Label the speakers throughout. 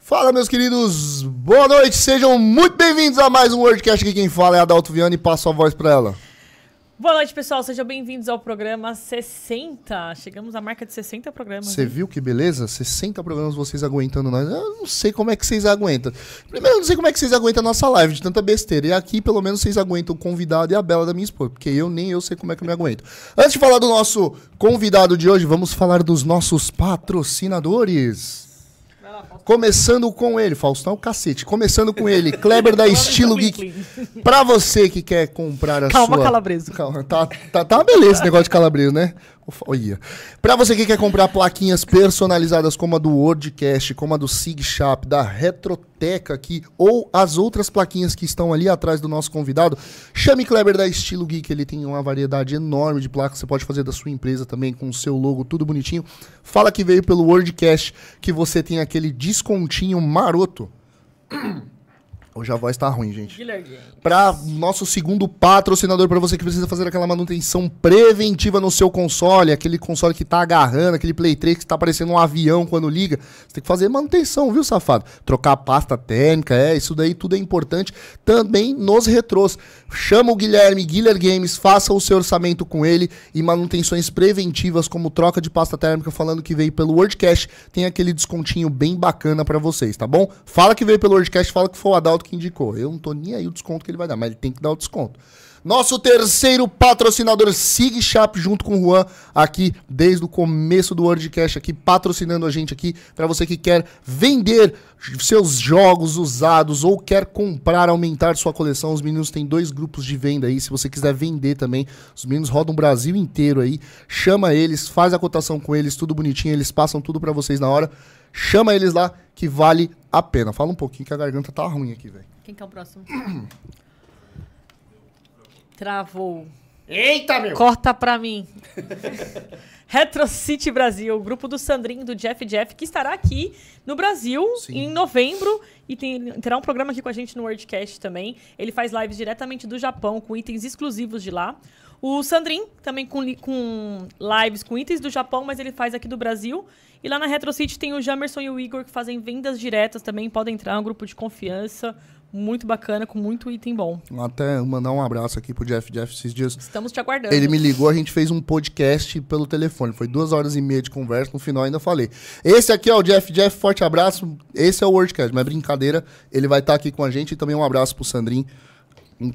Speaker 1: Fala, meus queridos, boa noite, sejam muito bem-vindos a mais um WordCast. Aqui quem fala é Adalto Viana e passo a voz pra ela.
Speaker 2: Boa noite, pessoal. Sejam bem-vindos ao programa 60. Chegamos à marca de 60 programas.
Speaker 1: Você
Speaker 2: hein?
Speaker 1: viu que beleza? 60 programas vocês aguentando nós. Eu não sei como é que vocês aguentam. Primeiro, eu não sei como é que vocês aguentam a nossa live de tanta besteira. E aqui, pelo menos, vocês aguentam o convidado e a bela da minha esposa, porque eu nem eu sei como é que eu me aguento. Antes de falar do nosso convidado de hoje, vamos falar dos nossos patrocinadores. Começando com ele, Faustão, é cacete. Começando com ele, Kleber da Estilo Geek. Pra você que quer comprar a
Speaker 2: Calma,
Speaker 1: sua...
Speaker 2: calabreso.
Speaker 1: Calma, tá, tá, tá uma beleza esse negócio de calabreso, né? Ufa, Olha. Pra você que quer comprar plaquinhas personalizadas como a do WordCast, como a do Sig Shop, da Retroteca aqui, ou as outras plaquinhas que estão ali atrás do nosso convidado, chame Kleber da Estilo Geek. Ele tem uma variedade enorme de placas. Você pode fazer da sua empresa também, com o seu logo, tudo bonitinho. Fala que veio pelo WordCast, que você tem aquele descontinho maroto. Hoje a voz tá ruim, gente
Speaker 2: Guilherme.
Speaker 1: para nosso segundo patrocinador, para você que precisa fazer aquela manutenção preventiva no seu console, aquele console que tá agarrando, aquele Play 3 que tá parecendo um avião quando liga. Você tem que fazer manutenção, viu, safado? Trocar a pasta térmica, é, isso daí tudo é importante. Também nos retrôs. Chama o Guilherme, Guilherme Games, faça o seu orçamento com ele e manutenções preventivas como troca de pasta térmica, falando que veio pelo WordCast, tem aquele descontinho bem bacana pra vocês, tá bom? Fala que veio pelo WordCast, fala que foi o Adalto que indicou. Eu não tô nem aí o desconto que ele vai dar, mas ele tem que dar o desconto. Nosso terceiro patrocinador, Sig Shop, junto com o Juan, aqui desde o começo do WordCast, aqui patrocinando a gente aqui, pra você que quer vender seus jogos usados ou quer comprar, aumentar sua coleção. Os meninos têm dois grupos de venda aí, se você quiser vender também. Os meninos rodam o Brasil inteiro aí. Chama eles, faz a cotação com eles, tudo bonitinho, eles passam tudo pra vocês na hora. Chama eles lá que vale a pena. Fala um pouquinho que a garganta tá ruim aqui, velho.
Speaker 2: Quem que é o próximo? Travou.
Speaker 1: Eita, meu!
Speaker 2: Corta pra mim. Retrocity Brasil, o grupo do Sandrinho, do Jeff Jeff, que estará aqui no Brasil
Speaker 1: Sim.
Speaker 2: em novembro e tem- terá um programa aqui com a gente no WordCast também. Ele faz lives diretamente do Japão, com itens exclusivos de lá. O Sandrin, também com, li- com lives com itens do Japão, mas ele faz aqui do Brasil. E lá na Retrocity tem o Jamerson e o Igor, que fazem vendas diretas também. Podem entrar, é um grupo de confiança muito bacana, com muito item bom.
Speaker 1: Até mandar um abraço aqui pro Jeff Jeff esses dias.
Speaker 2: Estamos te aguardando.
Speaker 1: Ele me ligou, a gente fez um podcast pelo telefone. Foi duas horas e meia de conversa, no final ainda falei. Esse aqui é o Jeff Jeff, forte abraço. Esse é o WordCast, mas brincadeira, ele vai estar aqui com a gente. E também um abraço pro Sandrin.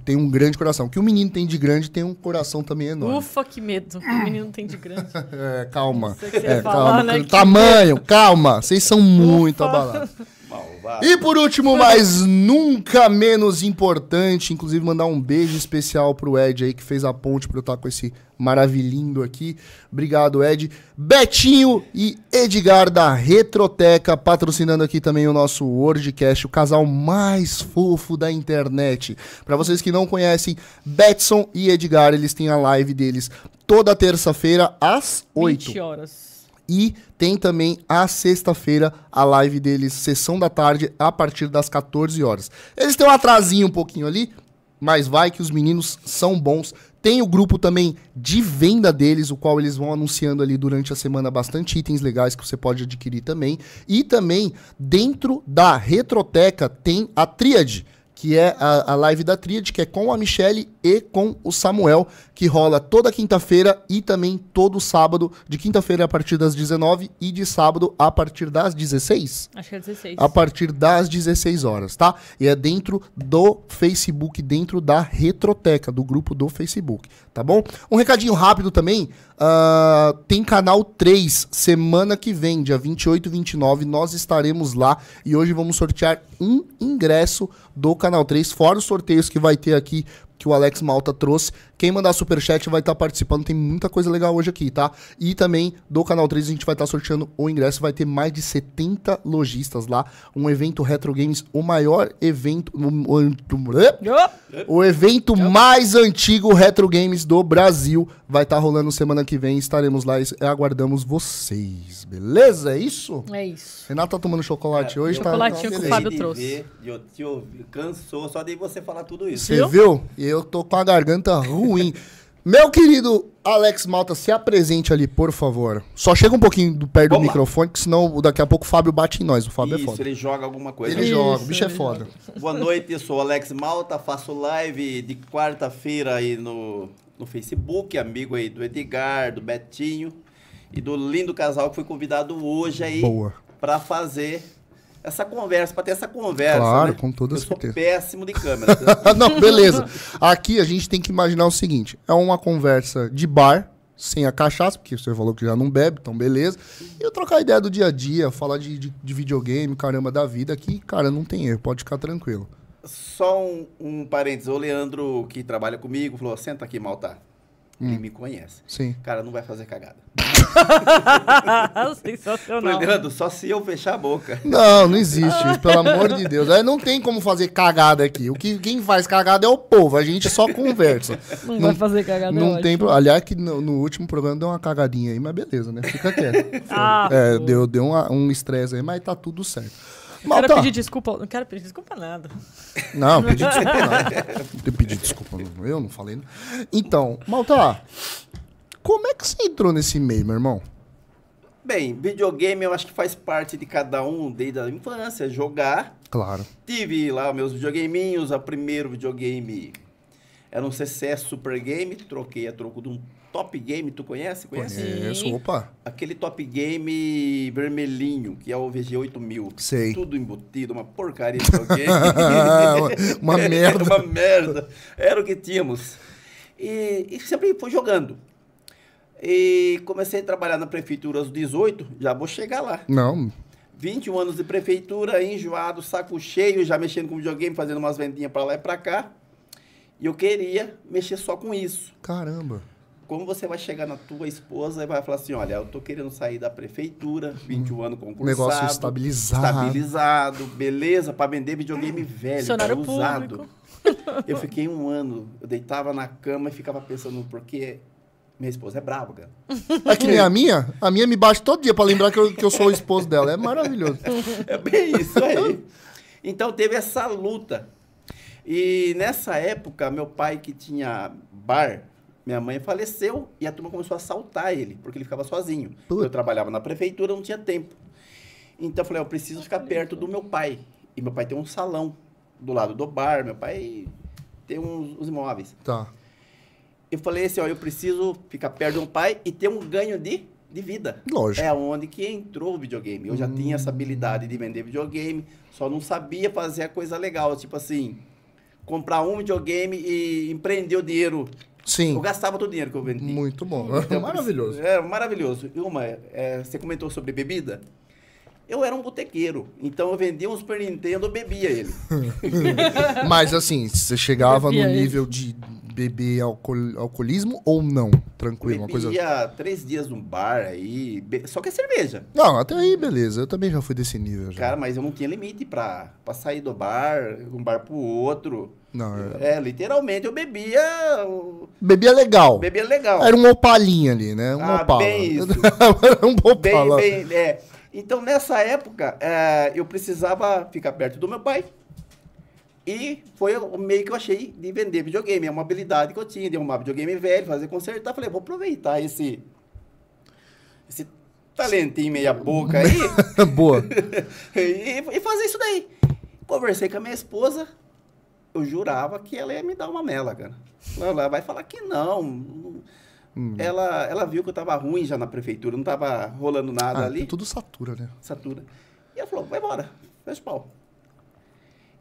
Speaker 1: Tem um grande coração. O que o menino tem de grande tem um coração também enorme.
Speaker 2: Ufa, que medo. O menino tem de grande.
Speaker 1: É, calma.
Speaker 2: sei o que você
Speaker 1: É,
Speaker 2: ia falar,
Speaker 1: calma.
Speaker 2: né, que-
Speaker 1: Tamanho, calma. Vocês são muito abalados.
Speaker 3: Malvado.
Speaker 1: E por último, mas nunca menos importante, inclusive mandar um beijo especial pro Ed aí que fez a ponte pra eu estar com esse maravilhindo aqui. Obrigado, Ed. Betinho e Edgar da Retroteca patrocinando aqui também o nosso WordCast, o casal mais fofo da internet. Pra vocês que não conhecem, Betson e Edgar, eles têm a live deles toda terça-feira às 8.
Speaker 2: 20 horas.
Speaker 1: E tem também a sexta-feira a live deles, sessão da tarde, a partir das 14 horas. Eles têm um atrasinho um pouquinho ali, mas vai que os meninos são bons. Tem o grupo também de venda deles, o qual eles vão anunciando ali durante a semana bastante itens legais que você pode adquirir também. E também dentro da Retroteca tem a Tríade que é a, a live da Tríade, que é com a Michelle e com o Samuel, que rola toda quinta-feira e também todo sábado, de quinta-feira a partir das 19 e de sábado a partir das 16.
Speaker 2: Acho que é 16.
Speaker 1: A partir das 16 horas, tá? E é dentro do Facebook, dentro da Retroteca, do grupo do Facebook, tá bom? Um recadinho rápido também. ah, tem canal 3, semana que vem, dia 28 e 29, nós estaremos lá e hoje vamos sortear um ingresso do canal 3, fora os sorteios que vai ter aqui que o Alex Malta trouxe. Quem mandar superchat vai estar participando, tem muita coisa legal hoje aqui, tá? E também do Canal 3 a gente vai estar sorteando o ingresso, vai ter mais de 70 lojistas lá, um evento Retro Games, o maior evento, o- o-
Speaker 2: Ô,
Speaker 1: o evento mais antigo Retro Games do Brasil, vai estar rolando semana que vem, estaremos lá e aguardamos vocês, beleza? É isso?
Speaker 2: É isso.
Speaker 1: Renato tá tomando chocolate
Speaker 3: Cara,
Speaker 1: hoje, tá?
Speaker 2: É, Chocolatinho
Speaker 1: tá
Speaker 2: com
Speaker 3: Sei
Speaker 2: o Fábio
Speaker 3: de
Speaker 2: trouxe.
Speaker 3: ver, e Eu te ouvi, cansou só de você falar tudo isso.
Speaker 1: Você viu? E eu tô com a garganta ruim. Meu querido Alex Malta, se apresente ali, por favor. Só chega um pouquinho do perto do
Speaker 3: Vamos lá.
Speaker 1: microfone, que senão daqui a pouco o Fábio bate em nós. O Fábio é
Speaker 3: Isso,
Speaker 1: foda. Ele,
Speaker 3: ele joga alguma coisa.
Speaker 2: Isso,
Speaker 1: joga, o bicho é
Speaker 2: ele
Speaker 1: foda.
Speaker 3: Boa noite, eu sou o Alex Malta, faço live de quarta-feira aí no, no Facebook, amigo aí do Edgar, do Betinho e do lindo casal que fui convidado hoje aí
Speaker 1: Boa.
Speaker 3: para fazer essa conversa, para ter essa conversa.
Speaker 1: Claro,
Speaker 3: né?
Speaker 1: com toda
Speaker 3: Eu sou
Speaker 1: certeza.
Speaker 3: péssimo de câmera. tá?
Speaker 1: Ah, Não, beleza. Aqui a gente tem que imaginar o seguinte: é uma conversa de bar, sem a cachaça, porque você falou que já não bebe, então beleza. E eu trocar ideia do dia a dia, falar de, de- de videogame, caramba, da vida aqui, cara, não tem erro, pode ficar tranquilo.
Speaker 3: Só um, um parênteses, o Leandro que trabalha comigo falou: senta aqui, Malta.
Speaker 1: Hum.
Speaker 3: Ele me conhece.
Speaker 1: Sim.
Speaker 3: Cara, não vai fazer cagada. Falei,
Speaker 2: Sensacional.
Speaker 3: Leandro, só se eu fechar a boca.
Speaker 1: Não, não existe isso, pelo amor de Deus. Aí não tem como fazer cagada aqui. O que, quem faz cagada é o povo, a gente só conversa.
Speaker 2: Não vai fazer cagada, eu
Speaker 1: Não
Speaker 2: acho.
Speaker 1: tem pro... Aliás, que no, no último programa deu uma cagadinha aí, mas beleza, né? Fica quieto.
Speaker 2: Ah,
Speaker 1: É, deu, deu uma- um estresse aí, mas tá tudo certo.
Speaker 2: quero
Speaker 1: Malta,
Speaker 2: pedir desculpa. Não quero pedir desculpa nada.
Speaker 1: Não, pedi desculpa não. Eu pedi desculpa, não. eu não falei. não. Então, Malta, como é que você entrou nesse meio, meu irmão?
Speaker 3: Bem, videogame eu acho que faz parte de cada um desde a infância, jogar.
Speaker 1: Claro.
Speaker 3: Tive lá meus videogameinhos, o primeiro videogame era um CCS Super Game, troquei a troco de um Top Game, tu conhece? Conhece?
Speaker 1: Conheço, É, opa.
Speaker 3: Aquele Top Game vermelhinho, que é o VG8000.
Speaker 1: Sei.
Speaker 3: Tudo embutido, uma porcaria de videogame.
Speaker 1: Uma
Speaker 3: Era
Speaker 1: merda.
Speaker 3: uma merda. Era o que tínhamos. E, e sempre foi jogando. E comecei a trabalhar na prefeitura aos 18, já vou chegar lá.
Speaker 1: Não,
Speaker 3: 21 anos de prefeitura, enjoado, saco cheio, já mexendo com videogame, fazendo umas vendinhas pra lá e pra cá. E eu queria mexer só com isso.
Speaker 1: caramba.
Speaker 3: Como você vai chegar na tua esposa e vai falar assim, olha, eu tô querendo sair da prefeitura, 21 anos concursado.
Speaker 1: Negócio estabilizado.
Speaker 3: Estabilizado, beleza, pra vender videogame velho, cara,
Speaker 2: Funcionário
Speaker 3: usado.
Speaker 2: público.
Speaker 3: Eu fiquei um ano, eu deitava na cama e ficava pensando, porque minha esposa é brava, cara.
Speaker 1: É que nem a minha, a minha me bate todo dia pra lembrar que eu, que eu sou o esposo dela. É maravilhoso.
Speaker 3: É bem isso aí. Então teve essa luta. E nessa época, meu pai que tinha bar, minha mãe faleceu e a turma começou a assaltar ele, porque ele ficava sozinho.
Speaker 1: Puta.
Speaker 3: Eu trabalhava na prefeitura, não tinha tempo. Então eu falei, eu preciso ficar perto do meu pai. E meu pai tem um salão do lado do bar, meu pai tem uns, uns imóveis.
Speaker 1: Tá.
Speaker 3: Eu falei assim, ó, eu preciso ficar perto do meu pai e ter um ganho de, de vida.
Speaker 1: Lógico.
Speaker 3: É onde que entrou o videogame. Eu já tinha essa habilidade de vender videogame, só não sabia fazer a coisa legal. Tipo assim, comprar um videogame e empreender o dinheiro.
Speaker 1: Sim.
Speaker 3: Eu gastava todo o dinheiro que eu vendia.
Speaker 1: Muito bom.
Speaker 3: Então, eu
Speaker 1: Maravilhoso.
Speaker 3: preciso- É, maravilhoso. E uma, é, você comentou sobre bebida? Eu era um botequeiro, então eu vendia um Super Nintendo, eu bebia ele.
Speaker 1: Mas assim, você chegava no
Speaker 2: Bebia ele.
Speaker 1: nível de beber alcool- alcoolismo ou não? Tranquilo,
Speaker 3: Eu
Speaker 1: uma coisa.
Speaker 3: bebia três dias num bar aí, be- só que é cerveja.
Speaker 1: Não, até aí, beleza. Eu também já fui desse nível. Já.
Speaker 3: Cara, mas eu não tinha limite pra, pra sair do bar, de um bar pro outro.
Speaker 1: Não, é-
Speaker 3: É, literalmente eu bebia. o-
Speaker 1: Bebia legal.
Speaker 3: Bebia legal.
Speaker 1: Era um opalinha ali, né? Um
Speaker 3: Ah,
Speaker 1: opala.
Speaker 3: bem isso.
Speaker 1: Era um opala.
Speaker 3: bem, bem. É. Então, nessa época, é, eu precisava ficar perto do meu pai. E foi o meio que eu achei de vender videogame. É uma habilidade que eu tinha de arrumar videogame velho, fazer consertar. Falei, vou aproveitar esse. Esse talentinho meia-boca aí.
Speaker 1: Boa.
Speaker 3: e, e fazer isso daí. Conversei com a minha esposa, eu jurava que ela ia me dar uma mela, cara. Ela- Ela vai falar que não.
Speaker 1: Hum.
Speaker 3: Ela, ela viu que eu tava ruim já na prefeitura, não tava rolando nada
Speaker 1: Ah,
Speaker 3: ali,
Speaker 1: Tudo satura, né?
Speaker 3: satura. E ela falou, vai embora, fecha o pau.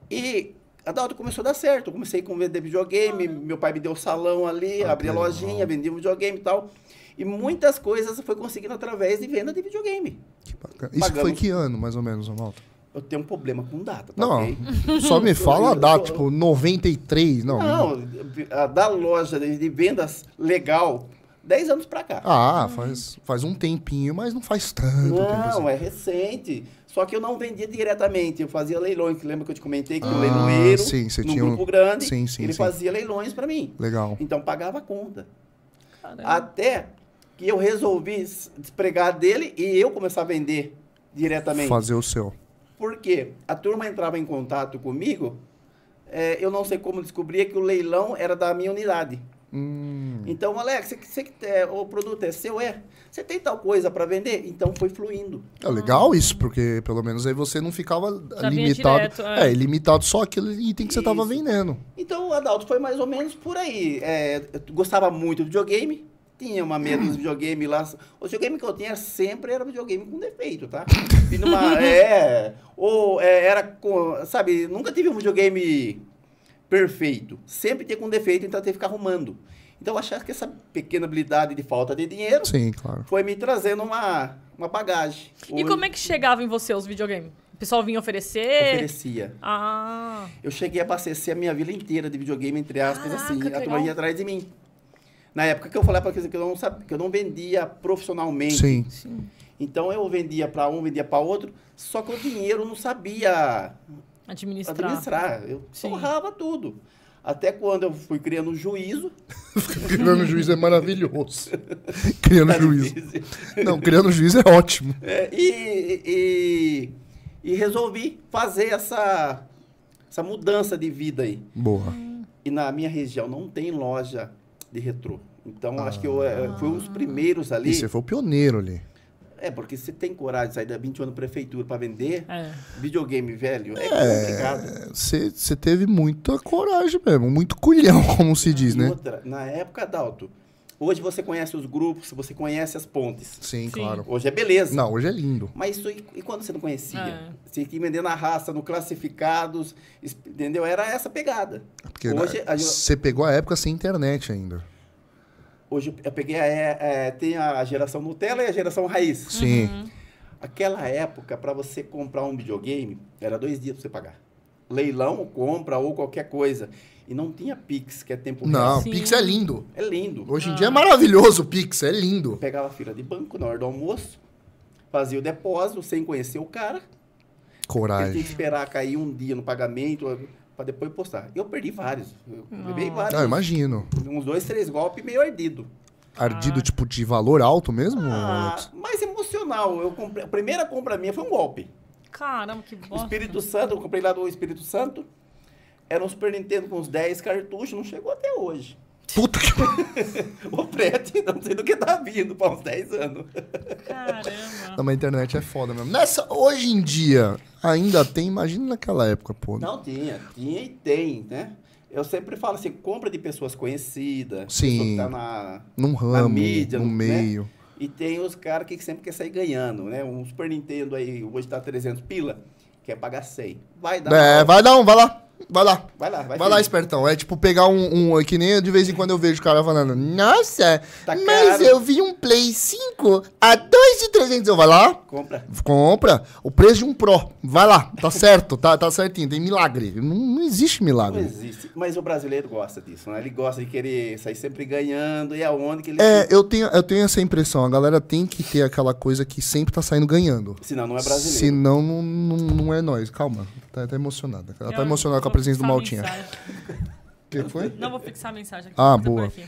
Speaker 3: E a Dalton começou a dar certo, eu comecei a vender videogame, meu pai me deu o salão ali,
Speaker 1: Ah,
Speaker 3: abri a
Speaker 1: que legal.
Speaker 3: lojinha, vendi um videogame e tal. E muitas coisas eu fui conseguindo através de venda de videogame.
Speaker 1: Que bacana. Isso
Speaker 3: Pagamos.
Speaker 1: foi que ano, mais ou menos, ô, Malta?
Speaker 3: Eu tenho um problema com data, tá
Speaker 1: Não,
Speaker 3: ok?
Speaker 1: só me fala a
Speaker 3: Eu-
Speaker 1: data,
Speaker 3: eu-
Speaker 1: tipo, 93. Não.
Speaker 3: Não, a da loja de de vendas legal, 10 anos pra cá.
Speaker 1: Ah, faz, faz um tempinho, mas não faz tanto tempo assim.
Speaker 3: não, é recente. Só que eu não vendia diretamente, eu fazia leilões. que Lembra que eu te comentei que
Speaker 1: Ah,
Speaker 3: o leiloeiro,
Speaker 1: sim, você
Speaker 3: num
Speaker 1: tinha um-
Speaker 3: grupo grande,
Speaker 1: sim, sim,
Speaker 3: ele
Speaker 1: sim.
Speaker 3: fazia leilões pra mim.
Speaker 1: Legal.
Speaker 3: Então pagava a conta.
Speaker 2: Caramba.
Speaker 3: Até que eu resolvi s- despregar dele e eu começar a vender diretamente.
Speaker 1: Fazer o seu.
Speaker 3: Porque a turma entrava em é, contato comigo, eh, eu não sei como descobria que o leilão era da minha unidade.
Speaker 1: Hum,
Speaker 3: Então, Alex, você, que- você que é, o produto é seu, é? Você tem tal coisa para vender? Então foi fluindo.
Speaker 1: É legal isso, porque pelo menos aí você não ficava
Speaker 2: Já vinha
Speaker 1: limitado.
Speaker 2: direto,
Speaker 1: é.
Speaker 2: é.
Speaker 1: limitado só aquele item que você tava
Speaker 3: Isso.
Speaker 1: vendendo.
Speaker 3: Então, o Adalto foi mais ou menos por aí. É, eu gostava muito de videogame. Tinha uma meia dos videogame lá. O videogame que eu tinha sempre era videogame com defeito, tá? E numa- é, ou é, era, com- sabe, nunca tive um videogame perfeito. Sempre tinha com defeito, então eu teve que ficar arrumando. Então eu achava que essa pequena habilidade de falta de dinheiro
Speaker 1: Sim, claro.
Speaker 3: foi me trazendo uma, uma bagagem.
Speaker 2: E como é que chegava em você os videogames? O pessoal vinha oferecer?
Speaker 3: Oferecia.
Speaker 2: Ah,
Speaker 3: Eu cheguei a abastecer a minha vila inteira de videogame, entre aspas,
Speaker 2: Caraca,
Speaker 3: assim.
Speaker 2: que
Speaker 3: A turma
Speaker 2: legal.
Speaker 3: ia atrás de mim. Na época que eu falava pra eles que eu não sabia, que eu não vendia profissionalmente.
Speaker 1: Sim.
Speaker 3: Então eu vendia pra um, vendia pra outro, só que o dinheiro eu não sabia
Speaker 2: administrar.
Speaker 3: administrar. Eu
Speaker 2: Sim.
Speaker 3: torrava tudo. Até quando eu fui criando um juízo.
Speaker 1: Criando juízo é maravilhoso. Criando
Speaker 3: tá
Speaker 1: Um juízo.
Speaker 3: difícil.
Speaker 1: Não, criando juízo é ótimo.
Speaker 3: É, e, e, e resolvi fazer essa, essa mudança de vida aí.
Speaker 1: Boa.
Speaker 3: E na minha região não tem loja de retrô. Então, acho que eu eh, fui um dos primeiros ali.
Speaker 1: E você foi o pioneiro ali.
Speaker 3: É, porque você tem coragem de sair da 21 anos prefeitura para vender
Speaker 2: É.
Speaker 3: videogame velho. É, complicado.
Speaker 1: É, Você você teve muita coragem mesmo, muito culhão, como se diz,
Speaker 3: E
Speaker 1: né?
Speaker 3: outra, na época, Dalto, hoje você conhece os grupos, você conhece as pontes.
Speaker 1: Sim,
Speaker 2: Sim.
Speaker 1: claro.
Speaker 3: Hoje é beleza.
Speaker 1: Não, hoje é lindo.
Speaker 3: Mas isso, e, e quando você não conhecia?
Speaker 2: É.
Speaker 3: Você tinha que vender na raça, no classificados, es- entendeu? Era essa pegada.
Speaker 1: Porque
Speaker 3: Hoje, a gen-
Speaker 1: você pegou a época sem internet ainda.
Speaker 3: Hoje eu- eu peguei a, é, é, tem a geração Nutella e a geração raiz.
Speaker 1: Sim.
Speaker 3: Aquela época, para você comprar um videogame, era dois dias para você pagar. Leilão, compra ou qualquer coisa. E não tinha Pix, que é tempo
Speaker 1: Não,
Speaker 3: real.
Speaker 1: o
Speaker 2: Sim.
Speaker 1: Pix é lindo.
Speaker 3: É lindo.
Speaker 1: Hoje em dia é maravilhoso o Pix, é lindo.
Speaker 3: Eu pegava a fila de banco na hora do almoço, fazia o depósito sem conhecer o cara. Ele tinha
Speaker 1: Coragem.
Speaker 3: que esperar cair um dia no pagamento para depois postar. Eu perdi vários. Eu levei vários.
Speaker 1: Ah, eu imagino.
Speaker 3: Uns dois, três golpes meio ardido.
Speaker 1: Ardido, tipo, de valor alto mesmo,
Speaker 3: Ah,
Speaker 1: Alex?
Speaker 3: mas emocional. Eu comprei, a primeira compra minha foi um golpe.
Speaker 2: Caramba, que
Speaker 3: O
Speaker 2: bosta.
Speaker 3: Espírito Santo, eu comprei lá do Espírito Santo. Era um Super Nintendo com uns 10 cartuchos, não chegou até hoje.
Speaker 1: Puta que.
Speaker 3: O frete, não sei do que tá vindo, para uns 10 anos.
Speaker 2: Caramba.
Speaker 1: Não, mas a internet é foda mesmo. Nessa, hoje em dia, ainda tem, imagina naquela época, pô.
Speaker 3: Não tinha, tinha e tem, né? Eu sempre falo assim, compra de pessoas conhecidas,
Speaker 1: Sim.
Speaker 3: pessoa que tá na...
Speaker 1: Num ramo,
Speaker 3: mídia,
Speaker 1: no
Speaker 3: né?
Speaker 1: meio.
Speaker 3: E tem os caras que sempre quer sair ganhando, né? Um Super Nintendo aí, hoje tá 300 pila, quer pagar 100. Vai dar.
Speaker 1: É, vai dar um, vai lá. Vai lá.
Speaker 3: Vai lá, vai,
Speaker 1: Vai lá,
Speaker 3: feliz.
Speaker 1: espertão. É tipo pegar um, um- Que nem eu, de vez em quando eu vejo o cara falando: Nossa,
Speaker 3: Tá
Speaker 1: mas
Speaker 3: caro."
Speaker 1: eu vi um Play 5 a 2 de 300. Eu, vai lá,
Speaker 3: Compra.
Speaker 1: compra o preço de um Pro. Vai lá, tá certo, tá, tá certinho. Tem milagre. Não, não existe
Speaker 3: Não
Speaker 1: milagre.
Speaker 3: existe. Mas o brasileiro gosta disso, né? Ele gosta de querer sair sempre ganhando, e aonde que ele...
Speaker 1: É, eu tenho, eu tenho essa impressão. A galera tem que ter aquela coisa que sempre tá saindo ganhando.
Speaker 3: Senão não é brasileiro.
Speaker 1: Senão, não, não, não é nós. Calma, tá, tá emocionada. Ela tá
Speaker 2: Eu
Speaker 1: emocionada com a
Speaker 2: vou
Speaker 1: presença do
Speaker 2: fixar a
Speaker 1: Maltinha.
Speaker 2: mensagem.
Speaker 1: O que foi?
Speaker 2: Não vou fixar a mensagem aqui.
Speaker 1: Ah,
Speaker 2: fica por
Speaker 1: boa.
Speaker 2: aqui.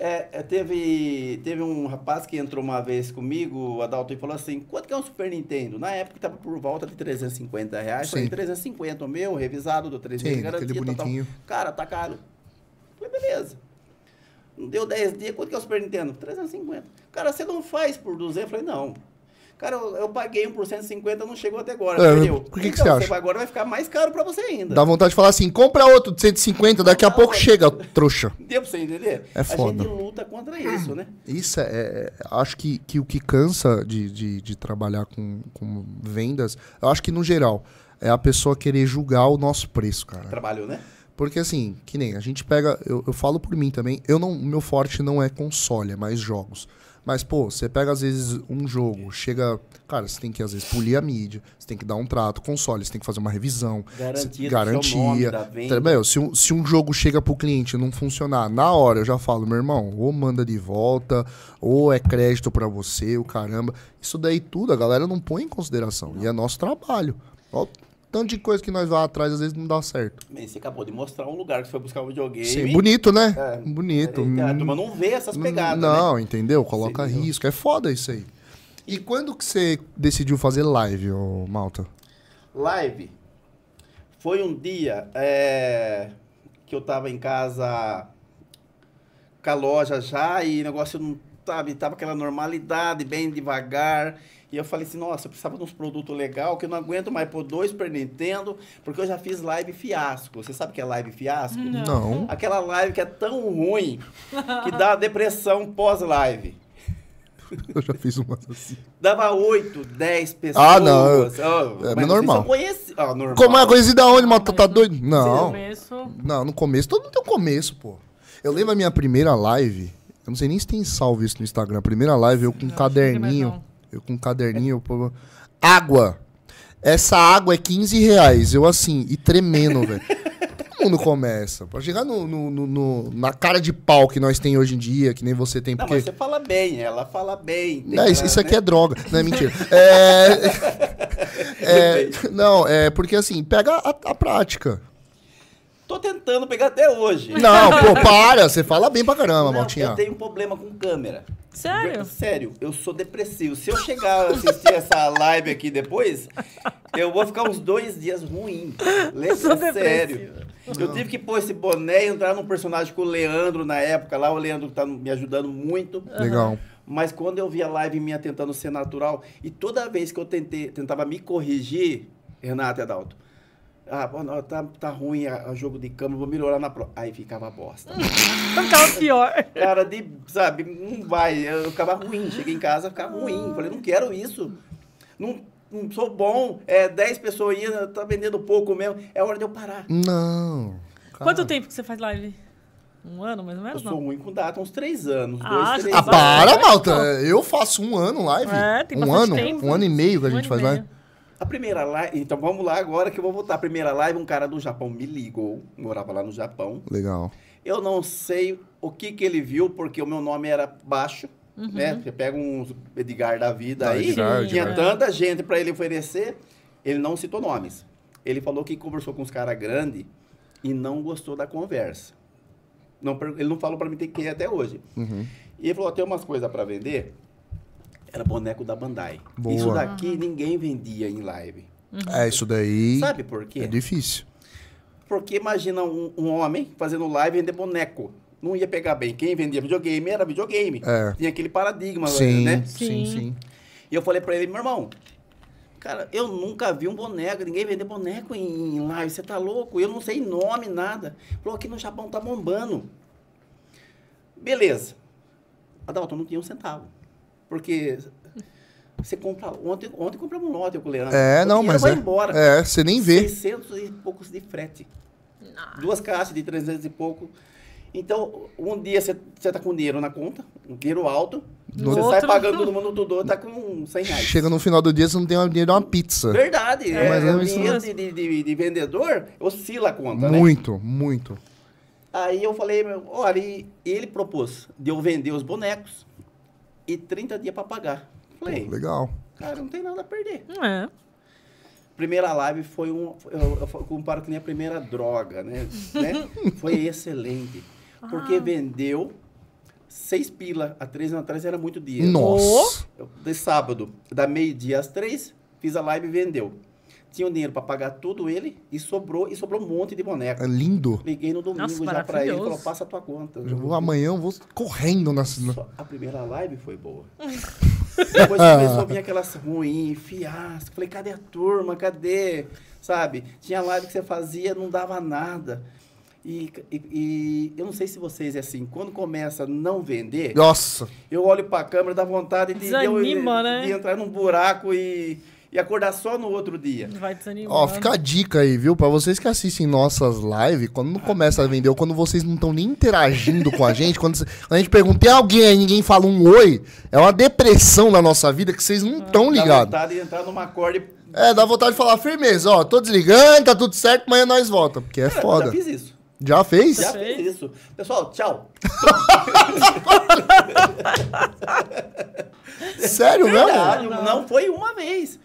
Speaker 3: É, é, teve, teve um rapaz que entrou uma vez comigo, o Adalto, e falou assim: quanto que é um Super Nintendo? Na época estava por volta de 350 reais. Eu Falei,
Speaker 1: Sim.
Speaker 3: 350 o meu, revisado do 3
Speaker 1: Sim,
Speaker 3: meses de garantia.
Speaker 1: aquele
Speaker 3: tal, tal.
Speaker 1: bonitinho.
Speaker 3: Cara, é tá caro. Eu Falei, beleza. Não deu 10 dias, quanto que é o Super Nintendo? 350. Cara, você não faz por 200? Eu falei, não. Cara, eu, eu paguei um por 150, não chegou até agora.
Speaker 1: É,
Speaker 3: perdeu.
Speaker 1: por que que
Speaker 3: Então,
Speaker 1: você acha?
Speaker 3: vai- Agora vai ficar mais caro pra você ainda.
Speaker 1: Dá vontade de falar assim: compra outro de 150, daqui a
Speaker 3: Não,
Speaker 1: pouco
Speaker 3: é-
Speaker 1: chega, trouxa.
Speaker 3: Deu pra você entender?
Speaker 1: É
Speaker 3: A
Speaker 1: foda.
Speaker 3: gente luta contra isso, né?
Speaker 1: Isso é. é- acho que, que o que cansa de, de, de trabalhar com, com vendas, eu acho que no geral, é a pessoa querer julgar o nosso preço, cara.
Speaker 3: Trabalho, né?
Speaker 1: Porque assim, que nem a gente pega. Eu, eu falo por mim também, eu não, o meu forte não é console, é mais jogos. Mas, pô, você pega às vezes um jogo, chega. Cara, você tem que às vezes polir a mídia, você tem que dar um trato, console, você tem que fazer uma revisão.
Speaker 3: Garantia,
Speaker 1: garantia.
Speaker 3: seu nome da venda.
Speaker 1: Tá, meu, se, um, se um jogo chega pro cliente e não funcionar, na hora eu já falo, meu irmão, ou manda de volta, ou é crédito pra você, o caramba. Isso daí tudo a galera não põe em consideração. E é nosso trabalho. Ó, o tanto de coisa que nós vai atrás, às vezes não dá certo.
Speaker 3: Bem, Você acabou de mostrar um lugar que você foi buscar um videogame.
Speaker 1: Sim, bonito, né?
Speaker 3: É.
Speaker 1: bonito. Hum,
Speaker 3: Eita, A turma não vê essas pegadas, né?
Speaker 1: Não, entendeu? Coloca
Speaker 3: Entendeu?
Speaker 1: risco. É foda isso aí. E quando que você decidiu fazer live, ô Malta?
Speaker 3: Live. eh, Foi um dia é, que eu tava em casa com a loja já e o negócio não sabe, tava aquela normalidade, bem devagar. E eu falei assim, nossa, eu precisava de uns produtos legal que eu não aguento mais pôr dois Super Nintendo, porque eu já fiz live fiasco. Você sabe o que é live fiasco?
Speaker 1: Não.
Speaker 3: Aquela live que é tão ruim que dá depressão pós-live.
Speaker 1: Eu já fiz uma assim.
Speaker 3: Dava 8, 10 pessoas.
Speaker 1: Ah, não.
Speaker 3: Oh,
Speaker 1: É
Speaker 3: mas
Speaker 1: normal.
Speaker 3: vocês são conheci- Ah, normal.
Speaker 1: Como é conhecida onde, mano? Tá, tá doido? Não.
Speaker 2: Começo.
Speaker 1: Não, no começo, todo mundo tem um começo, pô. Eu lembro a minha primeira live. Eu não sei nem se tem salvo isso no Instagram. A primeira live, eu com um
Speaker 2: acho que não tem mais
Speaker 1: caderninho.
Speaker 2: não.
Speaker 3: é
Speaker 1: Eu com um caderninho. pô. Água. Essa água é 15 reais. Eu assim, e tremendo, velho. Todo mundo começa. Pra chegar no, no- no- no- na cara de pau que nós tem hoje em dia, que nem você tem,
Speaker 3: Não,
Speaker 1: porque.
Speaker 3: mas você fala bem, ela fala bem. tem
Speaker 1: Não, isso,
Speaker 3: ela,
Speaker 1: isso aqui
Speaker 3: né?
Speaker 1: é droga. Não, é mentira. É, é, não, é porque assim, pega a, a prática.
Speaker 3: Tô tentando pegar até hoje.
Speaker 1: Não, pô, para. Você fala bem pra caramba,
Speaker 3: Não,
Speaker 1: Maltinha.
Speaker 3: eu tenho um problema com câmera.
Speaker 2: Sério?
Speaker 3: Sério, eu sou depressivo. Se eu chegar a assistir essa live aqui depois, eu vou ficar uns dois dias ruim. Lembra?
Speaker 2: sou
Speaker 3: Sério. Eu tive que pôr esse boné e entrar num personagem com o Leandro na época lá. O Leandro tá me ajudando muito.
Speaker 1: Legal.
Speaker 3: Mas quando eu vi a live minha tentando ser natural, e toda vez que eu tentei, tentava me corrigir, Renato e Adalto, ah, pô, não, tá, tá ruim o jogo de câmera, vou melhorar na prova. Aí ficava bosta.
Speaker 2: Tava Então tá pior.
Speaker 3: Cara, de, sabe, não vai. Eu ficava ruim. Cheguei em casa, ficava ruim. Falei, não quero isso. Não, não sou bom. É 10 pessoas indo, tá vendendo pouco mesmo. É hora de eu parar.
Speaker 1: Não. cara.
Speaker 2: Quanto tempo que você faz live? Um ano, mais ou
Speaker 3: Eu
Speaker 2: menos,
Speaker 3: sou
Speaker 2: não?
Speaker 3: ruim com data, uns 3 anos.
Speaker 2: Ah,
Speaker 3: dois,
Speaker 2: já
Speaker 3: três
Speaker 1: Ah,
Speaker 2: Exato.
Speaker 1: para,
Speaker 2: Vai,
Speaker 1: Malta. Eu faço um ano live.
Speaker 2: É, tem
Speaker 1: um
Speaker 2: bastante
Speaker 1: ano.
Speaker 2: tempo.
Speaker 1: Um ano e meio que a
Speaker 2: Um
Speaker 1: gente
Speaker 2: ano
Speaker 1: faz
Speaker 2: e
Speaker 1: live.
Speaker 2: meio.
Speaker 3: A primeira live. Então vamos lá agora que eu vou voltar. A primeira live, um cara do Japão me ligou. Morava lá no Japão.
Speaker 1: Legal.
Speaker 3: Eu não sei o que que ele viu, porque o meu nome era baixo,
Speaker 2: Uhum.
Speaker 3: né? Você pega uns Edgar da vida
Speaker 1: Ah,
Speaker 3: aí,
Speaker 1: Edgar,
Speaker 3: tinha
Speaker 1: Edgar.
Speaker 3: tanta gente para ele oferecer, ele não citou nomes. Ele falou que conversou com uns caras grandes e não gostou da conversa. Não per- ele não falou para mim ter que ir até hoje.
Speaker 1: Uhum.
Speaker 3: E ele falou, "Ó, tem umas coisas para vender. Era boneco da Bandai.
Speaker 1: Boa.
Speaker 3: Isso daqui ninguém vendia em live.
Speaker 2: Uhum.
Speaker 1: É, isso daí
Speaker 3: Sabe por quê?
Speaker 1: é difícil.
Speaker 3: Porque imagina um, um homem fazendo live e vender boneco. Não ia pegar bem. Quem vendia videogame era videogame.
Speaker 1: É.
Speaker 3: Tinha aquele paradigma,
Speaker 1: Sim,
Speaker 3: né?
Speaker 1: sim,
Speaker 2: Sim.
Speaker 1: sim.
Speaker 3: E eu falei pra ele, meu irmão, cara, eu nunca vi um boneco, ninguém vender boneco em, em live, você tá louco? Eu não sei nome, nada. Falou, aqui no Japão tá bombando. Beleza. Adalto, não tinha um centavo. Porque você compra. Ontem, ontem compramos um lote com o Leandro.
Speaker 1: É,
Speaker 3: O
Speaker 1: não,
Speaker 3: dinheiro
Speaker 1: mas
Speaker 3: vai
Speaker 1: é.
Speaker 3: embora.
Speaker 1: É, você nem vê.
Speaker 3: 600 e poucos de frete. Duas caixas de 300 e pouco. Então, um dia você está com dinheiro na conta, um dinheiro alto,
Speaker 2: No
Speaker 3: você sai
Speaker 2: outro-
Speaker 3: pagando todo mundo tudo, outro tá com 100 reais.
Speaker 1: Chega no final do dia, você não tem o dinheiro de uma pizza.
Speaker 3: Verdade, é,
Speaker 1: mas é
Speaker 3: o
Speaker 1: isso
Speaker 3: dinheiro de,
Speaker 2: mesmo.
Speaker 3: de, de- de vendedor oscila a conta, né?
Speaker 1: Muito, muito.
Speaker 3: Aí eu falei, meu, olha, e ele propôs de eu vender os bonecos e 30 dias para pagar. Falei,
Speaker 1: Legal.
Speaker 3: cara, não tem nada a perder.
Speaker 2: É.
Speaker 3: Primeira live foi um. Eu, eu comparo que nem a primeira droga, né? Né? Foi excelente. Porque vendeu seis pila. Há três anos atrás era muito dia.
Speaker 1: Nossa.
Speaker 3: Eu, de sábado, da meio-dia às três, fiz a live e vendeu. Tinha o dinheiro para pagar tudo ele e sobrou, e sobrou um monte de boneca.
Speaker 1: É lindo.
Speaker 3: Liguei no domingo
Speaker 2: Nossa,
Speaker 3: já para ele
Speaker 2: maravilhoso.
Speaker 3: falou: passa a tua conta.
Speaker 1: Eu vou- né? amanhã eu vou correndo na. na-
Speaker 3: Só a primeira live foi boa. Depois
Speaker 1: Ah.
Speaker 3: começou a vir aquelas ruim, fiasco. Falei, cadê a turma? Cadê? Sabe? Tinha live que você fazia, não dava nada. E, e- e eu não sei se vocês é assim, quando começa a não vender,
Speaker 1: Nossa.
Speaker 3: eu olho pra câmera, dá vontade de, de eu-
Speaker 2: Desanima, né?
Speaker 3: de entrar num buraco e, e acordar só no outro dia.
Speaker 2: Vai desanimar.
Speaker 1: Ó, fica a dica aí, viu? Pra vocês que assistem nossas lives, quando não começa a vender, ou quando vocês não estão nem interagindo com a gente, quando, cê- quando a gente pergunta tem alguém aí, ninguém fala um oi, é uma depressão na nossa vida que vocês não estão
Speaker 3: Ah, Dá
Speaker 1: ligados.
Speaker 3: vontade de entrar numa corda e.
Speaker 1: É, dá vontade de falar firmeza, ó, tô desligando, tá tudo certo, amanhã nós volta, porque é
Speaker 3: Cara, Já
Speaker 1: foda.
Speaker 3: fiz isso.
Speaker 1: Já fez?
Speaker 3: Já
Speaker 2: fez?
Speaker 3: fiz isso. Pessoal, tchau.
Speaker 1: Sério mesmo?
Speaker 3: Caralho, não foi uma vez.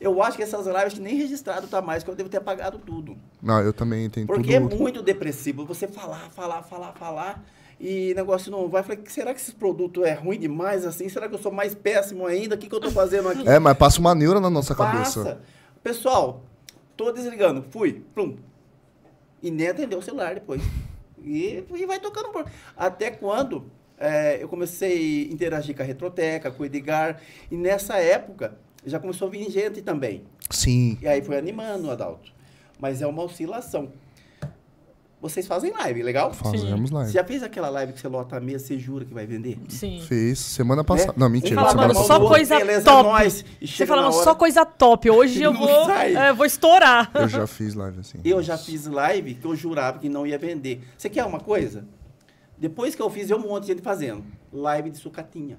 Speaker 3: Eu acho que essas lives nem registrado tá mais, que eu devo ter apagado tudo.
Speaker 1: Não, eu também tenho
Speaker 3: Porque é
Speaker 1: tudo.
Speaker 3: muito depressivo você falar, falar, falar, falar e negócio não vai. Falei, será que esse produto é ruim demais assim? Será que eu sou mais péssimo ainda? O que, que eu tô fazendo aqui?
Speaker 1: É, mas passa uma neura na nossa cabeça.
Speaker 3: Passa. Pessoal, tô desligando. Fui. Plum. E nem atendeu o celular depois. E, e vai tocando por. Até quando é, eu comecei a interagir com a Retroteca, com o Edgar, e nessa época já começou a vir gente também.
Speaker 1: Sim.
Speaker 3: E aí foi animando o Adalto. Mas é uma oscilação. Vocês fazem live, legal?
Speaker 1: Fazemos
Speaker 3: Você
Speaker 1: live.
Speaker 3: já fez aquela live que você lota a mesa, você jura que vai vender?
Speaker 2: Sim.
Speaker 1: Fiz semana passada.
Speaker 3: Né?
Speaker 1: Não,
Speaker 3: Um
Speaker 1: mentira. é
Speaker 2: fala,
Speaker 1: semana
Speaker 2: mano,
Speaker 3: mal do
Speaker 2: só
Speaker 1: passada.
Speaker 3: outro,
Speaker 2: coisa
Speaker 3: beleza,
Speaker 2: top.
Speaker 3: É nóis. E
Speaker 2: Você
Speaker 3: chega
Speaker 2: fala,
Speaker 3: na
Speaker 2: "Mas
Speaker 3: hora-
Speaker 2: só coisa top. Hoje eu
Speaker 3: Não
Speaker 2: vou,
Speaker 3: sai.
Speaker 2: é, vou estourar.
Speaker 1: Eu já fiz live assim.
Speaker 3: Eu já fiz live que eu jurava que não ia vender. Você quer uma coisa? Depois que eu fiz, eu um monte de gente fazendo. Live de sucatinha.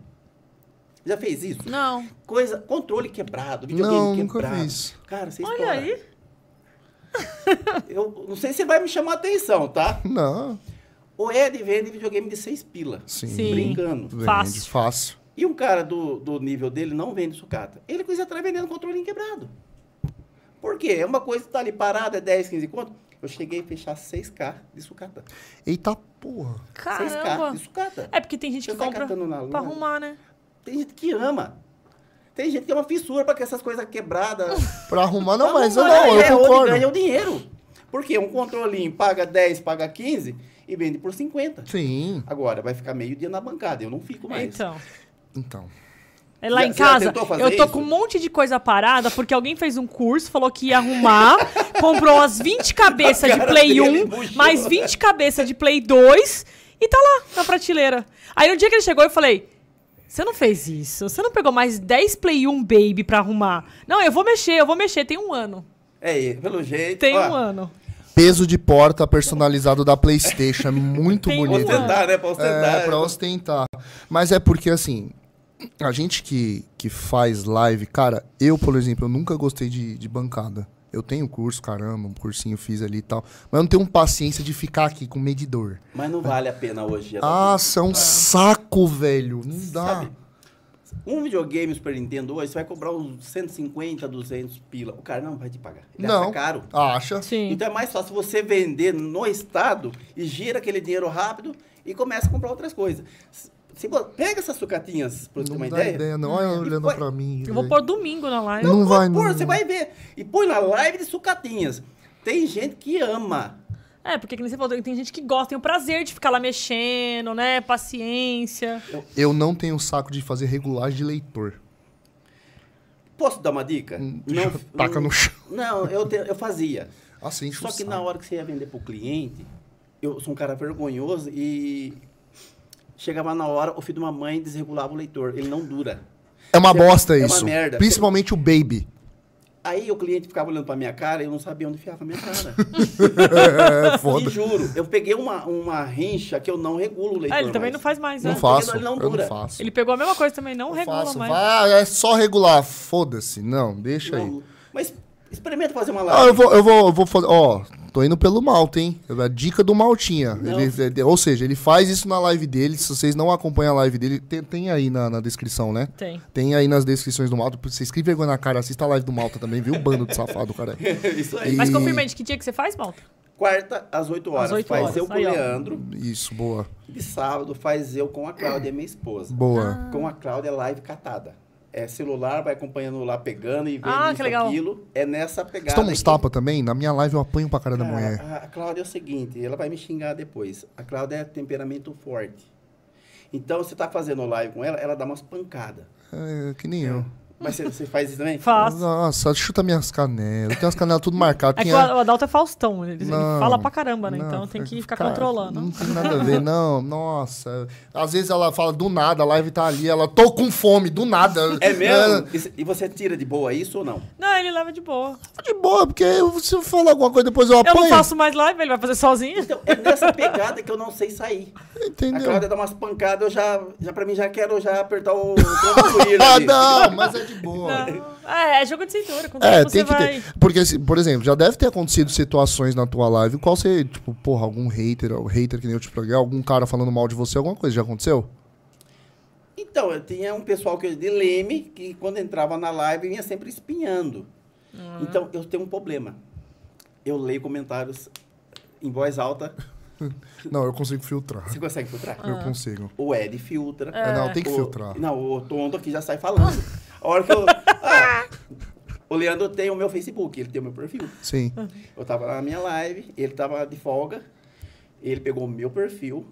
Speaker 3: Já fez isso?
Speaker 2: Não.
Speaker 3: Coisa, controle quebrado, videogame
Speaker 1: Não, nunca
Speaker 3: quebrado.
Speaker 1: fiz.
Speaker 3: Cara, você
Speaker 2: Olha
Speaker 3: estoura.
Speaker 2: aí.
Speaker 3: Eu não sei se vai me chamar a atenção, tá?
Speaker 1: Não,
Speaker 3: O Ed vende videogame de seis pila.
Speaker 1: sim.
Speaker 2: Sim.
Speaker 3: Brincando.
Speaker 1: Vende,
Speaker 2: Fácil.
Speaker 1: Fácil.
Speaker 3: E um cara do, do nível dele não vende sucata. Ele coisa atrás vendendo controlinho quebrado. Por quê? É uma coisa que tá ali parada, é 10, 15 conto. Eu cheguei a fechar 6K de sucata.
Speaker 1: Eita porra.
Speaker 3: 6K
Speaker 2: Caramba.
Speaker 3: de sucata.
Speaker 2: É porque tem gente que
Speaker 3: Você tá
Speaker 2: compra
Speaker 3: catando na lona?
Speaker 2: pra arrumar, né?
Speaker 3: Tem gente que ama. Tem gente que é uma fissura pra que essas coisas quebradas.
Speaker 1: Pra arrumar, não, mas eu
Speaker 3: arruma,
Speaker 1: não,
Speaker 3: é,
Speaker 1: eu
Speaker 3: onde
Speaker 1: concordo.
Speaker 3: ganha o dinheiro. Porque um controlinho paga 10, paga 15 e vende por 50.
Speaker 1: Sim.
Speaker 3: Agora, vai ficar meio dia na bancada, eu não fico mais.
Speaker 2: Então.
Speaker 1: Então.
Speaker 2: É lá
Speaker 3: Já-
Speaker 2: em
Speaker 3: já
Speaker 2: casa,
Speaker 3: tentou fazer
Speaker 2: eu tô
Speaker 3: isso?
Speaker 2: com um monte de coisa parada, porque alguém fez um curso, falou que ia arrumar, comprou as 20 cabeças
Speaker 3: A
Speaker 2: de
Speaker 3: cara
Speaker 2: Play
Speaker 3: dele
Speaker 2: 1,
Speaker 3: murchou.
Speaker 2: mais 20 cabeças de Play 2, e tá lá, na prateleira. Aí no dia que ele chegou, eu falei, você não fez isso, você não pegou mais 10 Play 1 Baby pra arrumar. Não, eu vou mexer, eu vou mexer, tem um ano.
Speaker 3: É, e pelo jeito.
Speaker 2: Tem
Speaker 3: ó,
Speaker 2: um ano.
Speaker 1: Peso de porta personalizado da PlayStation. é Muito
Speaker 2: Tem
Speaker 1: bonito.
Speaker 2: outra-
Speaker 3: Ostentar, né? Pra ostentar.
Speaker 1: É, pra ostentar. Mas é porque, assim, a gente que, que faz live, cara, eu, por exemplo, eu nunca gostei de, de bancada. Eu tenho curso, caramba, um cursinho fiz ali e tal. Mas eu não tenho paciência de ficar aqui com medidor.
Speaker 3: Mas não vale a pena hoje.
Speaker 1: Ah,
Speaker 3: Adalto.
Speaker 1: é um saco, velho. Não dá.
Speaker 3: Sabe? Um videogame Super Nintendo hoje, você vai cobrar uns 150, 200 pila. O cara não vai te pagar. Ele
Speaker 1: não.
Speaker 3: acha caro.
Speaker 1: Ah, Acha?
Speaker 2: Sim.
Speaker 3: Então é mais fácil você vender no estado e gira aquele dinheiro rápido e começa a comprar outras coisas. Se- se vo- pega essas sucatinhas, pra você ter
Speaker 1: Não
Speaker 3: uma
Speaker 1: dá
Speaker 3: ideia.
Speaker 1: ideia, não. Olha ela olhando
Speaker 3: Vai-
Speaker 1: pra mim.
Speaker 2: Eu vou
Speaker 3: né?
Speaker 1: velho.
Speaker 2: pôr domingo na live.
Speaker 1: Não vai,
Speaker 3: Pô,
Speaker 1: não.
Speaker 3: Você vai ver. E põe na live de sucatinhas. Tem gente que ama.
Speaker 2: É, porque que nem você falou, tem gente que gosta, tem o prazer de ficar lá mexendo, né, paciência.
Speaker 1: Eu não tenho saco de fazer regulagem de leitor.
Speaker 3: Posso dar uma dica?
Speaker 1: Não, Hum, Taca no chão.
Speaker 3: Não, tipo eu, te- eu fazia.
Speaker 1: Assim, enche
Speaker 3: Só
Speaker 1: o
Speaker 3: que
Speaker 1: saco.
Speaker 3: na hora que você ia vender pro cliente, eu sou um cara vergonhoso e chegava na hora, o filho de uma mãe desregulava o leitor. Ele não dura.
Speaker 1: É uma bosta
Speaker 3: É uma
Speaker 1: isso.
Speaker 3: merda.
Speaker 1: Principalmente o baby.
Speaker 3: Aí o cliente ficava olhando pra minha cara e eu não sabia onde enfiava a minha cara.
Speaker 1: É
Speaker 3: Te
Speaker 1: foda.
Speaker 3: juro, eu peguei uma, uma rincha que eu não regulo o leitor.
Speaker 2: Ah, ele também
Speaker 3: mais.
Speaker 2: não faz mais, né?
Speaker 1: Não
Speaker 3: Porque
Speaker 1: faço.
Speaker 3: ele não
Speaker 1: eu não
Speaker 3: dura.
Speaker 1: faço.
Speaker 2: Ele pegou a mesma coisa também, não
Speaker 1: Eu
Speaker 2: regula
Speaker 1: faço.
Speaker 2: mais.
Speaker 1: Vai, é só regular. Foda-se. Não, deixa aí.
Speaker 3: Não, Mas experimenta fazer uma
Speaker 1: Ah,
Speaker 3: live.
Speaker 1: eu vou, eu vou, eu vou fazer. Ó, tô indo pelo Malta, hein? É A dica do Maltinha.
Speaker 3: Não.
Speaker 1: Ele- é- ou seja, ele faz isso na live dele. Se vocês não acompanham a live dele, tem, tem aí na, na descrição, né?
Speaker 2: Tem.
Speaker 1: Tem aí nas descrições do Malta. Você escreve vergonha na cara, assista a live do Malta também, viu? Bando de safado, cara.
Speaker 3: Isso aí.
Speaker 2: Mas
Speaker 1: E-
Speaker 2: confirma aí, de que dia que você faz, Malta?
Speaker 3: Quarta, às 8 horas.
Speaker 2: Às oito
Speaker 3: faz
Speaker 2: horas,
Speaker 3: eu com o
Speaker 2: aí, ó.
Speaker 3: Leandro.
Speaker 1: Isso, boa.
Speaker 3: E sábado faz eu com a Cláudia, minha esposa.
Speaker 2: Ah,
Speaker 1: Boa.
Speaker 3: Com a Cláudia live catada. É celular, vai acompanhando lá, pegando e vendo
Speaker 2: Ah, que
Speaker 3: isso,
Speaker 2: legal.
Speaker 3: aquilo. É nessa pegada.
Speaker 1: Vocês tomam uns
Speaker 3: que-
Speaker 1: tapa também? Na minha live eu apanho pra cara da
Speaker 2: Ah.
Speaker 3: Cara,
Speaker 1: mulher.
Speaker 3: A, a Cláudia é o seguinte, ela vai me xingar depois. A Cláudia é temperamento forte. Então, você tá fazendo live com ela, ela dá umas pancadas.
Speaker 1: É, que nem eu.
Speaker 3: Mas você, você faz isso também?
Speaker 2: Faço.
Speaker 1: Nossa, chuta minhas canelas. Eu tenho as canelas tudo marcadas.
Speaker 2: É que
Speaker 1: Quem
Speaker 2: o
Speaker 1: é-
Speaker 2: Adalto é Faustão, ele, ele
Speaker 1: Não.
Speaker 2: fala pra caramba, né?
Speaker 1: Não,
Speaker 2: então tem que ficar
Speaker 1: cara, Não
Speaker 2: controlando.
Speaker 1: tem nada a ver, não. Nossa. Às vezes ela fala do nada, a live tá ali, ela tô com fome, do nada.
Speaker 3: É mesmo? E c- E você tira de boa isso ou não?
Speaker 2: Não, ele leva de boa.
Speaker 1: É, de boa, porque eu- se eu falar alguma coisa depois eu
Speaker 2: Eu
Speaker 1: apanho.
Speaker 2: não faço mais live, ele vai fazer sozinho.
Speaker 3: Então, é nessa pegada que eu não sei sair. A
Speaker 1: Entendeu?
Speaker 3: Cláudia dá umas pancadas, eu já, já pra mim, já quero já apertar o trampolim
Speaker 1: Ah,
Speaker 3: ali.
Speaker 1: não, mas é de boa.
Speaker 2: Não. É, é jogo de cintura, quando
Speaker 1: É,
Speaker 2: você
Speaker 1: tem que
Speaker 2: vai...
Speaker 1: ter. Porque, se- por exemplo, já deve ter acontecido situações na tua live qual você, tipo, porra, algum hater, ou hater que nem eu te proguei, algum cara falando mal de você, alguma coisa já aconteceu?
Speaker 3: Então, eu tinha um pessoal que eu de leme, que quando entrava na live, vinha sempre espinhando.
Speaker 1: Uhum.
Speaker 3: Então, eu tenho um problema. Eu leio comentários em voz alta.
Speaker 1: Não, eu consigo filtrar.
Speaker 3: Você consegue filtrar?
Speaker 2: Ah.
Speaker 1: Eu consigo.
Speaker 3: O Ed filtra.
Speaker 1: Ah. É, não, tem que
Speaker 3: O-
Speaker 1: filtrar.
Speaker 3: Não, o tonto aqui já sai falando. A hora que eu... Ah, o Leandro tem o meu Facebook, ele tem o meu perfil.
Speaker 1: Sim.
Speaker 3: Eu tava na minha live, ele tava de folga. Ele pegou o meu perfil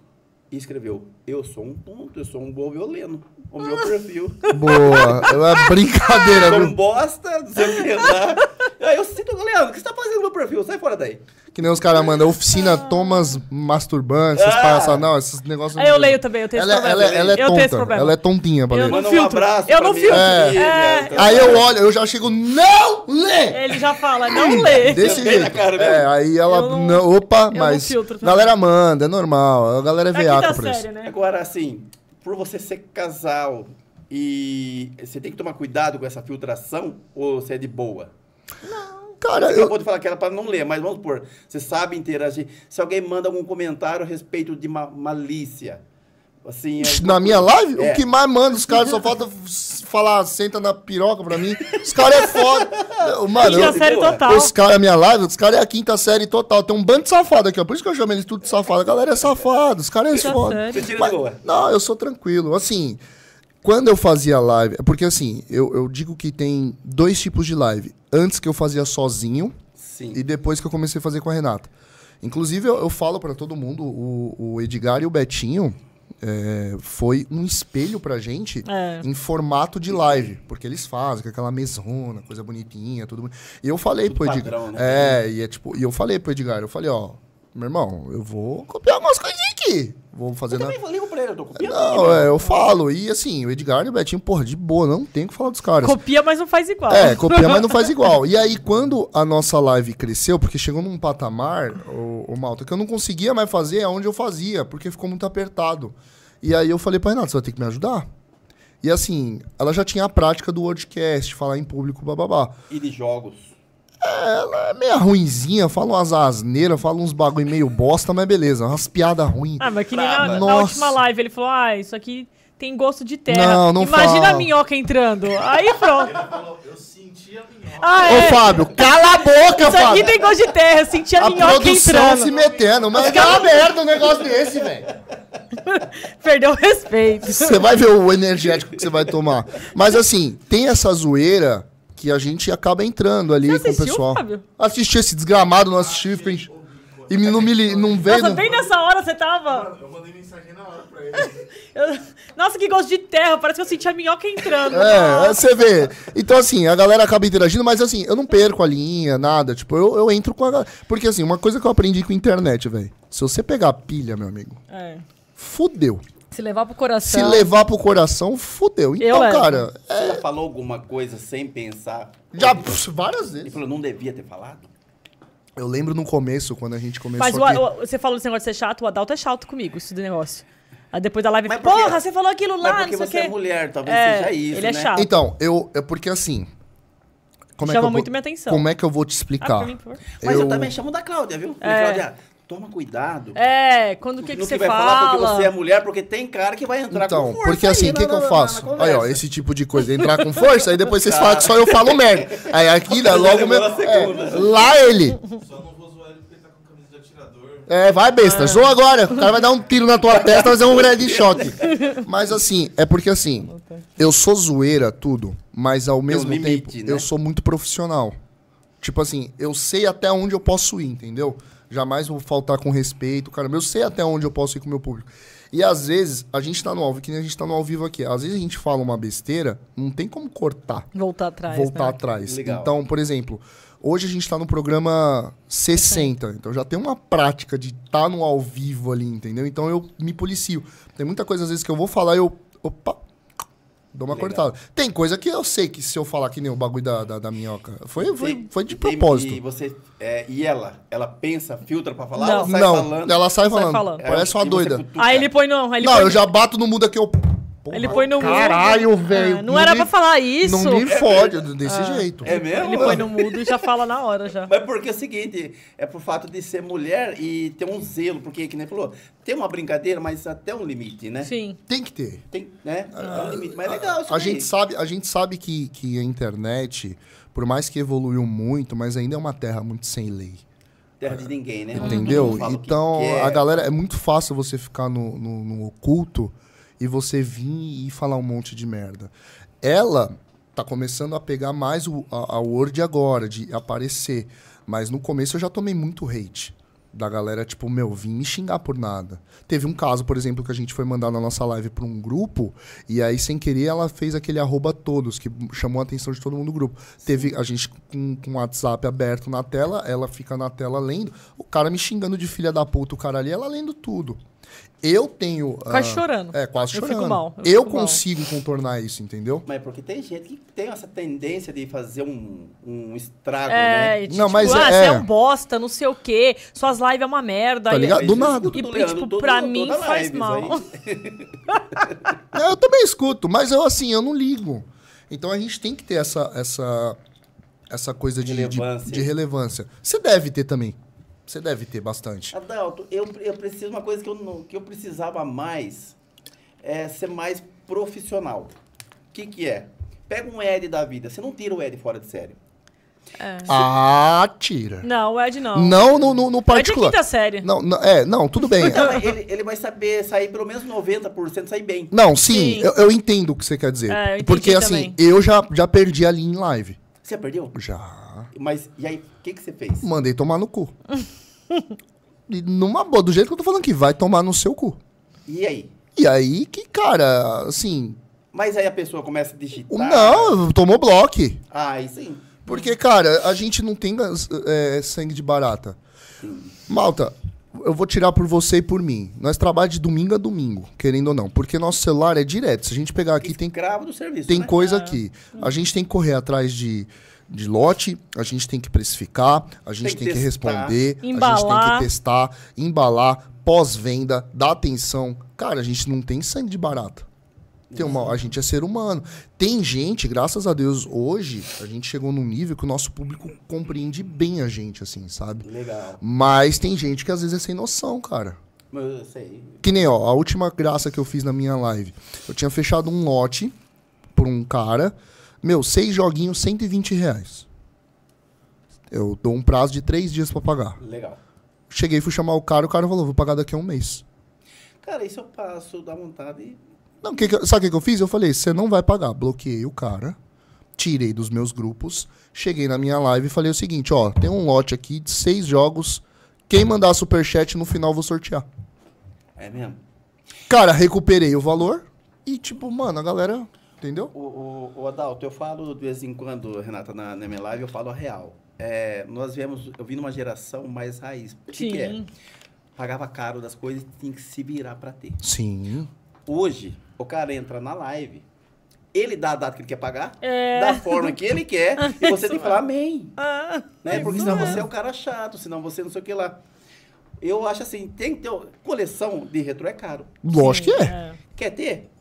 Speaker 3: e escreveu: Eu sou um tonto, eu sou um bom violino. O
Speaker 1: Ah.
Speaker 3: meu perfil.
Speaker 1: Boa. É uma brincadeira,
Speaker 3: Sou um
Speaker 1: viu?
Speaker 3: bosta, não sei o que lá. Aí eu sinto, Leandro, o que você tá fazendo no meu perfil? Sai fora daí.
Speaker 1: Que nem os caras mandam oficina Thomas masturbando, essas
Speaker 3: Ah.
Speaker 1: palhaçadas. Não, esses negócios.
Speaker 2: Aí É, eu leio também, eu tenho
Speaker 1: Ela,
Speaker 2: esse
Speaker 1: ela,
Speaker 2: problema.
Speaker 1: ela é
Speaker 2: eu tenho esse
Speaker 1: tonta.
Speaker 2: problema.
Speaker 1: Ela é tontinha pra
Speaker 2: Eu
Speaker 1: ler.
Speaker 2: não-
Speaker 3: Manda um
Speaker 2: filtro.
Speaker 3: abraço.
Speaker 2: Eu
Speaker 3: pra
Speaker 2: não
Speaker 3: mim,
Speaker 2: filtro.
Speaker 3: aqui,
Speaker 2: É.
Speaker 3: Leandro.
Speaker 1: Aí eu olho, eu já chego, não lê!
Speaker 2: Ele já fala, não lê.
Speaker 1: Desse
Speaker 3: bem na
Speaker 1: jeito.
Speaker 3: cara mesmo.
Speaker 1: É, aí ela.
Speaker 2: Eu não-
Speaker 1: não- opa,
Speaker 2: não
Speaker 1: mas.
Speaker 2: filtro também.
Speaker 1: galera manda, é normal. A galera é
Speaker 2: Aqui tá
Speaker 1: veaca por isso.
Speaker 2: sério, né?
Speaker 3: Agora, assim, por você ser casal e você tem que tomar cuidado com essa filtração ou você é de boa?
Speaker 2: né?
Speaker 1: Cara,
Speaker 3: Você
Speaker 1: eu,
Speaker 3: acabou de falar que era para não ler, mas vamos supor, você sabe interagir. Se alguém manda algum comentário a respeito de ma- malícia, assim...
Speaker 1: Ixi,
Speaker 3: alguma
Speaker 1: Na minha
Speaker 3: coisa-
Speaker 1: live?
Speaker 3: É.
Speaker 1: O que mais manda, os caras só falta s- falar, senta na piroca pra mim. Os caras é foda. Eu- Mano,
Speaker 2: Quinta
Speaker 1: eu,
Speaker 2: série
Speaker 3: boa.
Speaker 2: total.
Speaker 1: os caras, minha live, os caras é a quinta série total. Tem um bando de safado aqui, ó. Por isso que eu chamo eles tudo de safado. A galera é safada, os caras é
Speaker 2: Quinta
Speaker 1: foda.
Speaker 2: série.
Speaker 3: Você tira de
Speaker 1: Mas-
Speaker 3: boa.
Speaker 1: não, eu sou tranquilo. Assim, quando eu fazia live. é Porque assim, eu, eu digo que tem dois tipos de live. Antes que eu fazia sozinho,
Speaker 3: Sim.
Speaker 1: e depois que eu comecei a fazer com a Renata. Inclusive, eu, eu falo pra todo mundo, o, o Edgar e o Betinho é, foi um espelho pra gente
Speaker 2: É.
Speaker 1: em formato de live. Porque eles fazem, com aquela mesona, coisa bonitinha, tudo. boni- E eu falei pro Edgar.
Speaker 3: padrão, né?
Speaker 1: É, e é tipo, e eu falei pro Edgar, eu falei, ó, meu irmão, eu vou copiar umas coisinhas aqui. Vou fazer
Speaker 3: Eu
Speaker 1: na.
Speaker 3: também falei pra ele, eu tô copiando.
Speaker 1: Não, é, eu falo. E assim, o Edgar e o Betinho, porra, de boa, não tem o que falar dos caras.
Speaker 2: Copia, mas não faz igual.
Speaker 1: É, copia, mas não faz igual. E aí, quando a nossa live cresceu, porque chegou num patamar, o, o Malta, que eu não conseguia mais fazer onde eu fazia, porque ficou muito apertado. E aí eu falei pra Renata, você vai ter que me ajudar. E assim, ela já tinha a prática do WordCast, falar em público, bababá.
Speaker 3: E de jogos.
Speaker 1: Ela é meia ruinzinha, fala umas asneiras, fala uns bagulho meio bosta, mas beleza, umas piadas ruins.
Speaker 2: Ah, mas que nem na, na
Speaker 1: Nossa.
Speaker 2: última live ele falou: ah, isso aqui tem gosto de terra.
Speaker 1: Não, não
Speaker 2: Imagina
Speaker 1: fala.
Speaker 2: a minhoca entrando. Aí pronto.
Speaker 4: Falou, eu senti a minhoca.
Speaker 2: Ah,
Speaker 1: Ô,
Speaker 2: é.
Speaker 1: Fábio, cala a boca,
Speaker 2: isso aqui
Speaker 1: Fábio!
Speaker 2: tem gosto de terra. Eu senti a,
Speaker 1: A
Speaker 2: minhoca
Speaker 1: produção
Speaker 2: entrando.
Speaker 1: se metendo, mas é uma merda um negócio desse, velho.
Speaker 2: Perdeu o respeito.
Speaker 1: Você vai ver o energético que você vai tomar. Mas assim, tem essa zoeira que a gente acaba entrando ali
Speaker 2: Você
Speaker 1: com o
Speaker 2: assistiu,
Speaker 1: pessoal.
Speaker 2: Fábio?
Speaker 1: Assisti esse desgramado, não assisti, fica enche- E me- não me li- não veio.
Speaker 2: Nossa,
Speaker 1: não-
Speaker 2: bem nessa hora você tava.
Speaker 4: Eu mandei mensagem na hora pra ele.
Speaker 2: Eu- Nossa, que gosto de terra. Parece que eu senti a minhoca entrando.
Speaker 1: É, você vê. Então, assim, a galera acaba interagindo, mas assim, eu não perco a linha, nada. Tipo, eu, eu entro com a galera. Porque, assim, uma coisa que eu aprendi com a internet, velho. Se você pegar a pilha, meu amigo,
Speaker 2: É.
Speaker 1: fudeu.
Speaker 2: Se levar pro
Speaker 1: Se
Speaker 2: coração.
Speaker 1: levar pro coração, fudeu. Então,
Speaker 2: levo.
Speaker 1: cara,
Speaker 3: Você já falou alguma coisa sem pensar?
Speaker 1: já pss, várias
Speaker 3: Ele
Speaker 1: vezes.
Speaker 3: falou, não devia ter falado?
Speaker 1: Eu lembro no começo, quando a gente começou
Speaker 2: Mas o-
Speaker 1: aqui-
Speaker 2: o- você falou desse negócio de ser chato, o Adalto é chato comigo, isso do negócio. Aí depois da live, ele
Speaker 3: Mas
Speaker 2: fala,
Speaker 3: por quê?
Speaker 2: porra, você falou aquilo lá,
Speaker 3: Mas
Speaker 2: não
Speaker 3: porque
Speaker 2: sei o
Speaker 3: você
Speaker 2: quê.
Speaker 3: é mulher, talvez
Speaker 2: É,
Speaker 3: seja isso,
Speaker 2: ele é
Speaker 3: né?
Speaker 2: chato.
Speaker 1: Então, eu. É porque assim. Como
Speaker 2: Chama
Speaker 1: eu
Speaker 2: muito
Speaker 1: vou-
Speaker 2: minha atenção.
Speaker 1: Como é que eu vou te
Speaker 2: Ah,
Speaker 1: explicar?
Speaker 2: pra mim, por favor.
Speaker 3: Mas eu...
Speaker 1: Eu-
Speaker 3: também chamo da Cláudia, viu? Falei,
Speaker 2: É.
Speaker 3: Cláudia, toma cuidado.
Speaker 2: É, quando o que,
Speaker 3: no
Speaker 2: que você
Speaker 3: vai
Speaker 2: fala?
Speaker 3: falar porque você é mulher, porque tem cara que vai entrar
Speaker 1: Então,
Speaker 3: com força
Speaker 1: porque
Speaker 3: aí
Speaker 1: assim, o
Speaker 3: na-
Speaker 1: que, que
Speaker 3: na-
Speaker 1: eu
Speaker 3: na-
Speaker 1: faço?
Speaker 3: na
Speaker 1: aí, ó,
Speaker 3: conversa.
Speaker 1: esse tipo de coisa, entrar com força, aí depois vocês falam que só eu falo merda. Aí aqui, né, logo
Speaker 3: Chegou na
Speaker 1: mesmo.
Speaker 3: segunda.
Speaker 1: é, lá ele.
Speaker 4: Só não vou zoar ele porque ele tá com camisa de atirador.
Speaker 1: É, vai besta,
Speaker 3: Ah.
Speaker 1: zoa agora. O cara vai dar um tiro na tua testa, vai fazer um grande choque. Mas assim, é porque assim, eu sou zoeira, tudo, mas ao mesmo
Speaker 3: limite,
Speaker 1: tempo
Speaker 3: né?
Speaker 1: eu sou muito profissional. Tipo assim, eu sei até onde eu posso ir, entendeu? Jamais vou faltar com respeito, cara. Eu sei até onde eu posso ir com o meu público. E às vezes, a gente tá no ao vivo, que nem a gente tá no ao vivo aqui. Às vezes a gente fala uma besteira, não tem como cortar
Speaker 2: Voltar atrás.
Speaker 1: voltar
Speaker 2: né?
Speaker 1: atrás.
Speaker 3: Legal.
Speaker 1: Então, por exemplo, hoje a gente está no programa 60, então já tem uma prática de estar no ao vivo ali, entendeu? Então eu me policio. Tem muita coisa às vezes que eu vou falar eu, opa, dou uma
Speaker 3: Legal.
Speaker 1: cortada. Tem coisa que eu sei que se eu falar que nem o bagulho da, da, da minhoca, foi, foi,
Speaker 3: Tem-
Speaker 1: foi de
Speaker 3: e tem-
Speaker 1: propósito.
Speaker 3: E, você, é, e ela? Ela pensa, filtra pra falar?
Speaker 2: Não.
Speaker 3: Ou sai
Speaker 1: Não,
Speaker 3: falando?
Speaker 1: ela sai falando,
Speaker 2: falando.
Speaker 3: É,
Speaker 1: parece uma
Speaker 3: e você
Speaker 1: doida.
Speaker 3: cutuca.
Speaker 2: Aí Ah, ele põe no. Aí ele
Speaker 1: Não,
Speaker 2: põe,
Speaker 1: eu já bato no mundo aqui, eu...
Speaker 2: Ele
Speaker 1: Porra,
Speaker 2: põe no mudo.
Speaker 1: Caralho, velho.
Speaker 2: Ah, não era
Speaker 1: me-
Speaker 2: pra falar isso. É Ah.
Speaker 1: Não me fode desse jeito.
Speaker 3: É mesmo?
Speaker 2: Ele põe no mudo e já fala na hora já.
Speaker 3: Mas porque é o seguinte, é por fato de ser mulher e ter um zelo, porque, que nem falou, tem uma brincadeira, mas até um limite, né?
Speaker 2: Sim.
Speaker 1: Tem que ter.
Speaker 3: Tem, né? Até um limite, mas é legal isso
Speaker 1: Ah, a
Speaker 3: aí.
Speaker 1: gente sabe a gente sabe que, que a internet por mais que evoluiu muito mas ainda é uma terra muito sem lei
Speaker 3: Terra de ninguém, né? Todo
Speaker 1: entendeu
Speaker 3: mundo fala o que
Speaker 1: então
Speaker 3: quer.
Speaker 1: a galera é muito fácil você ficar no, no, no oculto e você vir e falar um monte de merda ela tá começando a pegar mais o, a, a word agora de aparecer mas no começo eu já tomei muito hate Da galera, tipo, meu, vim me xingar por nada. Teve um caso, por exemplo, que a gente foi mandar na nossa live pra um grupo, e aí, sem querer, ela fez aquele arroba todos, que chamou a atenção de todo mundo no grupo. Teve a gente com, com o WhatsApp aberto na tela, ela fica na tela lendo, o cara me xingando de filha da puta, o cara ali, ela lendo tudo. Eu tenho.
Speaker 2: Quase
Speaker 1: ah,
Speaker 2: chorando.
Speaker 1: É, quase
Speaker 2: Eu
Speaker 1: chorando.
Speaker 2: fico mal, eu
Speaker 1: Eu,
Speaker 2: fico mal.
Speaker 1: consigo contornar isso, entendeu?
Speaker 3: Mas porque tem gente que tem essa tendência de fazer um, um estrago,
Speaker 2: É,
Speaker 3: né?
Speaker 2: e de,
Speaker 1: Não,
Speaker 2: tipo,
Speaker 1: mas
Speaker 2: ah,
Speaker 1: é-
Speaker 2: você é
Speaker 1: é.
Speaker 2: um bosta, não sei o quê, suas lives é uma merda.
Speaker 1: Tá
Speaker 2: aí-
Speaker 1: ligado? Do
Speaker 3: Isso eu
Speaker 1: nada.
Speaker 3: escuto do
Speaker 2: E,
Speaker 3: Leandro
Speaker 2: tipo,
Speaker 3: todo-
Speaker 2: pra mim
Speaker 3: toda
Speaker 2: faz
Speaker 3: live, isso
Speaker 2: mal.
Speaker 3: aí.
Speaker 1: É, eu também escuto, mas eu assim, eu não ligo. Então a gente tem que ter essa essa essa coisa de de-
Speaker 3: Relevância.
Speaker 1: de relevância. Você deve ter também. Você deve ter bastante.
Speaker 2: É.
Speaker 3: Adalto, eu, eu preciso uma coisa que eu, não, que eu precisava mais é ser mais profissional. O que, que é? Pega um Ed da vida, você não tira o Ed fora de série.
Speaker 1: Ah, tira.
Speaker 2: Não, o Ed não.
Speaker 1: Não no, no, no
Speaker 2: O Ed é
Speaker 1: particular.
Speaker 2: quinta série.
Speaker 1: Não, não, é, não, tudo bem.
Speaker 3: Então, ele, ele vai saber sair pelo menos 90%, sair bem.
Speaker 1: Não, sim,
Speaker 2: Sim.
Speaker 1: Eu, eu entendo o que você quer dizer.
Speaker 2: É, eu entendi
Speaker 1: Porque
Speaker 2: também.
Speaker 1: assim, eu já, já perdi a linha em live.
Speaker 3: Você perdeu?
Speaker 1: Já.
Speaker 3: Mas, e aí, o que, que você fez?
Speaker 1: Mandei tomar no cu. E Numa boa, do jeito que eu tô falando que vai tomar no seu cu.
Speaker 3: E aí?
Speaker 1: E aí que, cara, assim,
Speaker 3: Mas aí a pessoa começa a digitar.
Speaker 1: Não, tomou bloco.
Speaker 3: Aí sim.
Speaker 1: Porque, cara, a gente não tem eh, sangue de barata. Malta, eu vou tirar por você e por mim. Nós trabalhamos de domingo a domingo, querendo ou não. Porque nosso celular é direto. Se a gente pegar aqui, tem,
Speaker 3: Escravo do serviço.
Speaker 1: tem
Speaker 3: né?
Speaker 1: coisa aqui. A gente tem que correr atrás de, de lote, a gente tem que precificar, a gente
Speaker 3: Tem que
Speaker 1: tem, que
Speaker 3: testar.
Speaker 1: responder, a gente tem
Speaker 2: Embalar.
Speaker 1: que testar, embalar, pós-venda, dar atenção. Cara, a gente não tem sangue de barata. Tem uma, a gente é ser humano. Tem gente, graças a Deus, hoje, a gente chegou num nível que o nosso público compreende bem a gente, assim, sabe?
Speaker 3: Legal.
Speaker 1: Mas tem gente que às vezes é sem noção, cara.
Speaker 3: Mas Eu sei.
Speaker 1: Que nem, ó, a última graça que eu fiz na minha live. Eu tinha fechado um lote por um cara. Meu, seis joguinhos, 120 reais. Eu dou um prazo de três dias pra pagar.
Speaker 3: Legal.
Speaker 1: Cheguei, fui chamar o cara, o cara falou, vou pagar daqui a um mês.
Speaker 3: Cara, isso eu passo da vontade.
Speaker 1: Não, que que eu- sabe o que, que eu fiz? Eu falei, você não vai pagar. Bloqueei o cara, tirei dos meus grupos, cheguei na minha live e falei o seguinte, ó, tem um lote aqui de seis jogos, quem mandar superchat no final eu vou sortear.
Speaker 3: É mesmo?
Speaker 1: Cara, recuperei o valor e tipo, mano, a galera, entendeu?
Speaker 3: O, o, o Adalto, eu falo de vez em quando, Renata, na, na minha live, eu falo a real. É, nós viemos, eu vim numa geração mais raiz. O que, que é?
Speaker 2: Sim.
Speaker 3: Pagava caro das coisas e tinha que se virar pra ter.
Speaker 1: Sim.
Speaker 3: Hoje, o cara entra na live, ele dá a data que ele quer pagar,
Speaker 2: É.
Speaker 3: da forma que ele quer, e você tem que falar amém.
Speaker 2: Ah,
Speaker 3: Né? Porque senão você é um cara chato, senão você não sei o que lá. Eu acho assim, tem que ter. Coleção de retro é caro.
Speaker 1: Lógico que é.
Speaker 3: Quer ter?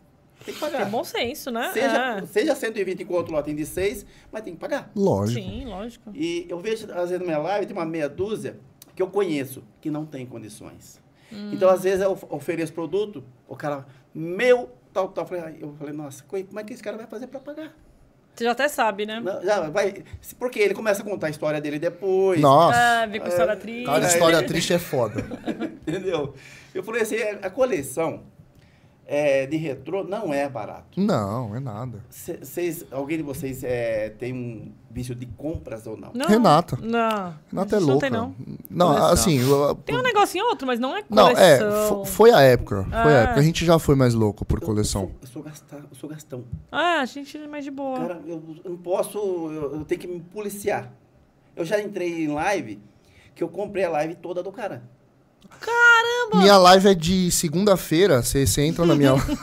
Speaker 3: Tem que
Speaker 2: Tem
Speaker 3: pagar.
Speaker 2: bom senso, né?
Speaker 3: Seja,
Speaker 2: É.
Speaker 3: seja 120 enquanto lá tem de 6, mas tem que pagar.
Speaker 1: Lógico.
Speaker 2: Sim, lógico.
Speaker 3: E eu vejo, às vezes, na minha live, tem uma meia dúzia que eu conheço, que não tem condições.
Speaker 2: Hum.
Speaker 3: Então, às vezes, eu of- ofereço produto, o cara, meu, tal, tal. Eu falei, eu falei, nossa, coi- como é que esse cara vai fazer para pagar?
Speaker 2: Você já até sabe, né?
Speaker 3: Não, já vai, se- porque ele começa a contar a história dele depois.
Speaker 1: Nossa.
Speaker 2: Ah, vem
Speaker 3: É,
Speaker 2: com história triste.
Speaker 1: Cara, história triste é foda.
Speaker 3: Entendeu? Eu falei assim, a coleção é, de retrô não é barato.
Speaker 1: Não, é nada.
Speaker 3: Cê- cês- alguém de vocês é, tem um vício de compras ou não?
Speaker 2: Não,
Speaker 1: Renata.
Speaker 2: Não.
Speaker 1: Nada é
Speaker 2: Isso
Speaker 1: louca.
Speaker 2: Não tem, não.
Speaker 1: não
Speaker 5: Coleção.
Speaker 1: assim, eu-
Speaker 2: Tem um negocinho ou outro, mas não é
Speaker 1: não, é, fo-
Speaker 2: coleção.
Speaker 1: foi a época, foi
Speaker 2: Ah.
Speaker 1: a época. A gente já foi mais louco por
Speaker 3: Eu-
Speaker 1: coleção.
Speaker 3: Eu, sou, eu, sou gasta- eu sou gastão.
Speaker 2: Ah, a gente é mais de boa.
Speaker 3: Cara, eu eu não posso, eu, eu tenho que me policiar. Eu já entrei em live que eu comprei a live toda do cara.
Speaker 1: Minha live é de segunda-feira, você entra na minha live.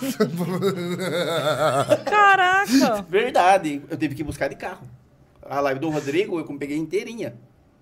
Speaker 2: Caraca!
Speaker 3: Verdade, eu tive que buscar de carro. A live do Rodrigo eu peguei inteirinha.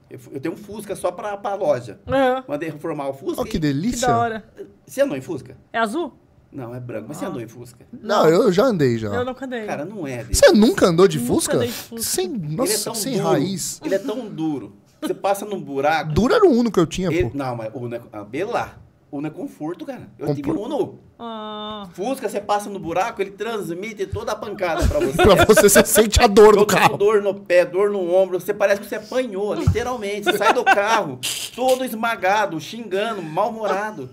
Speaker 3: Eu, fu- eu tenho um Fusca só pra, pra loja.
Speaker 2: Ah,
Speaker 3: Mandei reformar o
Speaker 1: Olha
Speaker 3: Fusca.
Speaker 1: Oh, que
Speaker 3: e-
Speaker 2: que
Speaker 1: delícia.
Speaker 2: da hora.
Speaker 3: Você andou em Fusca?
Speaker 2: É azul?
Speaker 3: Não, é branco,
Speaker 1: Ah.
Speaker 3: mas você andou em Fusca.
Speaker 1: Não, eu já andei já.
Speaker 2: Eu não cadei.
Speaker 3: Cara, não é dele.
Speaker 1: Você nunca andou de
Speaker 2: Nunca
Speaker 1: Fusca?
Speaker 2: andei de Fusca.
Speaker 1: Sem,
Speaker 3: ele é
Speaker 1: nossa,
Speaker 3: tão
Speaker 1: sem
Speaker 3: duro.
Speaker 1: raiz.
Speaker 3: Ele é tão duro. Você passa num buraco.
Speaker 1: Duro era o Uno que eu tinha,
Speaker 3: ele-
Speaker 1: pô.
Speaker 3: Não, mas Uno é, ah, vê lá. Uno é conforto, cara. Eu
Speaker 1: Compor-
Speaker 3: tive Uno.
Speaker 2: Ah,
Speaker 3: Fusca, você passa no buraco, ele transmite toda a pancada pra você.
Speaker 1: Pra você, você sente a dor do
Speaker 3: Todo
Speaker 1: carro.
Speaker 3: dor no pé, dor no ombro. Você parece que você apanhou, literalmente. Você sai do carro, todo esmagado, xingando, mal-humorado.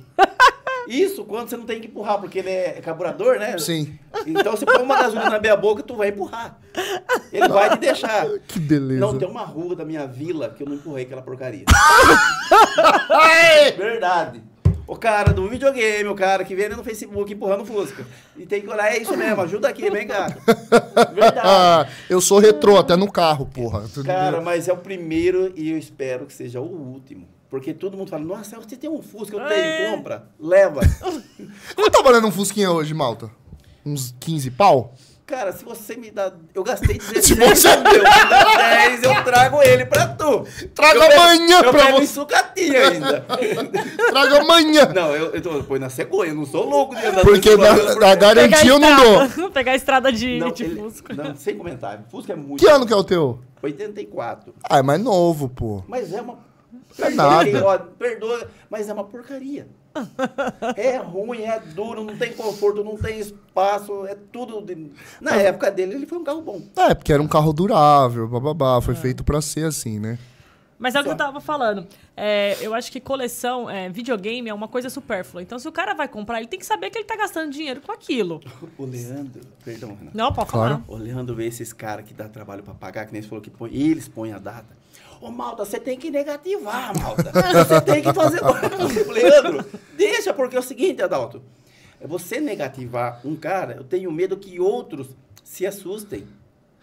Speaker 3: Isso quando você não tem que empurrar, porque ele é carburador, né?
Speaker 1: Sim.
Speaker 3: Então você põe uma gasolina na minha boca, tu vai empurrar. Ele vai te deixar.
Speaker 1: Que beleza.
Speaker 3: Não, tem uma rua da minha vila que eu não empurrei aquela porcaria.
Speaker 1: Ai!
Speaker 3: Verdade. O cara do videogame, o cara que vende no Facebook empurrando Fusca. E tem que olhar, é isso mesmo, ajuda aqui, vem cá. Verdade.
Speaker 1: Ah, eu sou retrô até no carro, porra.
Speaker 3: Cara, mas é o primeiro e eu espero que seja o último. Porque todo mundo fala, nossa, você tem um Fusca, eu
Speaker 2: É.
Speaker 3: tenho, compra, leva.
Speaker 1: Quanto tá valendo um Fusquinha hoje, malta? Uns 15 pau?
Speaker 3: Cara, se você me dá... Eu gastei 16,
Speaker 1: Se você
Speaker 3: meu, me dá 10, eu trago ele pra tu.
Speaker 1: Traga
Speaker 3: Eu pego-
Speaker 1: amanhã
Speaker 3: eu
Speaker 1: pra
Speaker 3: pego
Speaker 1: você.
Speaker 3: em sucatinha ainda.
Speaker 1: Traga amanhã.
Speaker 3: não, eu, eu tô, põe na cegonha, eu não sou louco. de andar
Speaker 1: Porque
Speaker 3: dentro do
Speaker 1: na,
Speaker 3: bagulho,
Speaker 1: na garantia eu não dou.
Speaker 2: dou. Pegar a estrada de,
Speaker 3: Não,
Speaker 2: de
Speaker 3: ele-
Speaker 2: Fusca.
Speaker 3: não, sem comentário. Fusca é muito.
Speaker 1: Que ano que é o teu?
Speaker 3: 84.
Speaker 1: Ah, é mais novo, pô.
Speaker 3: Mas é uma.
Speaker 1: É nada.
Speaker 3: Ó, perdoa, mas é uma porcaria. é ruim, é duro, não tem conforto, não tem espaço, é tudo. de- Na época dele, ele foi um carro bom.
Speaker 1: É, porque era um carro durável, bababá.
Speaker 2: Ah.
Speaker 1: Foi feito pra ser assim, né?
Speaker 2: Mas é o que eu tava falando. É, eu acho que coleção, é, videogame é uma coisa supérflua. Então, se o cara vai comprar, ele tem que saber que ele tá gastando dinheiro com aquilo.
Speaker 3: O Leandro, perdão, Renato.
Speaker 2: Não, pode
Speaker 1: Claro.
Speaker 2: falar.
Speaker 3: O Leandro vê esses caras que dá trabalho pra pagar, que nem você falou que põe, eles põem a data. Ô, Malta, você tem que negativar, Malta. Você tem que fazer... Leandro, deixa, porque é o seguinte, Adalto. É Você negativar um cara, eu tenho medo que outros se assustem.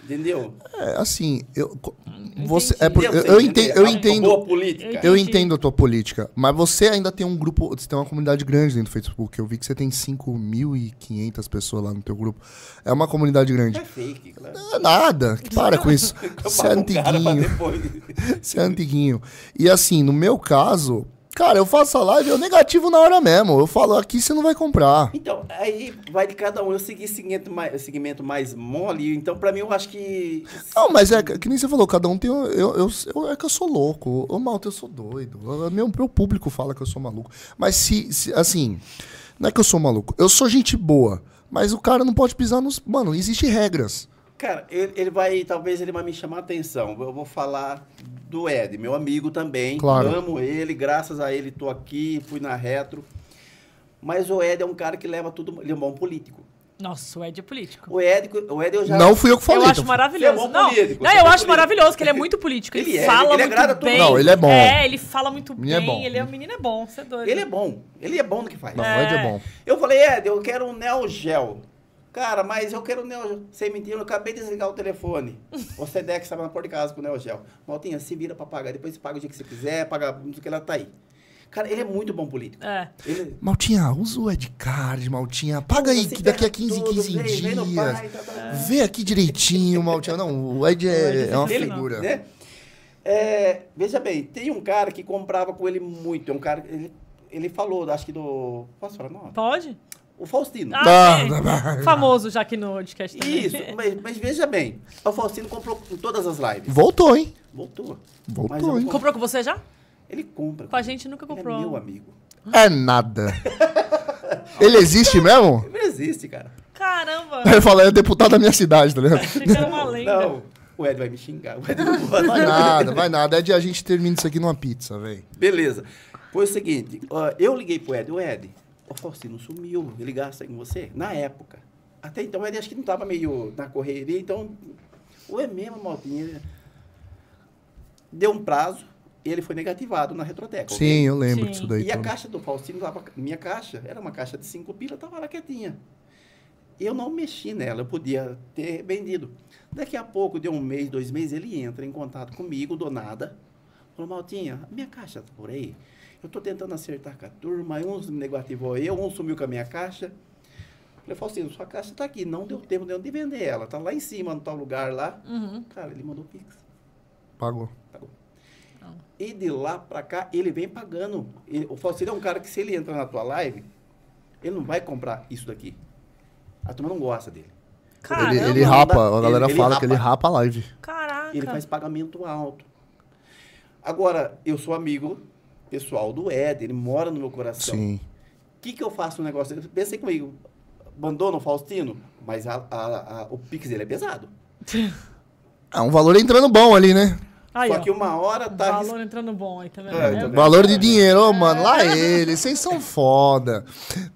Speaker 3: Entendeu?
Speaker 1: É, assim, eu. co-
Speaker 2: Entendi.
Speaker 1: Você, é porque, eu, eu
Speaker 3: Entendeu?
Speaker 1: entendo. Eu
Speaker 3: A
Speaker 1: entendo.
Speaker 3: Boa política.
Speaker 1: Eu
Speaker 2: Entendi.
Speaker 1: entendo a tua política, mas você ainda tem um grupo, você tem uma comunidade grande dentro do Facebook. Eu vi que você tem 5.500 pessoas lá no teu grupo. É uma comunidade grande.
Speaker 3: É fake, claro.
Speaker 1: É nada, que para com isso.
Speaker 3: Eu
Speaker 1: Você é
Speaker 3: pago um cara pra
Speaker 1: antiguinho.
Speaker 3: depois.
Speaker 1: Você é antiguinho. E assim, no meu caso, cara, eu faço a live, eu negativo na hora mesmo. Eu falo, aqui você não vai comprar.
Speaker 3: Então, aí vai de cada um. Eu segui segmento mais, segmento mais mole, então pra mim eu acho que...
Speaker 1: Não, mas é que que nem você falou, cada um tem. um- Eu, eu, eu- é que eu sou louco. Ô, Malta, eu sou doido. O Meu, meu público fala que eu sou maluco. Mas se, se- Assim. Não é que eu sou maluco. Eu sou gente boa. Mas o cara não pode pisar nos. Mano, existem regras.
Speaker 3: Cara, ele, ele vai, talvez ele vai me chamar a atenção. Eu vou falar do Ed, meu amigo também.
Speaker 1: Claro.
Speaker 3: Amo ele, graças a ele tô aqui, fui na retro. Mas o Ed é um cara que leva tudo, ele é um bom político.
Speaker 2: Nossa, o Ed é político.
Speaker 3: O Ed, o Ed eu já
Speaker 1: Não fui eu que
Speaker 2: Eu
Speaker 1: falei.
Speaker 2: acho
Speaker 1: então.
Speaker 2: maravilhoso.
Speaker 3: Você é bom
Speaker 2: não,
Speaker 3: político,
Speaker 2: não,
Speaker 3: você é
Speaker 2: eu acho
Speaker 3: bom político.
Speaker 2: maravilhoso, que ele é muito político. Ele,
Speaker 3: Ele é,
Speaker 2: fala
Speaker 3: ele
Speaker 2: muito
Speaker 3: agrada todo
Speaker 2: bem.
Speaker 1: mundo. Não, ele é bom.
Speaker 2: É, ele fala muito
Speaker 1: Ele
Speaker 2: bem.
Speaker 1: é bom.
Speaker 2: Ele é, o menino é bom, você é doido.
Speaker 3: Ele é bom, ele é bom no que faz.
Speaker 1: Não, mas é bom.
Speaker 3: Eu falei, Ed, eu quero um Neo Geo. Cara, mas eu quero um Neo Geo. Sem mentira, eu acabei de desligar o telefone. O Sedex estava na porta de casa com o Neo Geo. Maltinha, se vira pra pagar. Depois você paga o dia que você quiser, paga não sei o que ela tá aí. Cara, ele é muito bom político.
Speaker 2: É.
Speaker 3: Ele...
Speaker 1: Maltinha, usa o Edcard, Maltinha. Paga aí,
Speaker 3: Você
Speaker 1: que daqui a
Speaker 3: pega
Speaker 1: 15,
Speaker 3: tudo,
Speaker 1: 15
Speaker 3: vem, vem no
Speaker 1: dias.
Speaker 3: pai, tá, tá, tá.
Speaker 1: Vê aqui direitinho, Maltinha. Não, o Ed é, é uma
Speaker 3: Ele,
Speaker 1: figura.
Speaker 3: né? É, veja bem, tem um cara que comprava com ele muito. É um cara. Ele, ele falou, acho que do. Posso falar? Não.
Speaker 2: Pode?
Speaker 3: O Faustino.
Speaker 1: Tá,
Speaker 2: Ah,
Speaker 1: tá, tá.
Speaker 2: é. Famoso já aqui no podcast também.
Speaker 3: Isso, mas, mas veja bem. O Faustino comprou com todas as lives.
Speaker 1: Voltou, hein?
Speaker 3: Voltou. Mas
Speaker 1: Voltou,
Speaker 3: eu
Speaker 1: hein?
Speaker 3: vou-
Speaker 2: Comprou com você já?
Speaker 3: Ele compra.
Speaker 2: Com a gente nunca
Speaker 3: Ele é
Speaker 2: comprou.
Speaker 3: meu amigo.
Speaker 1: É nada. Ele existe mesmo?
Speaker 3: Ele não existe, cara.
Speaker 2: Caramba!
Speaker 1: Aí eu falo, é deputado da minha cidade, tá ligado?
Speaker 2: Achei que era uma lenda.
Speaker 3: Não. O Ed vai me xingar. O Ed não gosta.
Speaker 1: Vai nada, vai nada. É de a gente termina isso aqui numa pizza, velho.
Speaker 3: Beleza. Foi o seguinte, ó, eu liguei pro Ed, o Ed, o Faustino sumiu, ele gasta com você? Na época. Até então o Ed acho que não tava meio na correria, então. Ou é mesmo, Maltinha? Deu um prazo e ele foi negativado na retroteca. ok?
Speaker 1: Sim, eu lembro
Speaker 2: Sim.
Speaker 1: disso daí.
Speaker 3: E a
Speaker 1: tudo.
Speaker 3: caixa do Faustino, tava, minha caixa, era uma caixa de cinco pila, tava lá quietinha. Eu não mexi nela, eu podia ter vendido. Daqui a pouco, de um mês, dois meses, ele entra em contato comigo, do nada. Falou, Maltinha, a minha caixa tá por aí. Eu tô tentando acertar com a turma, aí uns me negativou eu, um sumiu com a minha caixa. Falei, Faustino, sua caixa tá aqui, não deu tempo nem de vender ela, tá lá em cima, no tal lugar lá.
Speaker 2: Uhum.
Speaker 3: Cara, ele mandou pix.
Speaker 1: Pagou.
Speaker 3: E de lá pra cá, ele vem pagando. E o Faustino é um cara que, se ele entrar na tua live, ele não vai comprar isso daqui. A turma não gosta dele.
Speaker 2: Caramba!
Speaker 1: Ele, ele
Speaker 3: Ah, não dá-
Speaker 1: rapa, a galera
Speaker 3: ele- ele
Speaker 1: fala que
Speaker 3: rapa.
Speaker 1: ele rapa a live.
Speaker 2: Caraca!
Speaker 3: Ele faz pagamento alto. Agora, eu sou amigo pessoal do Ed, ele mora no meu coração.
Speaker 1: Sim.
Speaker 3: O que, que eu faço no negócio? dele? Pensei comigo, abandono o Faustino, mas a- a- a- o Pix dele é pesado.
Speaker 1: Ah, É um valor entrando bom ali, né?
Speaker 2: Aí,
Speaker 3: Só
Speaker 2: ó, um
Speaker 3: que uma hora tá
Speaker 2: valor
Speaker 3: arriscado.
Speaker 2: entrando bom aí, tá vendo?
Speaker 3: É,
Speaker 2: É,
Speaker 3: tá vendo?
Speaker 1: Valor de dinheiro, ô, mano, lá ele. Vocês são foda.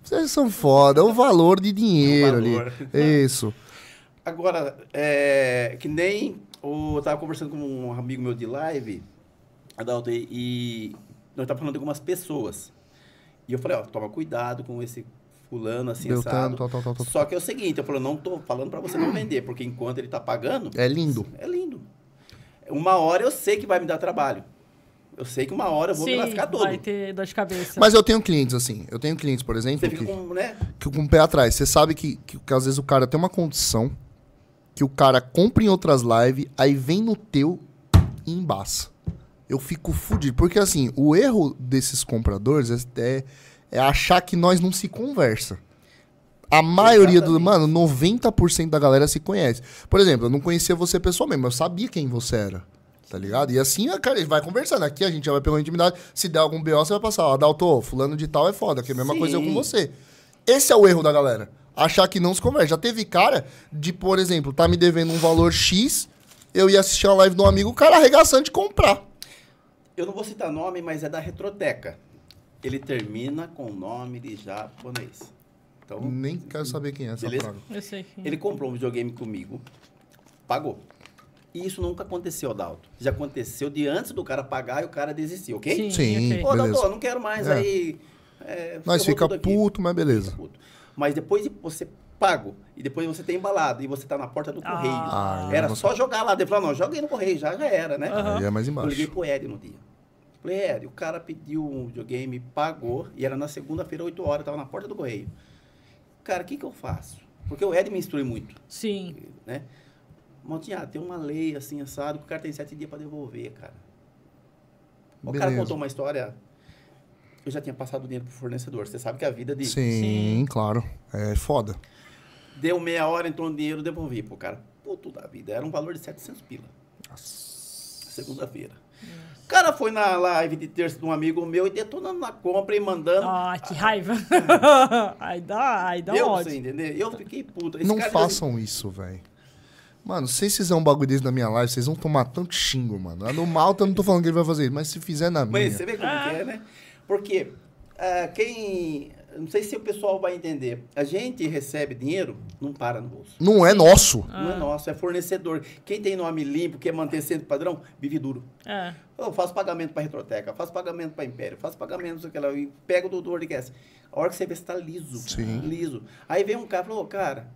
Speaker 1: Vocês são foda. é O valor de dinheiro
Speaker 3: É O valor.
Speaker 1: ali. É Isso.
Speaker 3: Agora, é, que nem o- eu tava conversando com um amigo meu de live, Adalto, e, e nós tava falando de algumas pessoas. E eu falei, ó, toma cuidado com esse fulano assim,
Speaker 1: Deu
Speaker 3: assado.
Speaker 1: tanto, tal, tal, tal, tal.
Speaker 3: Só que é o seguinte, eu falo, não tô falando pra você não vender, porque enquanto ele tá pagando,
Speaker 1: É lindo.
Speaker 3: é lindo. Uma hora eu sei que vai me dar trabalho. Eu sei que uma hora eu vou
Speaker 2: Sim,
Speaker 3: me lascar todo.
Speaker 2: vai ter dor de cabeça.
Speaker 1: Mas eu tenho clientes assim. Eu tenho clientes, por exemplo,
Speaker 3: Você
Speaker 1: que,
Speaker 3: fica com, né?
Speaker 1: que com o pé atrás. Você sabe que, que, que às vezes o cara tem uma condição que o cara compra em outras lives, aí vem no teu e embaça. Eu fico fudido. Porque assim, o erro desses compradores é, é achar que nós não se conversa. A maioria do.
Speaker 3: Exatamente.
Speaker 1: Mano, 90% da galera se conhece. Por exemplo, eu não conhecia você pessoalmente, mas eu sabia quem você era. Tá ligado? E assim, cara, ele vai conversando. Aqui a gente já vai pegando intimidade. Se der algum BO, você vai passar. Ó, Dalto, fulano de tal é foda, que é a mesma
Speaker 3: Sim.
Speaker 1: coisa eu com você. Esse é o erro da galera. Achar que não se conversa. Já teve cara de, por exemplo, tá me devendo um valor X, eu ia assistir uma live de um amigo, o cara arregaçando de comprar.
Speaker 3: Eu não vou citar nome, mas é da Retroteca. Ele termina com nome de japonês. Então,
Speaker 1: Nem quero saber quem é essa
Speaker 3: Beleza?
Speaker 1: praga.
Speaker 2: Eu sei. que-
Speaker 3: ele comprou um videogame comigo, pagou. E isso nunca aconteceu, Adalto. Já aconteceu de antes do cara pagar e o cara desistir, ok? tá
Speaker 2: Sim,
Speaker 1: Sim,
Speaker 2: ok.
Speaker 3: Ô, Adalto,
Speaker 1: beleza.
Speaker 3: não quero mais,
Speaker 1: É.
Speaker 3: aí... é,
Speaker 1: Nós
Speaker 3: ferrou
Speaker 1: fica
Speaker 3: tudo aqui.
Speaker 1: puto, mas beleza.
Speaker 3: puto. Mas depois de você pago e depois você tem embalado e você tá na porta do
Speaker 2: Ah.
Speaker 3: correio.
Speaker 1: Ah, eu
Speaker 3: era
Speaker 1: não
Speaker 3: só jogar lá. Ele falou, não, joga aí no correio, já, já era, né?
Speaker 2: Aham.
Speaker 1: Aí é mais
Speaker 3: Eu liguei
Speaker 1: embaixo.
Speaker 3: pro Ed no dia. Falei, Ed, o cara pediu um videogame, pagou, e era na segunda-feira, 8 horas, tava na porta do correio. Cara, o que que eu faço? Porque o Ed me instrui muito,
Speaker 2: Sim.
Speaker 3: né? Montinha, tem uma lei assim, assado, que o cara tem sete dias pra devolver, cara. O cara
Speaker 1: Beleza.
Speaker 3: contou uma história. Eu já tinha passado o dinheiro pro fornecedor. Você sabe que a vida de
Speaker 1: Sim, claro. É foda.
Speaker 3: Deu meia hora, entrou no dinheiro, devolvi pro cara. Puto da vida, era um valor de 700 pila. Segunda-feira. O cara foi na live de terça de um amigo meu e detonando na compra e mandando.
Speaker 2: Ah, que raiva. ai, dá, ai, dá
Speaker 3: Então,
Speaker 2: um
Speaker 3: eu,
Speaker 2: ódio. Tá.
Speaker 3: você entender? Eu fiquei puto. Esse
Speaker 1: não
Speaker 3: cara-
Speaker 1: façam isso, velho. Mano, se vocês fizerem um bagulho desse na minha live, vocês vão tomar tanto xingo, mano. Lá No Malta, eu não tô falando que ele vai fazer isso, mas se fizer na minha...
Speaker 3: Mas você vê como que é, né? Porque ah, quem. Não sei se o pessoal vai entender. A gente recebe dinheiro, não para no bolso.
Speaker 1: Não é nosso.
Speaker 2: Ah.
Speaker 3: Não é nosso, é fornecedor. Quem tem nome limpo, quer manter sempre padrão, vive duro.
Speaker 2: É.
Speaker 3: Eu faço pagamento para Retroteca, faço pagamento para Império, faço pagamento, não sei o que lá, e pego do, do WordCast. A hora que você vê, você tá liso.
Speaker 1: Sim.
Speaker 3: Liso. Aí vem um cara e falou, "Ô, cara,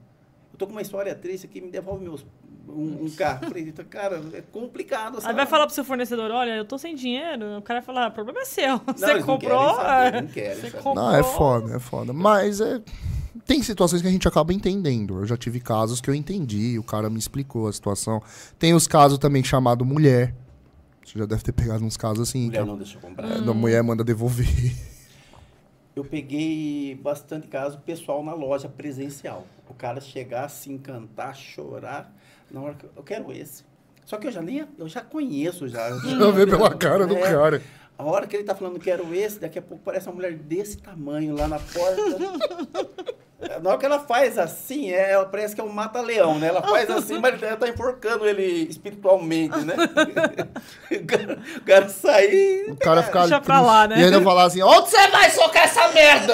Speaker 3: eu tô com uma história triste aqui, me devolve meus, um, um carro. Eu Falei, "Tá, cara, é complicado.
Speaker 2: Aí
Speaker 3: sabe?"
Speaker 2: vai falar pro seu fornecedor, olha, eu tô sem dinheiro. O cara vai falar, o problema é seu. você
Speaker 3: eles não querem
Speaker 2: comprou.
Speaker 3: saber,
Speaker 2: é.
Speaker 3: não querem
Speaker 2: você
Speaker 3: saber.
Speaker 2: comprou.
Speaker 1: Não, é foda, é foda. Mas é. Tem situações que a gente acaba entendendo. Eu já tive casos que eu entendi, o cara me explicou a situação. Tem os casos também chamado mulher. Você já deve ter pegado uns casos assim.
Speaker 3: Mulher
Speaker 1: que a-
Speaker 3: não deixou comprar.
Speaker 1: é, da mulher manda devolver.
Speaker 3: Eu peguei bastante caso pessoal na loja presencial. O cara chegar, se encantar, chorar. Na hora que eu, eu quero esse. Só que eu já nem eu já conheço já.
Speaker 1: Já vê pela cara do
Speaker 3: É.
Speaker 1: cara.
Speaker 3: A hora que ele tá falando quero esse, daqui a pouco parece uma mulher desse tamanho lá na porta. Na hora que ela faz assim, é, ela parece que é um mata-leão, né? Ela faz assim, mas ela tá enforcando ele espiritualmente, né? o, cara, o cara sair.
Speaker 1: O cara fica
Speaker 2: Deixa
Speaker 1: triste.
Speaker 2: pra lá, né?
Speaker 1: E ainda falar assim: onde você vai socar essa merda?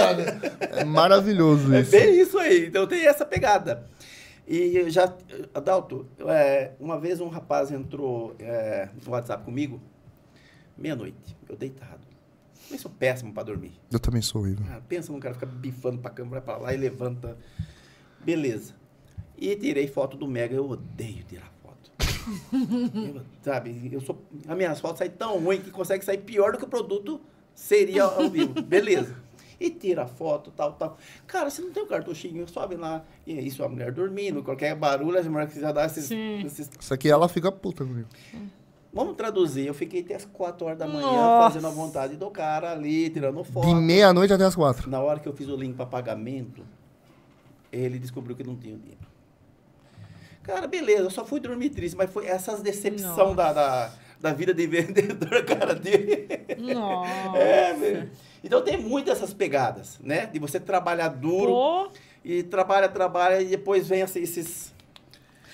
Speaker 1: É maravilhoso
Speaker 3: É
Speaker 1: isso.
Speaker 3: bem isso aí. Então tem essa pegada. E eu já, Adalto, é, uma vez um rapaz entrou é, no WhatsApp comigo, meia-noite, eu deitado. Eu sou péssimo pra dormir.
Speaker 1: Eu também sou horrível.
Speaker 3: Ah, pensa num cara que fica bifando pra câmera, vai pra lá e levanta. Beleza. E tirei foto do Mega, eu odeio tirar foto. Eu, sabe, eu sou. As minhas fotos saem tão ruim que consegue sair pior do que o produto seria ao ao vivo. Beleza. E tira foto, tal, tal. Cara, você não tem um cartuchinho, sobe lá. E aí sua mulher dormindo, qualquer barulho, as mulheres que já dá esses,
Speaker 2: Sim.
Speaker 3: esses-
Speaker 1: Isso aqui ela fica puta comigo.
Speaker 3: Vamos traduzir. Eu fiquei até as 4 horas da manhã
Speaker 2: Nossa.
Speaker 3: fazendo a vontade do cara ali, tirando foto.
Speaker 1: De meia-noite até as quatro.
Speaker 3: Na hora que eu fiz o link para pagamento, ele descobriu que não tinha dinheiro. Cara, beleza, eu só fui dormir triste, mas foi essas decepção da, da, da vida de vendedor, cara, dele.
Speaker 2: Nossa.
Speaker 3: É, velho. Então tem muitas essas pegadas, né? De você trabalhar duro
Speaker 2: Pô,
Speaker 3: e trabalha, trabalha e depois vem assim, esses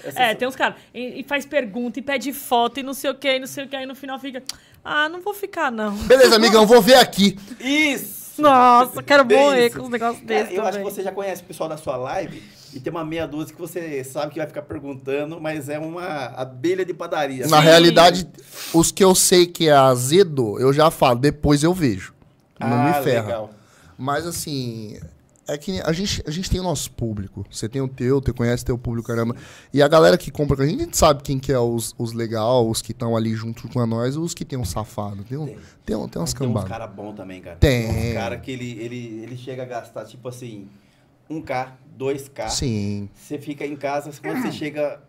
Speaker 3: Essas-
Speaker 2: É, tem uns caras. E, e faz pergunta, e pede foto, e não sei o que, e não sei o que, aí no final fica. Ah, não vou ficar, não.
Speaker 1: Beleza, amigão, vou ver aqui.
Speaker 2: um
Speaker 3: Isso!
Speaker 2: Nossa, quero
Speaker 3: Bem
Speaker 2: morrer
Speaker 3: isso.
Speaker 2: com os negócios
Speaker 3: Cara,
Speaker 2: desses.
Speaker 3: eu acho que
Speaker 2: também.
Speaker 3: você já conhece o pessoal da sua live e tem uma meia dúzia que você sabe que vai ficar perguntando, mas é uma abelha de padaria.
Speaker 1: Na
Speaker 2: Sim.
Speaker 1: realidade, os que eu sei que é azedo, eu já falo, depois eu vejo. Não me ferra.
Speaker 3: Ah, legal.
Speaker 1: Mas assim, é que a gente, a gente tem o nosso público. Você tem o teu, você conhece teu público, caramba. E a galera que compra com a gente, a gente sabe quem que é os, os legal, os que estão ali junto com a nós, os que tem um safado. Tem, um, tem.
Speaker 3: Tem.
Speaker 1: um- tem umas
Speaker 3: Tem uns
Speaker 1: cambadas.
Speaker 3: caras bons também, cara.
Speaker 1: Tem.
Speaker 3: Uns caras que ele, ele, ele chega a gastar, tipo assim, 1K, 2K.
Speaker 1: Sim. Ah.
Speaker 3: Você fica em casa, quando você chega,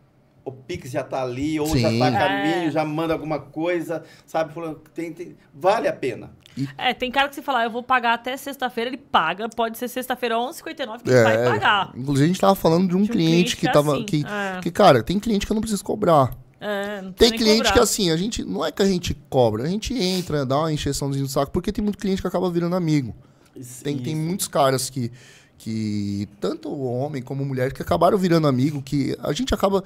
Speaker 3: o Pix já tá ali, ou já
Speaker 1: Sim.
Speaker 3: tá a caminho,
Speaker 2: É.
Speaker 3: já manda alguma coisa, sabe? Falando, tem, tem- vale a pena.
Speaker 2: É, tem cara que você fala, eu vou pagar até sexta-feira, ele paga. Pode ser sexta-feira, 11h59, que ele
Speaker 1: É.
Speaker 2: vai pagar.
Speaker 1: Inclusive, a gente tava falando de um,
Speaker 2: De um
Speaker 1: cliente,
Speaker 2: cliente
Speaker 1: que
Speaker 2: que é
Speaker 1: tava.
Speaker 2: assim,
Speaker 1: que,
Speaker 2: é.
Speaker 1: que, cara, tem cliente que eu não preciso cobrar.
Speaker 2: É, não
Speaker 1: Tem
Speaker 2: precisa nem
Speaker 1: cliente
Speaker 2: cobrar.
Speaker 1: que assim, a gente. Não é que a gente cobra, a gente entra, dá uma encheçãozinha no saco, porque tem muito cliente que acaba virando amigo. Tem, tem muitos caras que, que, tanto homem como mulher, que acabaram virando amigo, que a gente acaba.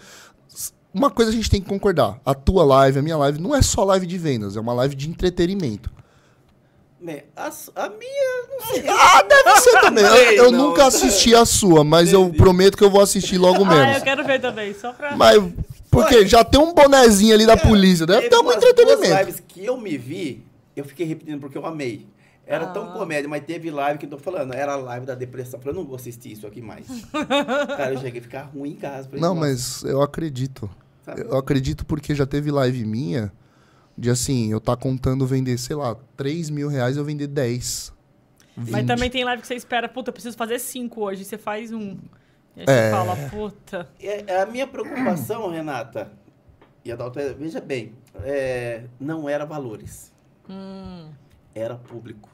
Speaker 1: Uma coisa a gente tem que concordar: a tua live, a minha live, não é só live de vendas, é uma live de entretenimento.
Speaker 3: Né, a, su- a minha, não sei.
Speaker 1: Você também. Eu, eu
Speaker 3: Não,
Speaker 1: nunca
Speaker 3: tá.
Speaker 1: assisti a sua, mas eu prometo que eu vou assistir logo
Speaker 2: Ah,
Speaker 1: menos.
Speaker 2: eu quero ver também, só pra.
Speaker 1: Mas, porque já tem um bonezinho ali da
Speaker 2: É,
Speaker 3: Cara,
Speaker 1: polícia, deve
Speaker 3: teve
Speaker 1: ter um
Speaker 3: umas duas
Speaker 1: entretenimento.
Speaker 3: lives que eu me vi, eu fiquei repetindo porque eu amei. Era tão
Speaker 2: Ah.
Speaker 3: comédia, mas teve live que eu tô falando, era a live da depressão. Eu falei, eu não vou assistir isso aqui mais. Cara, eu cheguei a ficar ruim em casa. Falei,
Speaker 1: Não,
Speaker 3: "Nossa",
Speaker 1: mas eu acredito.
Speaker 2: Tá
Speaker 3: sabe?
Speaker 1: Eu acredito porque já teve live minha de assim, eu tá contando vender, sei lá, 3 mil reais eu vender 10. 20.
Speaker 2: Mas também tem live que você espera, puta, eu preciso fazer cinco hoje. Você faz um. E aí você
Speaker 1: É.
Speaker 2: fala, puta.
Speaker 3: É, é a minha preocupação, Renata, e a Dalton, veja bem, é, não era valores,
Speaker 2: Hum.
Speaker 3: era público.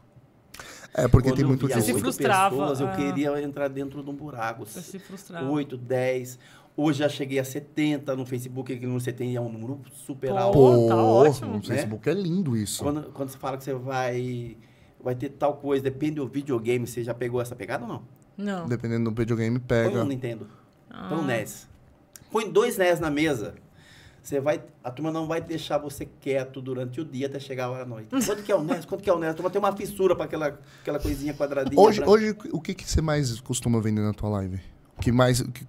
Speaker 1: É, porque
Speaker 3: Quando
Speaker 1: tem
Speaker 3: eu
Speaker 1: muito
Speaker 3: via
Speaker 2: Você se
Speaker 1: disso.
Speaker 3: oito
Speaker 2: frustrava,
Speaker 3: pessoas, eu
Speaker 2: ah.
Speaker 3: queria entrar dentro de um buraco.
Speaker 2: Eu se frustrava.
Speaker 3: Oito, dez. Hoje já cheguei a 70 no Facebook, que no 70 é um número super
Speaker 2: Pô,
Speaker 3: alto.
Speaker 1: Pô,
Speaker 2: tá ótimo,
Speaker 1: no
Speaker 2: né?
Speaker 1: Facebook é lindo isso.
Speaker 3: Quando, quando você fala que você vai, vai ter tal coisa, depende do videogame, você já pegou essa pegada ou não?
Speaker 2: Não.
Speaker 1: Dependendo do videogame,
Speaker 3: Põe um
Speaker 1: pega.
Speaker 3: Nintendo,
Speaker 2: Ah.
Speaker 3: põe um NES. Põe dois NES na mesa. Você vai, a turma não vai deixar você quieto durante o dia até chegar a hora da noite. Quanto que é o NES? Quanto que é o NES? A turma tem uma fissura para aquela, aquela coisinha quadradinha.
Speaker 1: Hoje,
Speaker 3: branca.
Speaker 1: hoje o que, que você mais costuma vender na tua live? O que mais. o que-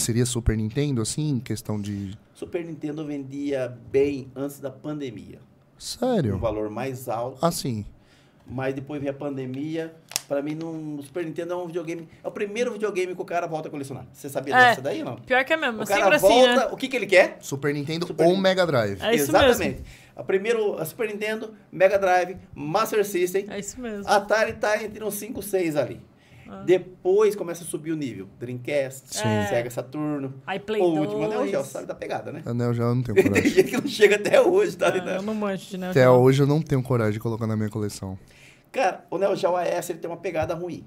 Speaker 1: seria Super Nintendo, assim? em Questão de.
Speaker 3: Super Nintendo vendia bem antes da pandemia. Um
Speaker 1: Sério?
Speaker 3: valor mais alto.
Speaker 1: Assim.
Speaker 3: Mas depois veio a pandemia. Pra mim, não, o Super Nintendo é um videogame. É o primeiro videogame que o cara volta a colecionar. Você sabia
Speaker 2: É.
Speaker 3: dessa daí ou não?
Speaker 2: Pior que é mesmo,
Speaker 3: O
Speaker 2: sempre
Speaker 3: cara
Speaker 2: assim,
Speaker 3: volta,
Speaker 2: né?
Speaker 3: o que, que ele quer?
Speaker 1: Super Nintendo
Speaker 3: Super
Speaker 1: ou
Speaker 3: Nin-
Speaker 1: Mega Drive.
Speaker 2: É isso mesmo.
Speaker 3: Exatamente. A primeiro, a Super Nintendo, Mega Drive, Master System.
Speaker 2: É isso mesmo.
Speaker 3: A Atari tá entre uns 5, 6 ali.
Speaker 2: Ah.
Speaker 3: Depois começa a subir o nível. Dreamcast,
Speaker 1: Sim.
Speaker 3: Sega Saturno.
Speaker 2: Aí É. Play
Speaker 3: o
Speaker 2: 2.
Speaker 3: último, né? O Gel sabe da pegada, né?
Speaker 1: Ah, não, eu já não tenho
Speaker 3: Tem
Speaker 1: coragem.
Speaker 3: gente que não chega até hoje, tá? ali,
Speaker 2: Ah,
Speaker 3: né?
Speaker 2: eu não manjo, né?
Speaker 1: Até hoje eu não tenho coragem de colocar na minha coleção.
Speaker 3: Cara, o Neo Geo AS ele tem uma pegada ruim.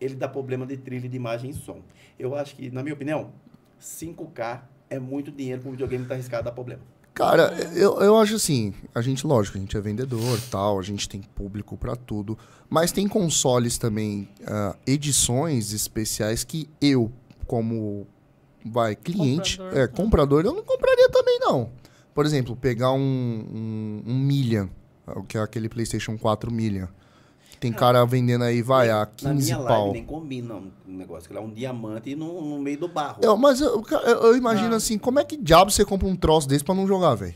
Speaker 3: Ele dá problema de trilha, de imagem e som. Eu acho que, na minha opinião, 5K é muito dinheiro para um videogame que tá arriscado a dar problema.
Speaker 1: Cara, eu, eu acho assim, a gente, lógico, a gente é vendedor tal, a gente tem público pra tudo, mas tem consoles também, ah, edições especiais que eu, como vai, cliente,
Speaker 2: Comprador.
Speaker 3: né?
Speaker 1: é, comprador, eu não compraria também, não. Por exemplo, pegar um, um, um Million, o que é aquele Playstation 4 Million. Tem cara vendendo aí, vai, a
Speaker 3: Ah. na
Speaker 1: 15
Speaker 3: minha
Speaker 1: pau.
Speaker 3: live nem combina um um negócio, que lá é um diamante no, no meio do barro.
Speaker 1: Eu- mas eu, eu- eu imagino
Speaker 2: Ah.
Speaker 1: assim, como é que diabo você compra um troço desse pra não jogar, velho?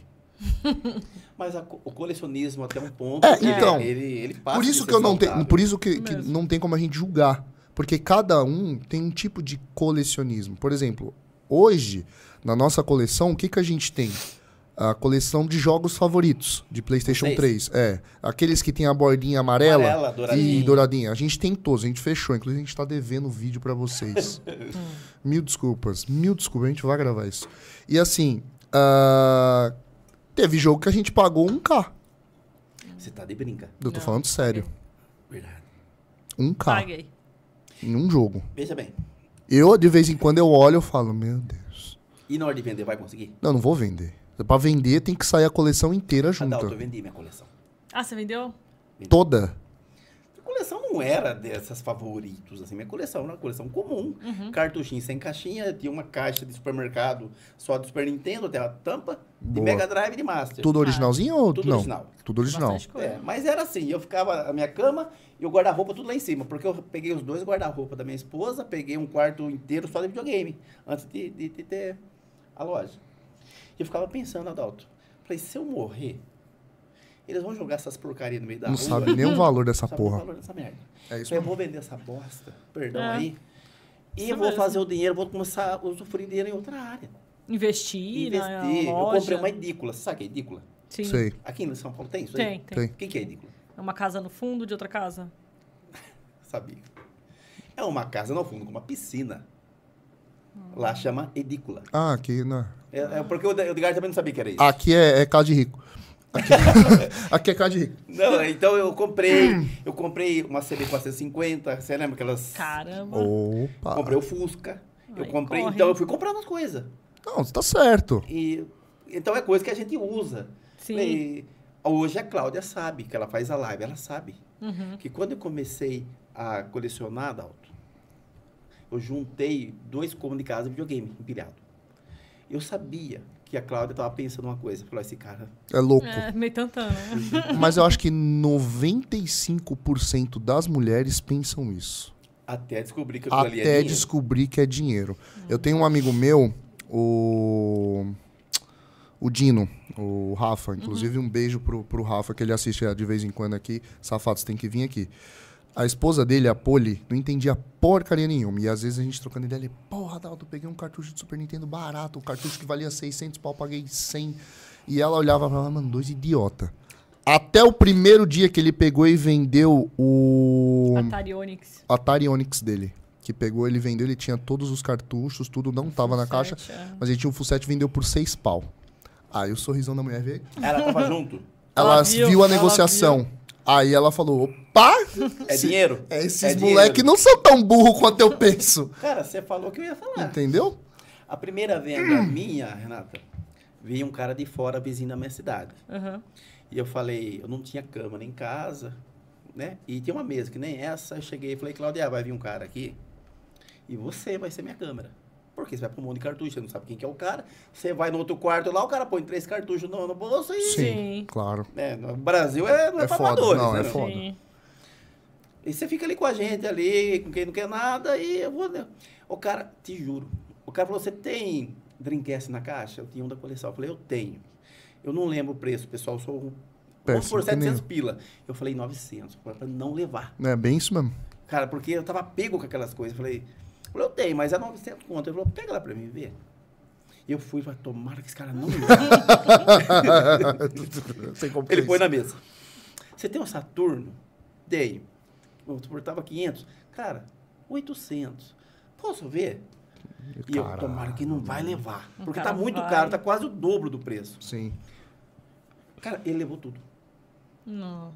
Speaker 3: Mas a co- o colecionismo até um ponto,
Speaker 1: É,
Speaker 3: ele,
Speaker 1: então.
Speaker 3: ele, ele passa
Speaker 1: Por
Speaker 3: de
Speaker 1: isso
Speaker 3: ser
Speaker 1: que eu não tenho,
Speaker 3: saudável.
Speaker 1: por isso que, que
Speaker 2: Mesmo.
Speaker 1: não tem como a gente julgar, porque cada um tem um tipo de colecionismo. Por exemplo, hoje na nossa coleção, o que que a gente tem? A coleção de jogos favoritos de PlayStation
Speaker 3: Seis.
Speaker 1: 3, é, aqueles que tem a bordinha amarela,
Speaker 3: Amarela, douradinha.
Speaker 1: e douradinha. A gente tem todos, a gente fechou, inclusive a gente tá devendo vídeo pra vocês. mil desculpas, mil desculpas, a gente vai gravar isso. E assim, ah, teve jogo que a gente pagou 1k.
Speaker 3: Você tá de brinca.
Speaker 1: Eu tô
Speaker 2: Não,
Speaker 1: falando sério.
Speaker 3: Verdade.
Speaker 1: 1k.
Speaker 2: Paguei.
Speaker 1: em um jogo.
Speaker 3: Veja bem,
Speaker 1: Eu, de vez em quando, eu olho e falo, meu Deus.
Speaker 3: e na hora de vender vai conseguir?
Speaker 1: Não, não vou vender. Pra vender, tem que sair a
Speaker 3: Ah, tá,
Speaker 1: coleção inteira junta.
Speaker 3: Adalto, eu vendi minha coleção.
Speaker 2: Ah, você vendeu?
Speaker 1: Toda.
Speaker 3: A coleção não não era dessas favoritos, assim. Minha coleção era uma coleção comum. Cartuchinho sem caixinha, tinha uma caixa de supermercado só do Super Nintendo, até a tampa, de
Speaker 1: Boa.
Speaker 3: Mega Drive e de Master.
Speaker 1: Tudo originalzinho ou
Speaker 3: Tudo
Speaker 1: não?
Speaker 3: original.
Speaker 1: Tudo original.
Speaker 2: Ah, Bastante coisa.
Speaker 3: É, mas era assim, eu ficava a minha cama e o guarda-roupa tudo lá em cima, porque eu peguei os dois guarda-roupa da minha esposa, peguei um quarto inteiro só de videogame, antes de, de- de ter a loja. E eu ficava pensando, Adalto, falei, se eu morrer, eles vão jogar essas porcarias no meio da
Speaker 1: Não
Speaker 3: rua.
Speaker 1: sabe
Speaker 2: Uhum.
Speaker 1: nem o valor dessa
Speaker 3: sabe o
Speaker 1: porra.
Speaker 3: valor dessa merda.
Speaker 1: É
Speaker 3: Falei, eu vou vender essa bosta, perdão
Speaker 2: É.
Speaker 3: aí, e
Speaker 2: Isso
Speaker 3: eu vou
Speaker 2: mesmo.
Speaker 3: fazer o dinheiro, vou começar a usufruir dinheiro em outra área.
Speaker 2: Investir, na
Speaker 3: Investir. Eu
Speaker 2: é loja.
Speaker 3: comprei uma edícula, sabe o que é edícula?
Speaker 2: Sim.
Speaker 1: Sei.
Speaker 3: Aqui em São Paulo tem isso aí?
Speaker 2: Tem, tem.
Speaker 1: Tem.
Speaker 3: O que que é edícula?
Speaker 2: É Uma casa no fundo de outra casa.
Speaker 3: Sabia. É uma casa no fundo, com uma piscina. Lá chama edícula.
Speaker 1: Ah, aqui, né?
Speaker 3: É,
Speaker 2: Ah.
Speaker 3: é porque o de- o Edgar também não sabia que era isso.
Speaker 1: Aqui é, é casa de rico. Aqui, aqui é casa de rico.
Speaker 3: Não, então eu comprei, eu comprei uma CB450, você lembra aquelas...
Speaker 2: Caramba.
Speaker 1: Opa.
Speaker 3: Comprei o Fusca. eu
Speaker 2: Ai,
Speaker 3: comprei,
Speaker 2: corre.
Speaker 3: então eu fui comprando as coisas.
Speaker 1: Não, você tá certo.
Speaker 3: E então é coisa que a gente usa.
Speaker 2: Sim.
Speaker 3: E hoje a Cláudia sabe que ela faz a live, ela sabe.
Speaker 2: Uhum.
Speaker 3: que quando eu comecei a colecionar, Dalton, eu juntei dois comunicados de videogame empilhado. Eu sabia que a Cláudia estava pensando uma coisa. Falou, esse cara...
Speaker 1: É louco.
Speaker 2: É, meio tantana, né?
Speaker 1: Mas eu acho que 95% das mulheres pensam isso.
Speaker 3: Até descobrir que eu ali é
Speaker 1: até
Speaker 3: dinheiro.
Speaker 1: descobrir que é dinheiro. Eu tenho um amigo meu, o. O Dino, o Rafa. Inclusive, um beijo pro, pro Rafa, que ele assiste de vez em quando aqui. Safado, você tem que vir aqui. A esposa dele, a Poli, não entendia porcaria nenhuma. E às vezes a gente trocando ideia, ele, porra, Adalto, eu peguei um cartucho de Super Nintendo barato, um cartucho que valia 600 pau, paguei 100. E ela olhava e falava, mano, dois idiota. Até o primeiro dia que ele pegou e vendeu o.
Speaker 2: Atari Onix.
Speaker 1: Atari Onix dele. Que pegou, ele vendeu, ele tinha todos os cartuchos, tudo, não tava na caixa.
Speaker 2: Sete, é.
Speaker 1: Mas ele tinha o Full 7 vendeu por seis pau. Aí o sorrisão da mulher veio.
Speaker 3: Ela estava junto.
Speaker 1: Ela,
Speaker 2: Ela
Speaker 1: viu,
Speaker 2: viu,
Speaker 1: a
Speaker 2: ela
Speaker 1: negociação. Aí ela falou: opa!
Speaker 3: É dinheiro?
Speaker 1: É, esses
Speaker 3: dinheiro.
Speaker 1: moleque não são tão burro quanto eu penso.
Speaker 3: Cara, você falou o que eu ia falar.
Speaker 1: Entendeu?
Speaker 3: A primeira venda minha, Renata, veio um cara de fora, vizinho da minha cidade.
Speaker 2: Aham.
Speaker 3: E eu falei, eu não tinha cama nem em casa, né? E tinha uma mesa que nem essa. Eu cheguei e falei, Claudia, vai vir um cara aqui e você vai ser minha câmera. Porque você vai pro mundo de cartucho, você não sabe quem que é o cara. Você vai no outro quarto lá, o cara põe três cartuchos no, no bolso e...
Speaker 1: Sim,
Speaker 2: Sim.
Speaker 1: claro.
Speaker 3: né, no Brasil é, não é,
Speaker 1: É
Speaker 3: pra
Speaker 1: foda,
Speaker 3: amadores,
Speaker 1: não,
Speaker 3: né,
Speaker 1: é
Speaker 3: meu?
Speaker 1: Foda.
Speaker 2: Sim.
Speaker 3: E você fica ali com a gente ali, com quem não quer nada e eu vou... né? O cara, te juro, o cara falou, você tem Dreamcast na caixa? Eu tinha um da coleção. Eu falei, eu tenho. Eu não lembro o preço, pessoal, eu sou um... Vamos
Speaker 1: Péssimo,
Speaker 3: por
Speaker 1: que nem-
Speaker 3: 700 pila. Eu falei 900, para não levar.
Speaker 1: É bem isso mesmo.
Speaker 3: Cara, porque eu tava pego com aquelas coisas. Falei, falei, eu tenho, mas é 900 conto. Ele falou, pega lá pra mim ver. E eu fui, falei, tomara que esse cara não leve.
Speaker 1: Sem como
Speaker 3: Ele
Speaker 1: que
Speaker 3: põe
Speaker 1: é
Speaker 3: na mesa. Você tem um Saturno? Tenho. Eu suportava 500. Cara, 800. Posso ver?
Speaker 1: isso.
Speaker 3: E eu,
Speaker 1: Caralho.
Speaker 3: tomara que não vai levar. Porque tá
Speaker 2: cara
Speaker 3: muito
Speaker 2: vai.
Speaker 3: caro, tá quase o dobro do preço.
Speaker 1: Sim.
Speaker 3: Cara, ele levou tudo.
Speaker 2: Nossa.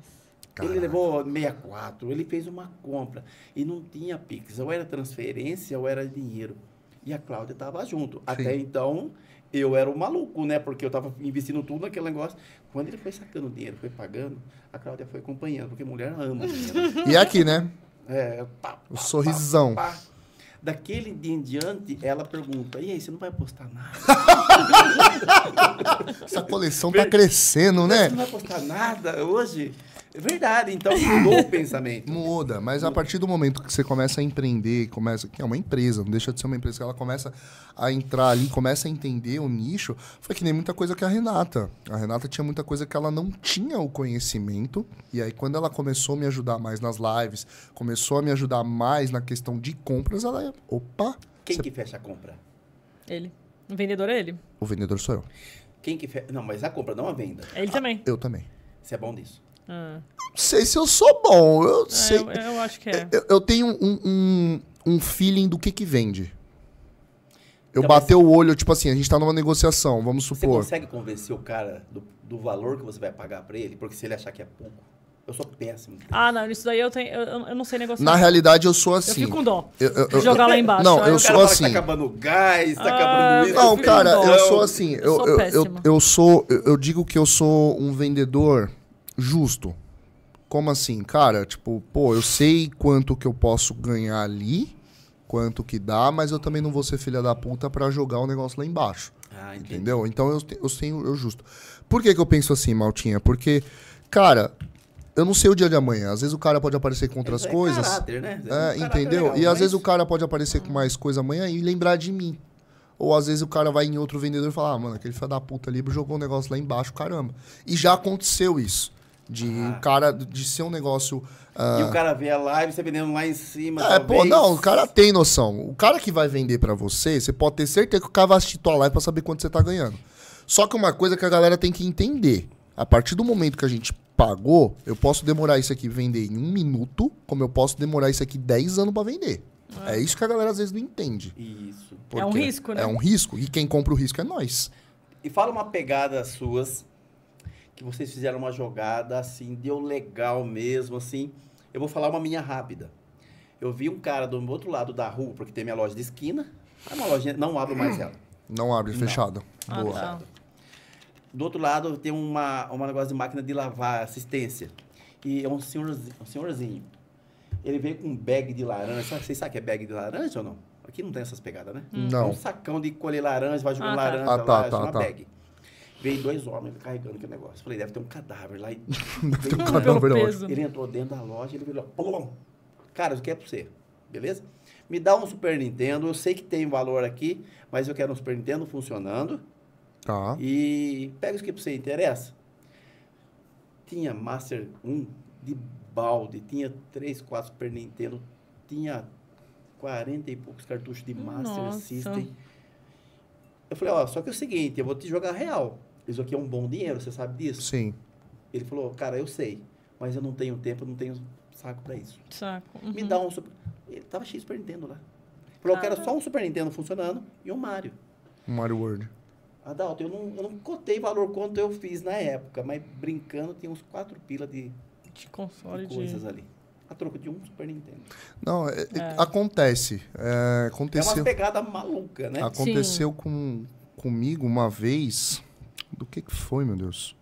Speaker 1: Caralho.
Speaker 3: Ele levou 64, ele fez uma compra e não tinha Pix. Ou era transferência ou era dinheiro. E a Cláudia estava junto. Até então, eu era o maluco, né? Porque eu estava investindo tudo naquele negócio. Quando ele foi sacando dinheiro, foi pagando, a Cláudia foi acompanhando, porque mulher ama dinheiro.
Speaker 1: E aqui, né?
Speaker 3: é, pá,
Speaker 1: O sorrisão.
Speaker 3: pá. Daquele dia em diante, ela pergunta: e aí, você não vai postar nada?
Speaker 1: Essa coleção tá crescendo,
Speaker 3: Você
Speaker 1: né?
Speaker 3: não vai postar nada hoje? É verdade, então mudou o pensamento.
Speaker 1: Muda, mas a partir do momento que você começa a empreender, começa que é uma empresa, não deixa de ser uma empresa, que ela começa a entrar ali, começa a entender o nicho, foi que nem muita coisa que a Renata. A Renata tinha muita coisa que ela não tinha o conhecimento, e aí quando ela começou a me ajudar mais nas lives, começou a me ajudar mais na questão de compras, ela, é, opa,
Speaker 3: Quem que fecha a compra?
Speaker 2: Ele. O vendedor é ele.
Speaker 1: o vendedor sou eu.
Speaker 3: Quem que fe... Não, mas a compra, não a venda.
Speaker 2: É ele também.
Speaker 1: Eu também.
Speaker 3: Você é bom nisso.
Speaker 2: Ah.
Speaker 1: Não sei se eu sou bom, eu
Speaker 2: É,
Speaker 1: sei.
Speaker 2: eu, eu acho que é.
Speaker 1: Eu, eu tenho um, um, um feeling do que que vende. Eu
Speaker 3: Então, mas-
Speaker 1: bater o olho, tipo assim, a gente tá numa negociação, vamos
Speaker 3: Você
Speaker 1: supor.
Speaker 3: consegue convencer o cara do, do valor que você vai pagar pra ele? Porque se ele achar que é pouco, eu sou péssimo.
Speaker 2: Ah, não, isso daí eu tenho. Eu, eu- eu não sei negociar.
Speaker 1: Na realidade, eu sou
Speaker 2: eu
Speaker 1: assim.
Speaker 2: fico com dó.
Speaker 1: Eu- eu- eu-
Speaker 2: Jogar lá embaixo.
Speaker 1: Não,
Speaker 2: Aí
Speaker 1: eu
Speaker 3: o
Speaker 1: sou
Speaker 3: cara fala
Speaker 1: assim.
Speaker 3: Que tá acabando o gás, tá
Speaker 2: Ah,
Speaker 3: acabando isso.
Speaker 1: Não,
Speaker 2: fico
Speaker 1: cara,
Speaker 2: com dó.
Speaker 1: eu sou assim. Eu, eu,
Speaker 2: Sou
Speaker 1: eu,
Speaker 2: péssima.
Speaker 1: eu sou. Eu eu digo que eu sou um vendedor justo. Como assim? Cara, tipo, pô, eu sei quanto que eu posso ganhar ali, quanto que dá, mas eu também não vou ser filha da puta pra jogar o negócio lá embaixo.
Speaker 3: Ah, entendi.
Speaker 1: Entendeu? Então eu, te- eu tenho eu justo. Por que, que eu penso assim, Maltinha? Porque, cara, eu não sei o dia de amanhã. Às vezes o cara pode aparecer com outras
Speaker 3: É
Speaker 1: coisas.
Speaker 3: caráter, né?
Speaker 1: É,
Speaker 3: Um caráter
Speaker 1: entendeu?
Speaker 3: legal,
Speaker 1: e às
Speaker 3: mas-
Speaker 1: vezes o cara pode aparecer com mais coisa amanhã e lembrar de mim. Ou às vezes o cara vai em outro vendedor e fala, ah, mano, aquele filho da puta ali jogou um negócio lá embaixo, caramba. E já aconteceu isso. De o cara, de ser um negócio. ah,
Speaker 3: Ah. E o cara vê a live, você vendendo lá em cima.
Speaker 1: é, pô,
Speaker 3: talvez.
Speaker 1: não, o cara tem noção. O cara que vai vender pra você, você pode ter certeza que o cara vai assistir tua live pra saber quanto você tá ganhando. Só que uma coisa que a galera tem que entender. A partir do momento que a gente pagou, eu posso demorar isso aqui vender em um minuto, como eu posso demorar isso aqui 10 anos pra vender. É isso que a galera às vezes não entende.
Speaker 3: Isso.
Speaker 1: Por
Speaker 2: Ah. É um
Speaker 1: quê?
Speaker 2: risco, né?
Speaker 1: É um risco. E quem compra o risco é nós.
Speaker 3: E fala uma pegada suas, que vocês fizeram uma jogada assim, deu legal mesmo, assim. Eu vou falar uma minha rápida. Eu vi um cara do outro lado da rua, porque tem minha loja de esquina. É uma lojinha, não abro mais ela.
Speaker 1: Não abre,
Speaker 3: Não.
Speaker 1: fechado.
Speaker 2: Ah,
Speaker 1: Boa.
Speaker 2: tá.
Speaker 3: Do outro lado tem uma, uma negócio de máquina de lavar, assistência. E é um senhorzinho, um senhorzinho. Ele veio com um bag de laranja. Vocês sabem que é bag de laranja ou não? Aqui não tem essas pegadas, né? É
Speaker 2: Hum.
Speaker 3: um
Speaker 1: Não.
Speaker 3: sacão de colher laranja, vai jogando
Speaker 2: Ah, tá.
Speaker 3: laranja
Speaker 1: Ah, tá,
Speaker 3: lá,
Speaker 1: tá,
Speaker 3: chama
Speaker 1: tá.
Speaker 3: bag. Veio dois homens carregando aquele negócio. Falei, deve ter um cadáver lá. E...
Speaker 1: Tem um
Speaker 2: Pelo
Speaker 1: cadáver lá.
Speaker 2: peso.
Speaker 3: ele entrou dentro da loja, ele virou, plum. Cara, isso aqui é pra você, beleza? Me dá um Super Nintendo, eu sei que tem valor aqui, mas eu quero um Super Nintendo funcionando.
Speaker 1: Tá.
Speaker 3: E pega isso que pra você interessa. Tinha Master 1 de balde, tinha 3, 4 Super Nintendo, tinha 40 e poucos cartuchos de Master
Speaker 2: Nossa.
Speaker 3: System. Eu falei, ó, só que é o seguinte, eu vou te jogar real. Isso aqui é um bom dinheiro, você sabe disso?
Speaker 1: Sim.
Speaker 3: Ele falou, cara, eu sei, mas eu não tenho tempo, eu não tenho saco pra isso.
Speaker 2: Saco.
Speaker 3: Me
Speaker 2: Uhum.
Speaker 3: dá um Super... Ele tava cheio de Super Nintendo lá. Ele falou, eu quero só um Super Nintendo funcionando e um Mario.
Speaker 1: Mario World.
Speaker 3: Adalto, eu não, eu não cotei valor quanto eu fiz na época, mas brincando tem uns quatro pila de, um de
Speaker 2: De console de.
Speaker 3: coisas ali. A troco de um Super Nintendo.
Speaker 1: Não, é- é-
Speaker 2: É.
Speaker 1: acontece. É,
Speaker 3: É uma
Speaker 1: aconteceu. Ah,
Speaker 3: pegada maluca, né?
Speaker 1: Aconteceu com, comigo uma vez. Do que, que foi, meu Deus?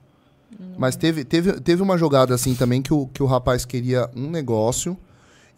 Speaker 1: Mas teve, teve, teve uma jogada assim também que o, que o rapaz queria um negócio.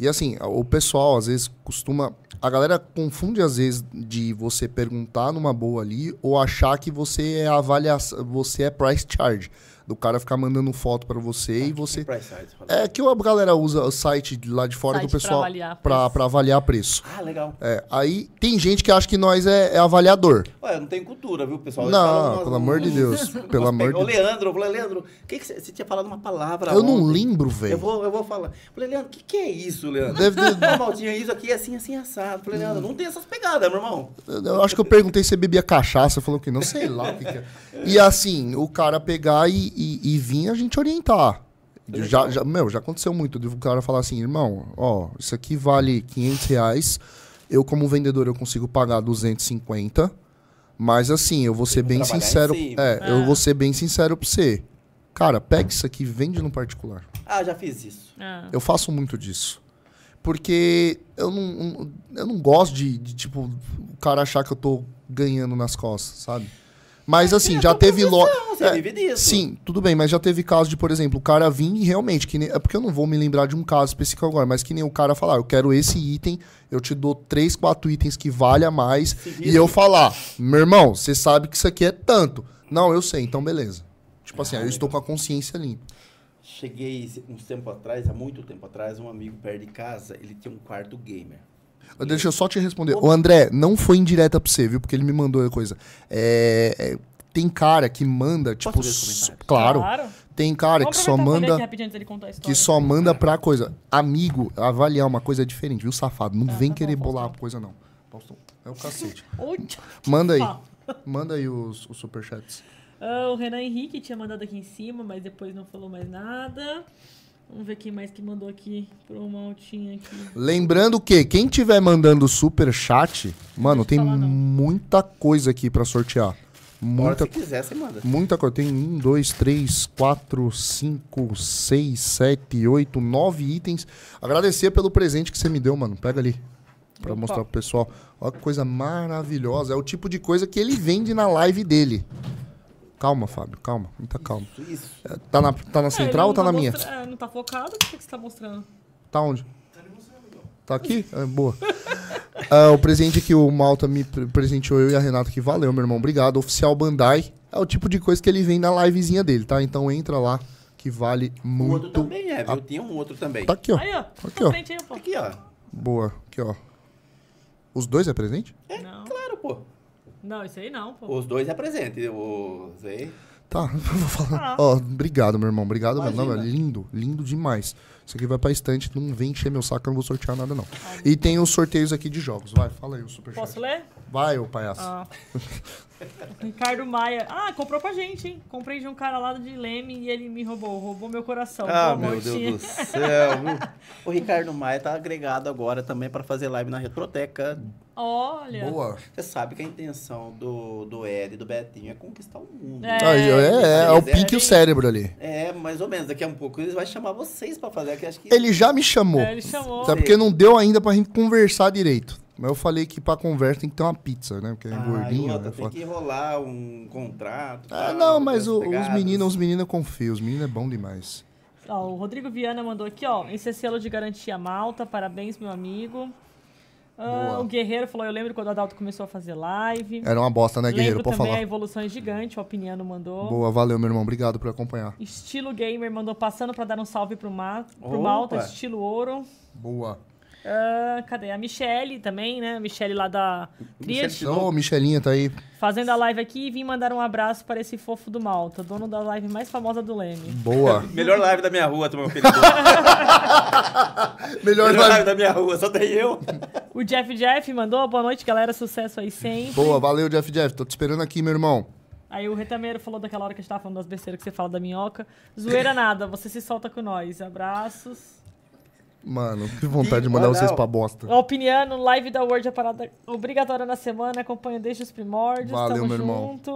Speaker 1: E assim, a- o pessoal às vezes costuma. A galera confunde às vezes de você perguntar numa boa ali ou achar que você é avaliação, você é price charge. Do cara ficar mandando foto pra
Speaker 2: É,
Speaker 1: você e você.
Speaker 3: Price size, fala.
Speaker 1: É que a galera usa o site lá de fora
Speaker 2: Site
Speaker 1: do pessoal
Speaker 2: pra avaliar
Speaker 1: pra-
Speaker 2: preço.
Speaker 1: pra avaliar preço.
Speaker 3: Ah, legal.
Speaker 1: É, aí tem gente que acha que nós é, é avaliador.
Speaker 3: Olha, eu não tenho cultura, viu, pessoal? Eles falam
Speaker 1: Não,
Speaker 3: umas-
Speaker 1: pelo amor de
Speaker 3: uns-
Speaker 1: Deus.
Speaker 3: umas
Speaker 1: Pelo amor
Speaker 3: pega- Ô,
Speaker 1: de Deus.
Speaker 3: Leandro, eu falei, Leandro, o que, que você, você tinha falado uma palavra
Speaker 1: Eu não
Speaker 3: ontem.
Speaker 1: lembro,
Speaker 3: Eu
Speaker 1: velho.
Speaker 3: vou, eu vou falar. Eu Falei, Leandro, o que, que é isso, Leandro?
Speaker 1: Deve ter-
Speaker 3: Não, Maldinho, isso aqui é assim, assim, assado. Eu Falei, Leandro, não tem essas pegadas, meu irmão.
Speaker 1: Eu acho que eu perguntei se bebia cachaça, falou que não, sei lá o que, que é. E assim, o cara pegar e, e, e vir a gente orientar.
Speaker 3: É
Speaker 1: Já, já- meu, já aconteceu muito de o cara falar assim, irmão, ó, isso aqui vale 500 reais, eu como vendedor eu consigo pagar 250, mas assim, eu vou ser
Speaker 3: vou
Speaker 1: bem
Speaker 3: trabalhar em
Speaker 1: sincero,
Speaker 3: cima.
Speaker 1: é, eu
Speaker 2: É.
Speaker 1: vou ser bem sincero pra você. Cara, pega isso aqui e vende no particular.
Speaker 3: Ah, já fiz isso.
Speaker 2: Ah.
Speaker 1: Eu faço muito disso. Porque eu não, não- eu não gosto de, de, tipo, o cara achar que eu tô ganhando nas costas, sabe? Mas assim, já teve loja.
Speaker 3: Não, Então, você
Speaker 1: É,
Speaker 3: vive disso.
Speaker 1: Sim, tudo bem, mas já teve caso de, por exemplo, o cara vir e realmente, que nem- é porque eu não vou me lembrar de um caso específico agora, mas que nem o cara falar, eu quero esse item, eu te dou três, quatro itens que valha mais,
Speaker 3: vira.
Speaker 1: e eu falar, meu irmão, você sabe que isso aqui é tanto. Não, eu sei, então beleza. Tipo assim, eu estou com a consciência limpa.
Speaker 3: Cheguei uns tempo atrás, há muito tempo atrás, um amigo perto de casa, ele tinha um quarto gamer.
Speaker 1: Deixa eu só te responder. Ô, André, não foi indireta pra você, viu? Porque ele me mandou a coisa. É, é, tem cara que manda, tipo.
Speaker 3: ler os
Speaker 1: s-
Speaker 3: comentários?
Speaker 1: claro. Tem cara
Speaker 2: Vamos
Speaker 1: que só
Speaker 2: aproveitar pra ler aqui
Speaker 1: manda.
Speaker 2: rapidinho antes dele contar a
Speaker 1: Que
Speaker 2: história.
Speaker 1: só manda pra coisa. Amigo, avaliar uma coisa é diferente, viu, safado? Não
Speaker 2: Tá,
Speaker 1: vem
Speaker 2: tá bom,
Speaker 1: querer
Speaker 2: Faustão.
Speaker 1: bolar a coisa, não. Faustão, É o cacete.
Speaker 2: Ô, tchau.
Speaker 1: Manda aí.
Speaker 2: Fala.
Speaker 1: Manda aí os, os superchats.
Speaker 2: Ah, o Renan Henrique tinha mandado aqui em cima, mas depois não falou mais nada. Vamos ver quem mais que mandou aqui pro Maltinha aqui.
Speaker 1: Lembrando que quem tiver mandando superchat, mano, tem
Speaker 2: falar, não.
Speaker 1: muita coisa aqui pra sortear.
Speaker 3: Agora,
Speaker 1: Muita
Speaker 3: se quiser, você manda.
Speaker 1: Muita coisa. Tem um, dois, três, quatro, cinco, seis, sete, oito, nove itens. Agradecer pelo presente que você me deu, mano. Pega ali. Pra
Speaker 2: Opa.
Speaker 1: mostrar pro pessoal. Olha que coisa maravilhosa. É o tipo de coisa que ele vende na live dele. Calma, Fábio, calma, muita calma.
Speaker 3: Isso.
Speaker 1: É, Tá na, tá na central ou tá na minha?
Speaker 2: minha? Não Ah, tá focado? O que que você tá mostrando?
Speaker 1: Tá onde? Tá aqui? É, boa. Ah, o presente que o Malta me pre- presenteou, eu e a Renata, que valeu, meu irmão. Obrigado. Oficial Bandai. É o tipo de coisa que ele vem na livezinha dele, tá? Então entra lá, que vale
Speaker 3: O outro
Speaker 1: muito.
Speaker 3: também é, viu? Tinha um outro também.
Speaker 1: Tá aqui, ó.
Speaker 2: Aí, ó.
Speaker 1: Aqui,
Speaker 2: na
Speaker 1: ó.
Speaker 2: frente aí, pô.
Speaker 3: Aqui, ó.
Speaker 1: Boa. Aqui, ó. Os dois é presente?
Speaker 3: É
Speaker 2: Não.
Speaker 3: claro, pô.
Speaker 2: Não, isso aí não, pô.
Speaker 3: Os dois é presente. Os aí.
Speaker 1: Tá, vou falar.
Speaker 2: Ah.
Speaker 1: Ó, obrigado, meu irmão. Obrigado, meu
Speaker 3: Imagina.
Speaker 1: irmão. Lindo, lindo demais. Isso aqui vai pra estante, não vem encher meu saco, eu não vou sortear nada, não. E tem os sorteios aqui de jogos. Vai, fala aí o superchat.
Speaker 2: Posso ler?
Speaker 1: Vai, ô palhaço.
Speaker 2: Ah. Ricardo Maia. Ah, comprou com a gente, hein? Comprei de um cara lá de Leme e ele me roubou. Roubou meu coração.
Speaker 3: Ah,
Speaker 2: Pô,
Speaker 3: meu
Speaker 2: mortinha.
Speaker 3: Deus do céu. viu? o Ricardo Maia tá agregado agora também para fazer live na Retroteca.
Speaker 2: Olha.
Speaker 1: Boa.
Speaker 3: Você sabe que a intenção do, do Ed e do Betinho é conquistar o mundo.
Speaker 2: É.
Speaker 1: Aí, ó, é, é, é o
Speaker 3: eles
Speaker 1: pique e o
Speaker 3: eram-
Speaker 1: cérebro ali.
Speaker 3: É, mais ou menos. Daqui a um pouco eles vão chamar vocês pra fazer. Que acho que
Speaker 1: Ele já me chamou.
Speaker 2: É, ele chamou.
Speaker 1: Sabe porque não deu ainda pra gente conversar direito. Mas eu falei que pra conversa tem que ter uma pizza, né? Porque é
Speaker 3: Ah, e
Speaker 1: gordinho.
Speaker 3: outra,
Speaker 1: né?
Speaker 3: tem que rolar um contrato.
Speaker 1: Ah,
Speaker 3: tal,
Speaker 1: não, mas
Speaker 3: essas
Speaker 1: o- os
Speaker 3: pegadas.
Speaker 1: meninos, os meninos eu confio. Os meninos é bom demais.
Speaker 2: Ó, o Rodrigo Viana mandou aqui, ó. Esse é selo de garantia malta. Parabéns, meu amigo. Ah,
Speaker 1: Boa.
Speaker 2: o Guerreiro falou: Eu lembro quando o Adalto começou a fazer live.
Speaker 1: Era uma bosta, né, Guerreiro?
Speaker 2: lembro
Speaker 1: Pode
Speaker 2: também a
Speaker 1: falar.
Speaker 2: evolução é gigante, o Opiniano mandou.
Speaker 1: Boa, valeu, meu irmão. Obrigado por acompanhar.
Speaker 2: Estilo Gamer mandou passando pra dar um salve pro, Ma- pro
Speaker 3: Opa.
Speaker 2: Malta, estilo ouro.
Speaker 1: Boa.
Speaker 2: Ah, cadê? A Michelle também, né? A Michelle lá da Triad.
Speaker 3: Michelle.
Speaker 1: Ô, Michelinha tá aí.
Speaker 2: Fazendo a live aqui e vim mandar um abraço para esse fofo do Malta, dono da live mais famosa do Leme.
Speaker 1: Boa.
Speaker 3: Melhor live da minha rua, tu é meu filho.
Speaker 1: Melhor
Speaker 3: Melhor live
Speaker 1: live.
Speaker 3: da minha rua, só tem eu.
Speaker 2: O Jeff Jeff mandou boa noite, galera. Sucesso aí sempre.
Speaker 1: Boa, valeu, Jeff Jeff. Tô te esperando aqui, meu irmão.
Speaker 2: Aí o Retameiro falou daquela hora que a gente tava falando das besteiras que você fala da minhoca. Zoeira nada, você se solta com nós. Abraços.
Speaker 1: Mano, que vontade de mandar
Speaker 3: Ih,
Speaker 1: vocês
Speaker 3: olha,
Speaker 1: pra bosta.
Speaker 2: Ó, Opiniano, live da Word é parada obrigatória na semana. Acompanha desde os primórdios.
Speaker 1: Valeu,
Speaker 2: Tamo
Speaker 1: meu irmão.
Speaker 2: junto.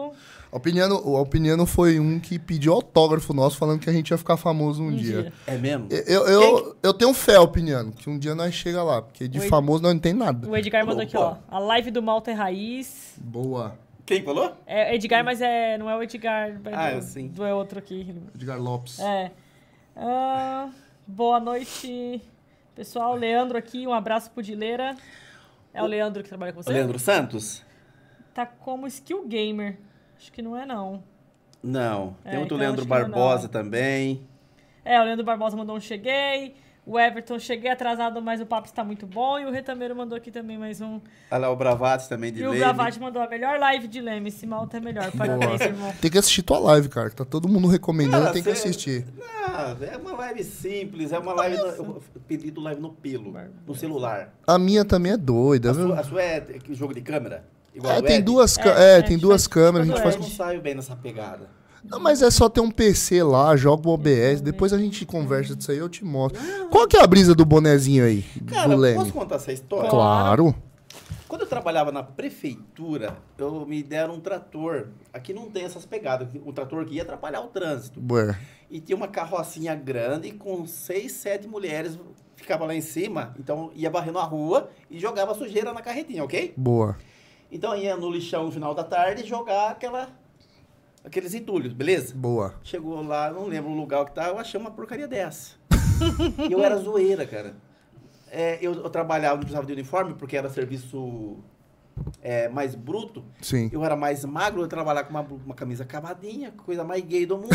Speaker 1: O Opiniano, o Opiniano foi um que pediu autógrafo nosso falando que a gente ia ficar famoso um, dia.
Speaker 2: dia.
Speaker 3: É mesmo?
Speaker 1: Eu, eu, eu tenho fé, Opiniano, que um dia nós chega lá, porque de
Speaker 2: Oi.
Speaker 1: famoso nós não tem nada.
Speaker 2: O Edgar mandou aqui, ó.
Speaker 3: Opa.
Speaker 2: A live do Malta é raiz.
Speaker 1: Boa.
Speaker 3: Quem falou?
Speaker 2: É Edgar, mas é, não é o Edgar. vai
Speaker 3: Ah,
Speaker 2: do-
Speaker 3: eu sim.
Speaker 2: Do é outro aqui.
Speaker 1: Edgar Lopes.
Speaker 2: É. Ah, boa noite, pessoal. Leandro aqui, um abraço pro Dileira. É o Leandro que trabalha com você?
Speaker 3: Leandro Santos?
Speaker 2: Tá como skill gamer. Acho que não é, não.
Speaker 3: Não.
Speaker 2: É,
Speaker 3: Tem outro
Speaker 2: então
Speaker 3: Leandro
Speaker 2: acho que não,
Speaker 3: Barbosa
Speaker 2: não.
Speaker 3: também.
Speaker 2: É, o Leandro Barbosa mandou um cheguei. O Everton, cheguei atrasado, mas o papo está muito bom. E o Retameiro mandou aqui também mais um.
Speaker 3: Olha lá o Bravati também de
Speaker 2: E o
Speaker 3: Leme.
Speaker 2: Gravati mandou a melhor live de Leme. Esse malta é melhor. Parabéns, irmão.
Speaker 1: Tem que assistir tua live, cara, que tá todo mundo recomendando,
Speaker 3: Cara,
Speaker 1: tem que
Speaker 3: cê-
Speaker 1: assistir.
Speaker 3: Ah, é uma live simples, é uma live. No, eu apelido live no pelo, no celular.
Speaker 1: A minha também é doida,
Speaker 3: A
Speaker 1: viu?
Speaker 3: sua, a sua é é que jogo de câmera? Igual
Speaker 1: É,
Speaker 3: a do
Speaker 1: tem
Speaker 3: Ed?
Speaker 1: duas, ca-
Speaker 2: É,
Speaker 1: é,
Speaker 2: a
Speaker 1: tem
Speaker 2: gente
Speaker 1: duas
Speaker 2: faz
Speaker 1: câmeras, a
Speaker 2: tudo
Speaker 1: gente
Speaker 2: é.
Speaker 1: faz
Speaker 3: Eu não saio bem nessa pegada.
Speaker 1: Não, mas é só ter um PC lá, joga o OBS, depois a gente conversa disso aí, eu te mostro. Qual que é a brisa do bonezinho aí,
Speaker 3: Cara,
Speaker 1: do
Speaker 3: eu
Speaker 1: Leme?
Speaker 3: posso contar essa história?
Speaker 1: Claro.
Speaker 3: Quando eu trabalhava na prefeitura, eu me deram um trator. Aqui não tem essas pegadas. Um trator que ia atrapalhar o trânsito.
Speaker 1: Ué,
Speaker 3: E tinha uma carrocinha grande com seis, sete mulheres. Ficava lá em cima, então ia varrendo a rua e jogava sujeira na carretinha, ok?
Speaker 1: boa.
Speaker 3: Então ia no lixão no final da tarde jogar aquela, aqueles entulhos, beleza?
Speaker 1: Boa.
Speaker 3: Chegou lá, não lembro o lugar que tá, eu achei uma porcaria dessa. e eu era zoeira, cara. É, eu, eu trabalhava, não precisava de uniforme, porque era serviço é, mais bruto.
Speaker 1: Sim.
Speaker 3: Eu era mais magro, eu trabalhava com uma, blu- uma camisa acabadinha, coisa mais gay do mundo.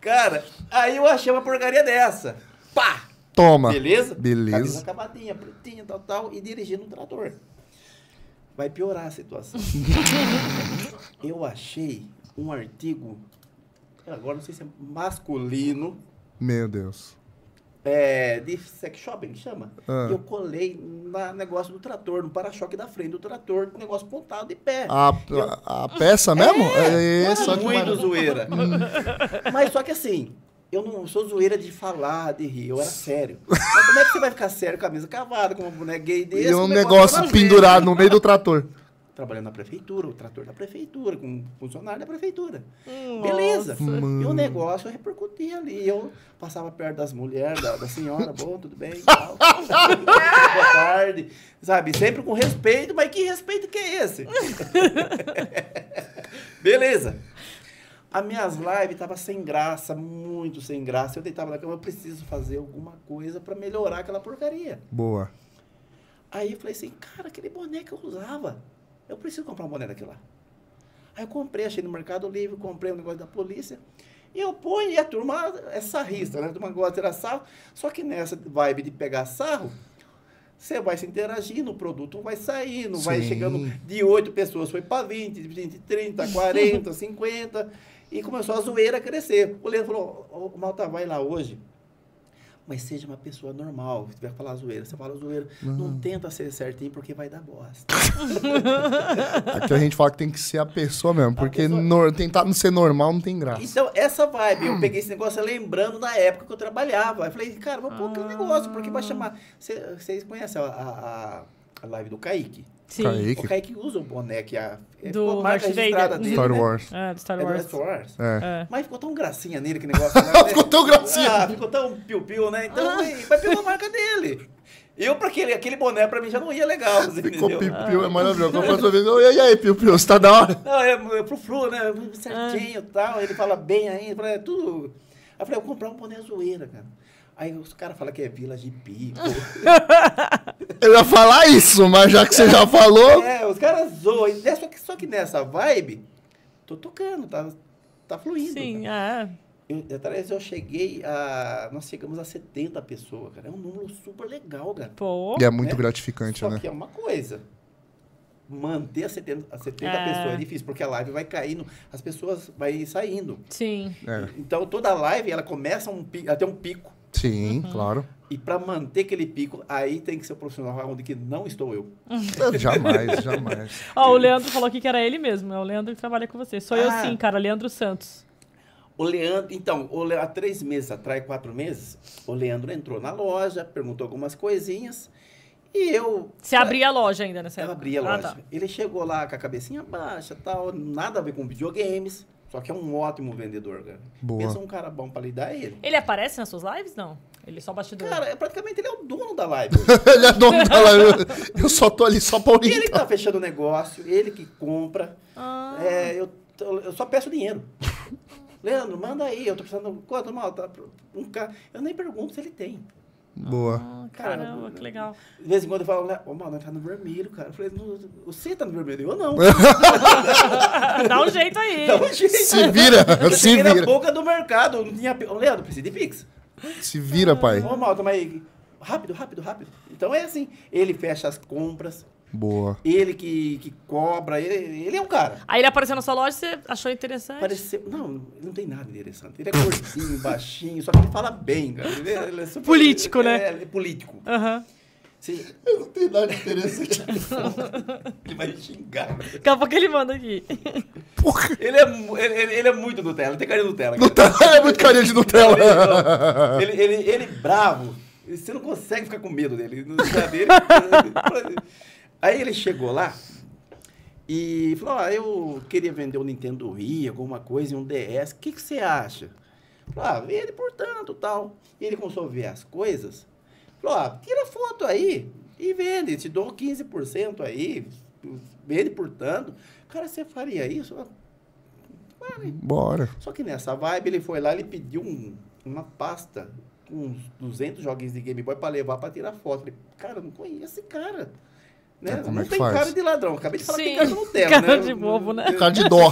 Speaker 3: cara, aí eu achei uma porcaria dessa. Pá!
Speaker 1: Toma.
Speaker 3: Beleza?
Speaker 1: Beleza.
Speaker 3: Camisa acabadinha, pretinha, tal, tal, e dirigindo um trator. Vai piorar a situação. eu achei um artigo, agora não sei se é masculino,
Speaker 1: Meu Deus.
Speaker 3: é, de sex shopping, que chama?
Speaker 1: Ah.
Speaker 3: E eu colei no negócio do trator, no para-choque da frente do trator, com o negócio pontado de pé.
Speaker 1: A, a, a peça mesmo? É,
Speaker 3: Não era
Speaker 1: só que
Speaker 3: muito
Speaker 1: maravilha.
Speaker 3: zoeira. Mas só que assim, eu não sou zoeira de falar, de rir, eu era sério. Mas como é que você vai ficar sério, camisa cavada, com uma boneca gay desse?
Speaker 1: E um
Speaker 3: com negócio
Speaker 1: negócio
Speaker 3: na
Speaker 1: pendurado no meio do trator.
Speaker 3: gente? trabalhando na prefeitura, o trator da prefeitura, com um funcionário da prefeitura. Beleza. E o negócio repercutia ali. Eu passava perto das mulheres, da, da senhora, bom, tudo bem, e tal. Boa tarde. Sabe, sempre com respeito, mas que respeito que é esse? Beleza. As minhas lives estavam sem graça, muito sem graça. Eu deitava na cama, eu preciso fazer alguma coisa pra melhorar aquela porcaria.
Speaker 1: Boa.
Speaker 3: Aí eu falei assim, cara, aquele boné que eu usava. Eu preciso comprar um boné daquele lá. Aí eu comprei, achei no Mercado Livre, comprei um negócio da polícia. E eu ponho, e a turma é sarrista, né? A turma gosta de tirar sarro. Só que nessa vibe de pegar sarro, você vai se interagindo, o produto vai saindo, vai
Speaker 1: Sim.
Speaker 3: chegando de 8 pessoas, foi para 20, 20, 30, 40, 50. E começou a zoeira a crescer. O Leandro falou, "Ô, o Malta vai lá hoje, mas seja uma pessoa normal. Se tiver que falar zoeira, você fala zoeira. Não tenta ser certinho porque vai dar bosta.
Speaker 1: Aqui a gente fala que tem que ser a pessoa mesmo, porque
Speaker 3: pessoa.
Speaker 1: nor- tentar não ser normal não tem graça.
Speaker 3: Então, essa vibe,
Speaker 1: Hum.
Speaker 3: eu peguei esse negócio é lembrando da época que eu trabalhava. Eu falei, cara, vou pôr aquele
Speaker 2: Ah.
Speaker 3: negócio, porque vai chamar. Cê- Vocês conhecem a, a, a- a live do Kaique?
Speaker 2: Sim.
Speaker 1: Kaique.
Speaker 3: O Kaique usa o boné que a, é
Speaker 2: Do
Speaker 3: a marca
Speaker 2: Darth Vader.
Speaker 3: registrada dele.
Speaker 1: Star
Speaker 3: né?
Speaker 1: Wars.
Speaker 2: É, do Star
Speaker 3: É do
Speaker 2: Wars.
Speaker 3: Star Wars.
Speaker 1: É.
Speaker 2: É.
Speaker 3: Mas ficou tão gracinha nele que negócio. lá, né?
Speaker 1: Ficou tão gracinha.
Speaker 3: Ah, ficou tão piu-piu, né? Então,
Speaker 2: Ah.
Speaker 3: aí, vai pegou a marca dele. Eu, pra aquele, aquele boné, pra mim já não ia legal. Você
Speaker 1: Ficou
Speaker 3: entendeu? Ah.
Speaker 1: piu-piu, é maravilhoso. Quando eu faço uma vez, "Oi, E aí, piu-piu, você tá da hora?
Speaker 3: Não, é, é pro Flu, né? Certinho e tal. Ele fala bem ainda, fala, é tudo. Aí eu falei, eu vou comprar um boné zoeira, cara. Aí os caras falam que é Vila de Pico.
Speaker 1: Eu ia falar isso, mas já que você já falou,
Speaker 3: é, os caras zoam. E é Só que, só que nessa vibe, tô tocando, tá, tá fluindo.
Speaker 2: Sim,
Speaker 3: cara.
Speaker 2: é.
Speaker 3: Eu, atrás eu cheguei a. Nós chegamos a 70 pessoas, cara. É um número super legal, cara.
Speaker 2: Pô.
Speaker 1: E é muito
Speaker 3: Né?
Speaker 1: gratificante,
Speaker 3: Só
Speaker 1: né?
Speaker 3: que é uma coisa. Manter a 70, a 70
Speaker 2: É.
Speaker 3: pessoas é difícil, porque a live vai caindo, as pessoas vai saindo.
Speaker 2: Sim.
Speaker 1: É.
Speaker 3: Então toda live ela começa um pi- ela tem um pico
Speaker 1: Sim, claro.
Speaker 3: e para manter aquele pico aí tem que ser o profissional onde que não estou eu.
Speaker 1: Jamais, jamais.
Speaker 2: Ó, o Leandro falou aqui que era ele mesmo. É o Leandro que trabalha com você. Sou eu
Speaker 3: Ah.
Speaker 2: sim, cara. Leandro Santos.
Speaker 3: O Leandro, então, o Le- há três meses atrás, quatro meses, o Leandro entrou na loja, perguntou algumas coisinhas e eu
Speaker 2: Você abria a loja ainda nessa
Speaker 3: eu
Speaker 2: época?
Speaker 3: abri a
Speaker 2: Ah,
Speaker 3: loja.
Speaker 2: tá.
Speaker 3: Ele chegou lá com a cabecinha baixa, tal, nada a ver com videogames, só que é um ótimo vendedor, cara.
Speaker 1: Boa.
Speaker 3: Pensa um cara bom para lidar é ele.
Speaker 2: Ele aparece nas suas lives? Não. Ele é só bastidor.
Speaker 3: Cara, é- praticamente ele é o dono da live.
Speaker 1: Ele é dono da live. Eu só tô ali só pra
Speaker 3: ele que
Speaker 1: orientar.
Speaker 3: tá fechando o negócio, ele que compra.
Speaker 2: Ah.
Speaker 3: É, eu, tô- eu só peço dinheiro. Leandro, manda aí, eu tô precisando. Quanto mal? Tá, um ca... Eu nem pergunto se ele tem.
Speaker 1: Boa.
Speaker 2: Ah,
Speaker 3: Cara,
Speaker 2: caramba, que legal.
Speaker 3: De vez em quando eu falo, né? Ô, mano, tá no vermelho, cara. Eu falei, "Não, você tá no vermelho, eu não.
Speaker 2: Dá um jeito aí.
Speaker 3: Dá um jeito.
Speaker 1: Se vira,
Speaker 3: Eu
Speaker 1: se
Speaker 3: cheguei na
Speaker 1: vira.
Speaker 3: boca do mercado. Não tinha... pi- Ô, Leandro, precisa de Pix.
Speaker 1: Se vira, pai.
Speaker 3: Ô, Malta, mas aí, rápido, rápido, rápido. Então é assim, ele fecha as compras,
Speaker 1: Boa.
Speaker 3: ele que, que cobra, ele, ele é um cara.
Speaker 2: Aí ele apareceu na sua loja, você achou interessante?
Speaker 3: Pareceu. Não, não tem nada interessante. Ele é gordinho, baixinho, só que ele fala bem, cara. Ele é, ele é super-
Speaker 2: Político, né?
Speaker 3: É, ele é político.
Speaker 2: Aham.
Speaker 3: Você-
Speaker 1: Eu não tenho nada de interessante.
Speaker 3: ele vai xingar.
Speaker 2: Daqui a pouco ele manda aqui.
Speaker 1: Porra.
Speaker 3: Ele é, mu- ele, ele- ele é muito Nutella, tem carinho Nutella. cara.
Speaker 1: Nutella é muito carinha de Nutella.
Speaker 3: Ele, ele, ele, ele bravo. Você não consegue ficar com medo dele. Não sabe? Ele- Aí ele chegou lá e falou: ah, eu queria vender um Nintendo Wii, alguma coisa, e um DS. O que, que você acha? Falou, ah, vende por tanto tal. E ele começou a ver as coisas. Falou, ah, tira foto aí e vende. Te dou 15% aí. Vende por tanto. Cara, você faria isso?
Speaker 1: Bora.
Speaker 3: Só que nessa vibe, ele foi lá, ele pediu um- uma pasta com uns 200 joguinhos de Game Boy pra levar pra tirar foto. Falei, cara, eu não conheço esse cara. Né?
Speaker 1: Mas como
Speaker 3: não
Speaker 1: é que
Speaker 3: tem
Speaker 1: faz?
Speaker 3: cara de ladrão. Acabei de falar
Speaker 2: Sim,
Speaker 3: que tem cara de Nutella,
Speaker 2: cara
Speaker 3: né?
Speaker 2: de bobo, né?
Speaker 1: Cara de dó.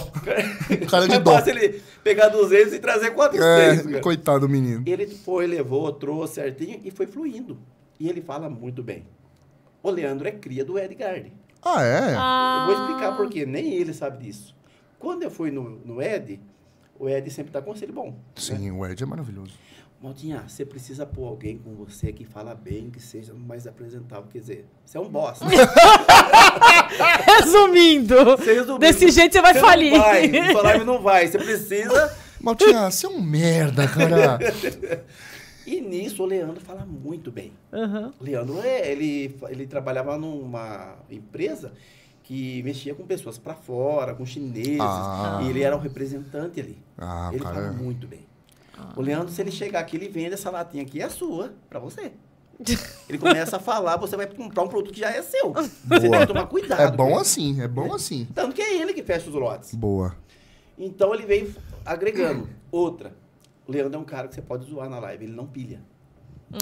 Speaker 1: Cara de
Speaker 3: Mas
Speaker 1: dó.
Speaker 3: basta ele pegar 200 e trazer 400,
Speaker 1: É,
Speaker 3: cara.
Speaker 1: coitado do menino.
Speaker 3: Ele foi, levou, trouxe certinho e foi fluindo. E ele fala muito bem. O Leandro é cria do Edgard.
Speaker 1: Ah, é?
Speaker 2: Ah.
Speaker 3: Eu vou explicar por quê. Nem ele sabe disso. Quando eu fui no, no Ed, o Ed sempre dá conselho bom. né?
Speaker 1: Sim, o Ed é maravilhoso.
Speaker 3: Maldinha, você precisa pôr alguém com você que fala bem, que seja mais apresentável. Quer dizer, você é um boss.
Speaker 2: Resumindo,
Speaker 3: Você resumiu.
Speaker 2: desse jeito você vai
Speaker 3: Você
Speaker 2: falir.
Speaker 3: Não vai, na sua live não vai. Você precisa.
Speaker 1: Maltinha, você é um merda, cara.
Speaker 3: E nisso o Leandro fala muito bem.
Speaker 2: Aham.
Speaker 3: O Leandro, é, ele, ele trabalhava numa empresa que mexia com pessoas pra fora, com chineses.
Speaker 1: Ah.
Speaker 3: E ele era o representante ali.
Speaker 1: Ah,
Speaker 3: ele
Speaker 1: cara.
Speaker 3: fala muito bem. O Leandro, se ele chegar aqui, ele vende essa latinha aqui, é sua, pra você. Ele começa a falar, você vai comprar um produto que já é seu. Você tem que tomar cuidado.
Speaker 1: É bom
Speaker 3: com isso.
Speaker 1: assim, é bom assim.
Speaker 3: Tanto que é ele que fecha os lotes.
Speaker 1: Boa.
Speaker 3: Então ele veio agregando. Outra. O Leandro é um cara que você pode zoar na live, ele não pilha.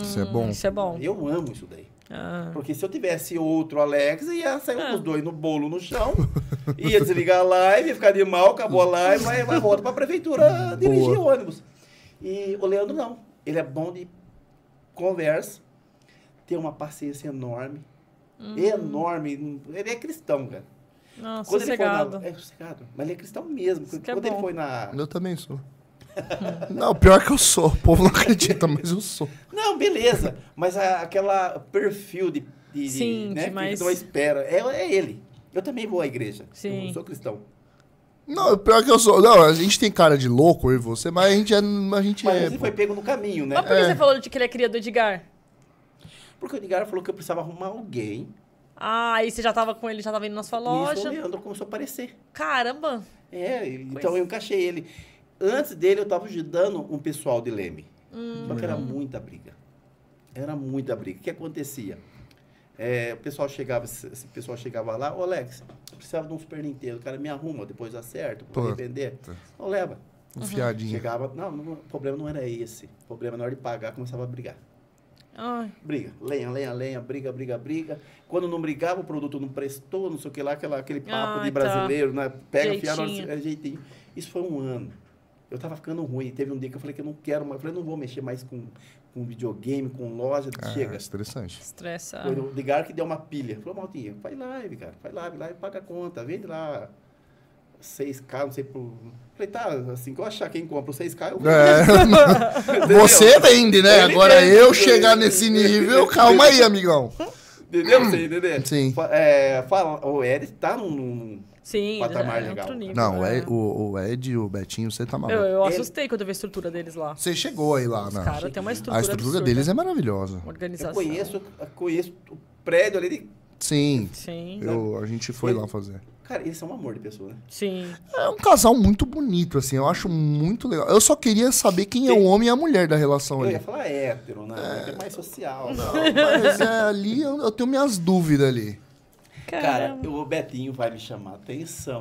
Speaker 1: Isso é bom.
Speaker 2: Isso é bom.
Speaker 3: Eu amo isso daí.
Speaker 2: Ah.
Speaker 3: Porque se eu tivesse outro Alex, ia sair
Speaker 2: Ah.
Speaker 3: os dois no bolo no chão, ia desligar a live, ia ficar de mal, acabou a live, mas vai volta pra prefeitura dirigir o ônibus. E o Leandro não. Ele é bom de conversa, tem uma paciência enorme.
Speaker 2: Hum.
Speaker 3: Enorme. Ele é cristão, cara.
Speaker 2: Nossa,
Speaker 3: Quando ele foi na-
Speaker 2: Tá sossegado.
Speaker 3: É sossegado. Mas ele é cristão mesmo.
Speaker 2: Isso que é
Speaker 3: Quando ele
Speaker 2: bom.
Speaker 3: foi na.
Speaker 1: Eu também sou. Não, pior que eu sou. O povo não acredita, mas eu sou.
Speaker 3: Não, beleza. Mas a- aquela perfil de, de- de-
Speaker 2: Sim,
Speaker 3: né,
Speaker 2: de mais-
Speaker 3: que não espera. É, é ele. Eu também vou à igreja.
Speaker 2: Sim.
Speaker 3: Eu sou cristão.
Speaker 1: Não, pior que eu sou. Não, a gente tem cara de louco, eu e você, mas a gente é. A gente
Speaker 3: Mas
Speaker 1: é
Speaker 3: você foi pego no caminho, né?
Speaker 2: Mas por que você falou de que ele é cria do Edgar?
Speaker 3: Porque o Edgar falou que eu precisava arrumar alguém.
Speaker 2: Ah, aí você já tava com ele, já tava indo na sua
Speaker 3: E isso o
Speaker 2: loja.
Speaker 3: Leandro começou a aparecer.
Speaker 2: Caramba!
Speaker 3: É, e- então eu encaixei ele. Antes dele, eu tava ajudando um pessoal de Leme. Só que era muita briga. Era muita briga. O que acontecia? É, o pessoal chegava, esse pessoal chegava lá, ô Alex, eu precisava de um Super Nintendo, o cara me arruma, depois acerto, vou
Speaker 1: Puta.
Speaker 3: revender. Não leva.
Speaker 1: um fiadinho.
Speaker 3: Chegava, não, não, o problema não era esse. O problema na hora de pagar começava a brigar.
Speaker 2: Ai,
Speaker 3: Briga, lenha, lenha, lenha, briga, briga, briga. Quando não brigava, o produto não prestou, não sei o que lá, aquela, aquele papo
Speaker 2: Ah,
Speaker 3: de
Speaker 2: tá.
Speaker 3: brasileiro, né? Pega, enfia, na hora-
Speaker 2: Jeitinho.
Speaker 3: é jeitinho. Isso foi um ano. Eu tava ficando ruim. Teve um dia que eu falei que eu não quero mais. Eu falei, não vou mexer mais com, com videogame, com loja.
Speaker 1: É,
Speaker 3: chega.
Speaker 1: estressante.
Speaker 2: estressa.
Speaker 3: Foi o ligar que deu uma pilha. Falou, Maltinha, faz live, cara. Faz live, live, paga a conta. Vende lá 6K, não sei por. Falei, tá, assim que eu achar quem compra o 6K, eu vou.
Speaker 1: É. Você vende, né?
Speaker 3: Ele
Speaker 1: Agora
Speaker 3: vende,
Speaker 1: eu
Speaker 3: ele
Speaker 1: chegar
Speaker 3: vende.
Speaker 1: nesse nível, calma aí, amigão.
Speaker 3: Entendeu? Sim, entendeu?
Speaker 1: Sim.
Speaker 3: Fa- É, fala, o Ed tá num- num
Speaker 2: Sim,
Speaker 3: Patamar
Speaker 2: é
Speaker 3: legal. né?
Speaker 2: outro nível.
Speaker 1: Não, o
Speaker 2: é.
Speaker 1: Ed, o, o Ed e o Betinho, você tá
Speaker 2: Eu,
Speaker 1: maluco.
Speaker 2: eu assustei quando eu vi a estrutura deles lá.
Speaker 1: Você chegou aí lá,
Speaker 2: Os
Speaker 1: né?
Speaker 2: caras têm uma estrutura
Speaker 1: A estrutura
Speaker 2: absurda.
Speaker 3: né?
Speaker 1: deles é maravilhosa.
Speaker 2: Organização.
Speaker 3: Eu conheço, conheço o prédio ali. De...
Speaker 1: Sim.
Speaker 2: Sim,
Speaker 1: Eu,
Speaker 3: né?
Speaker 1: a gente foi lá fazer.
Speaker 3: Cara, eles são um amor de pessoa, né?
Speaker 2: sim.
Speaker 1: É um casal muito bonito, assim. Eu acho muito legal. Eu só queria saber quem é o homem e a mulher da relação
Speaker 3: Eu
Speaker 1: ali.
Speaker 3: ia falar hétero, né? É, mais social. né?
Speaker 1: Mas é, ali eu, eu tenho minhas dúvidas ali.
Speaker 3: Cara, eu- o Betinho vai me chamar atenção.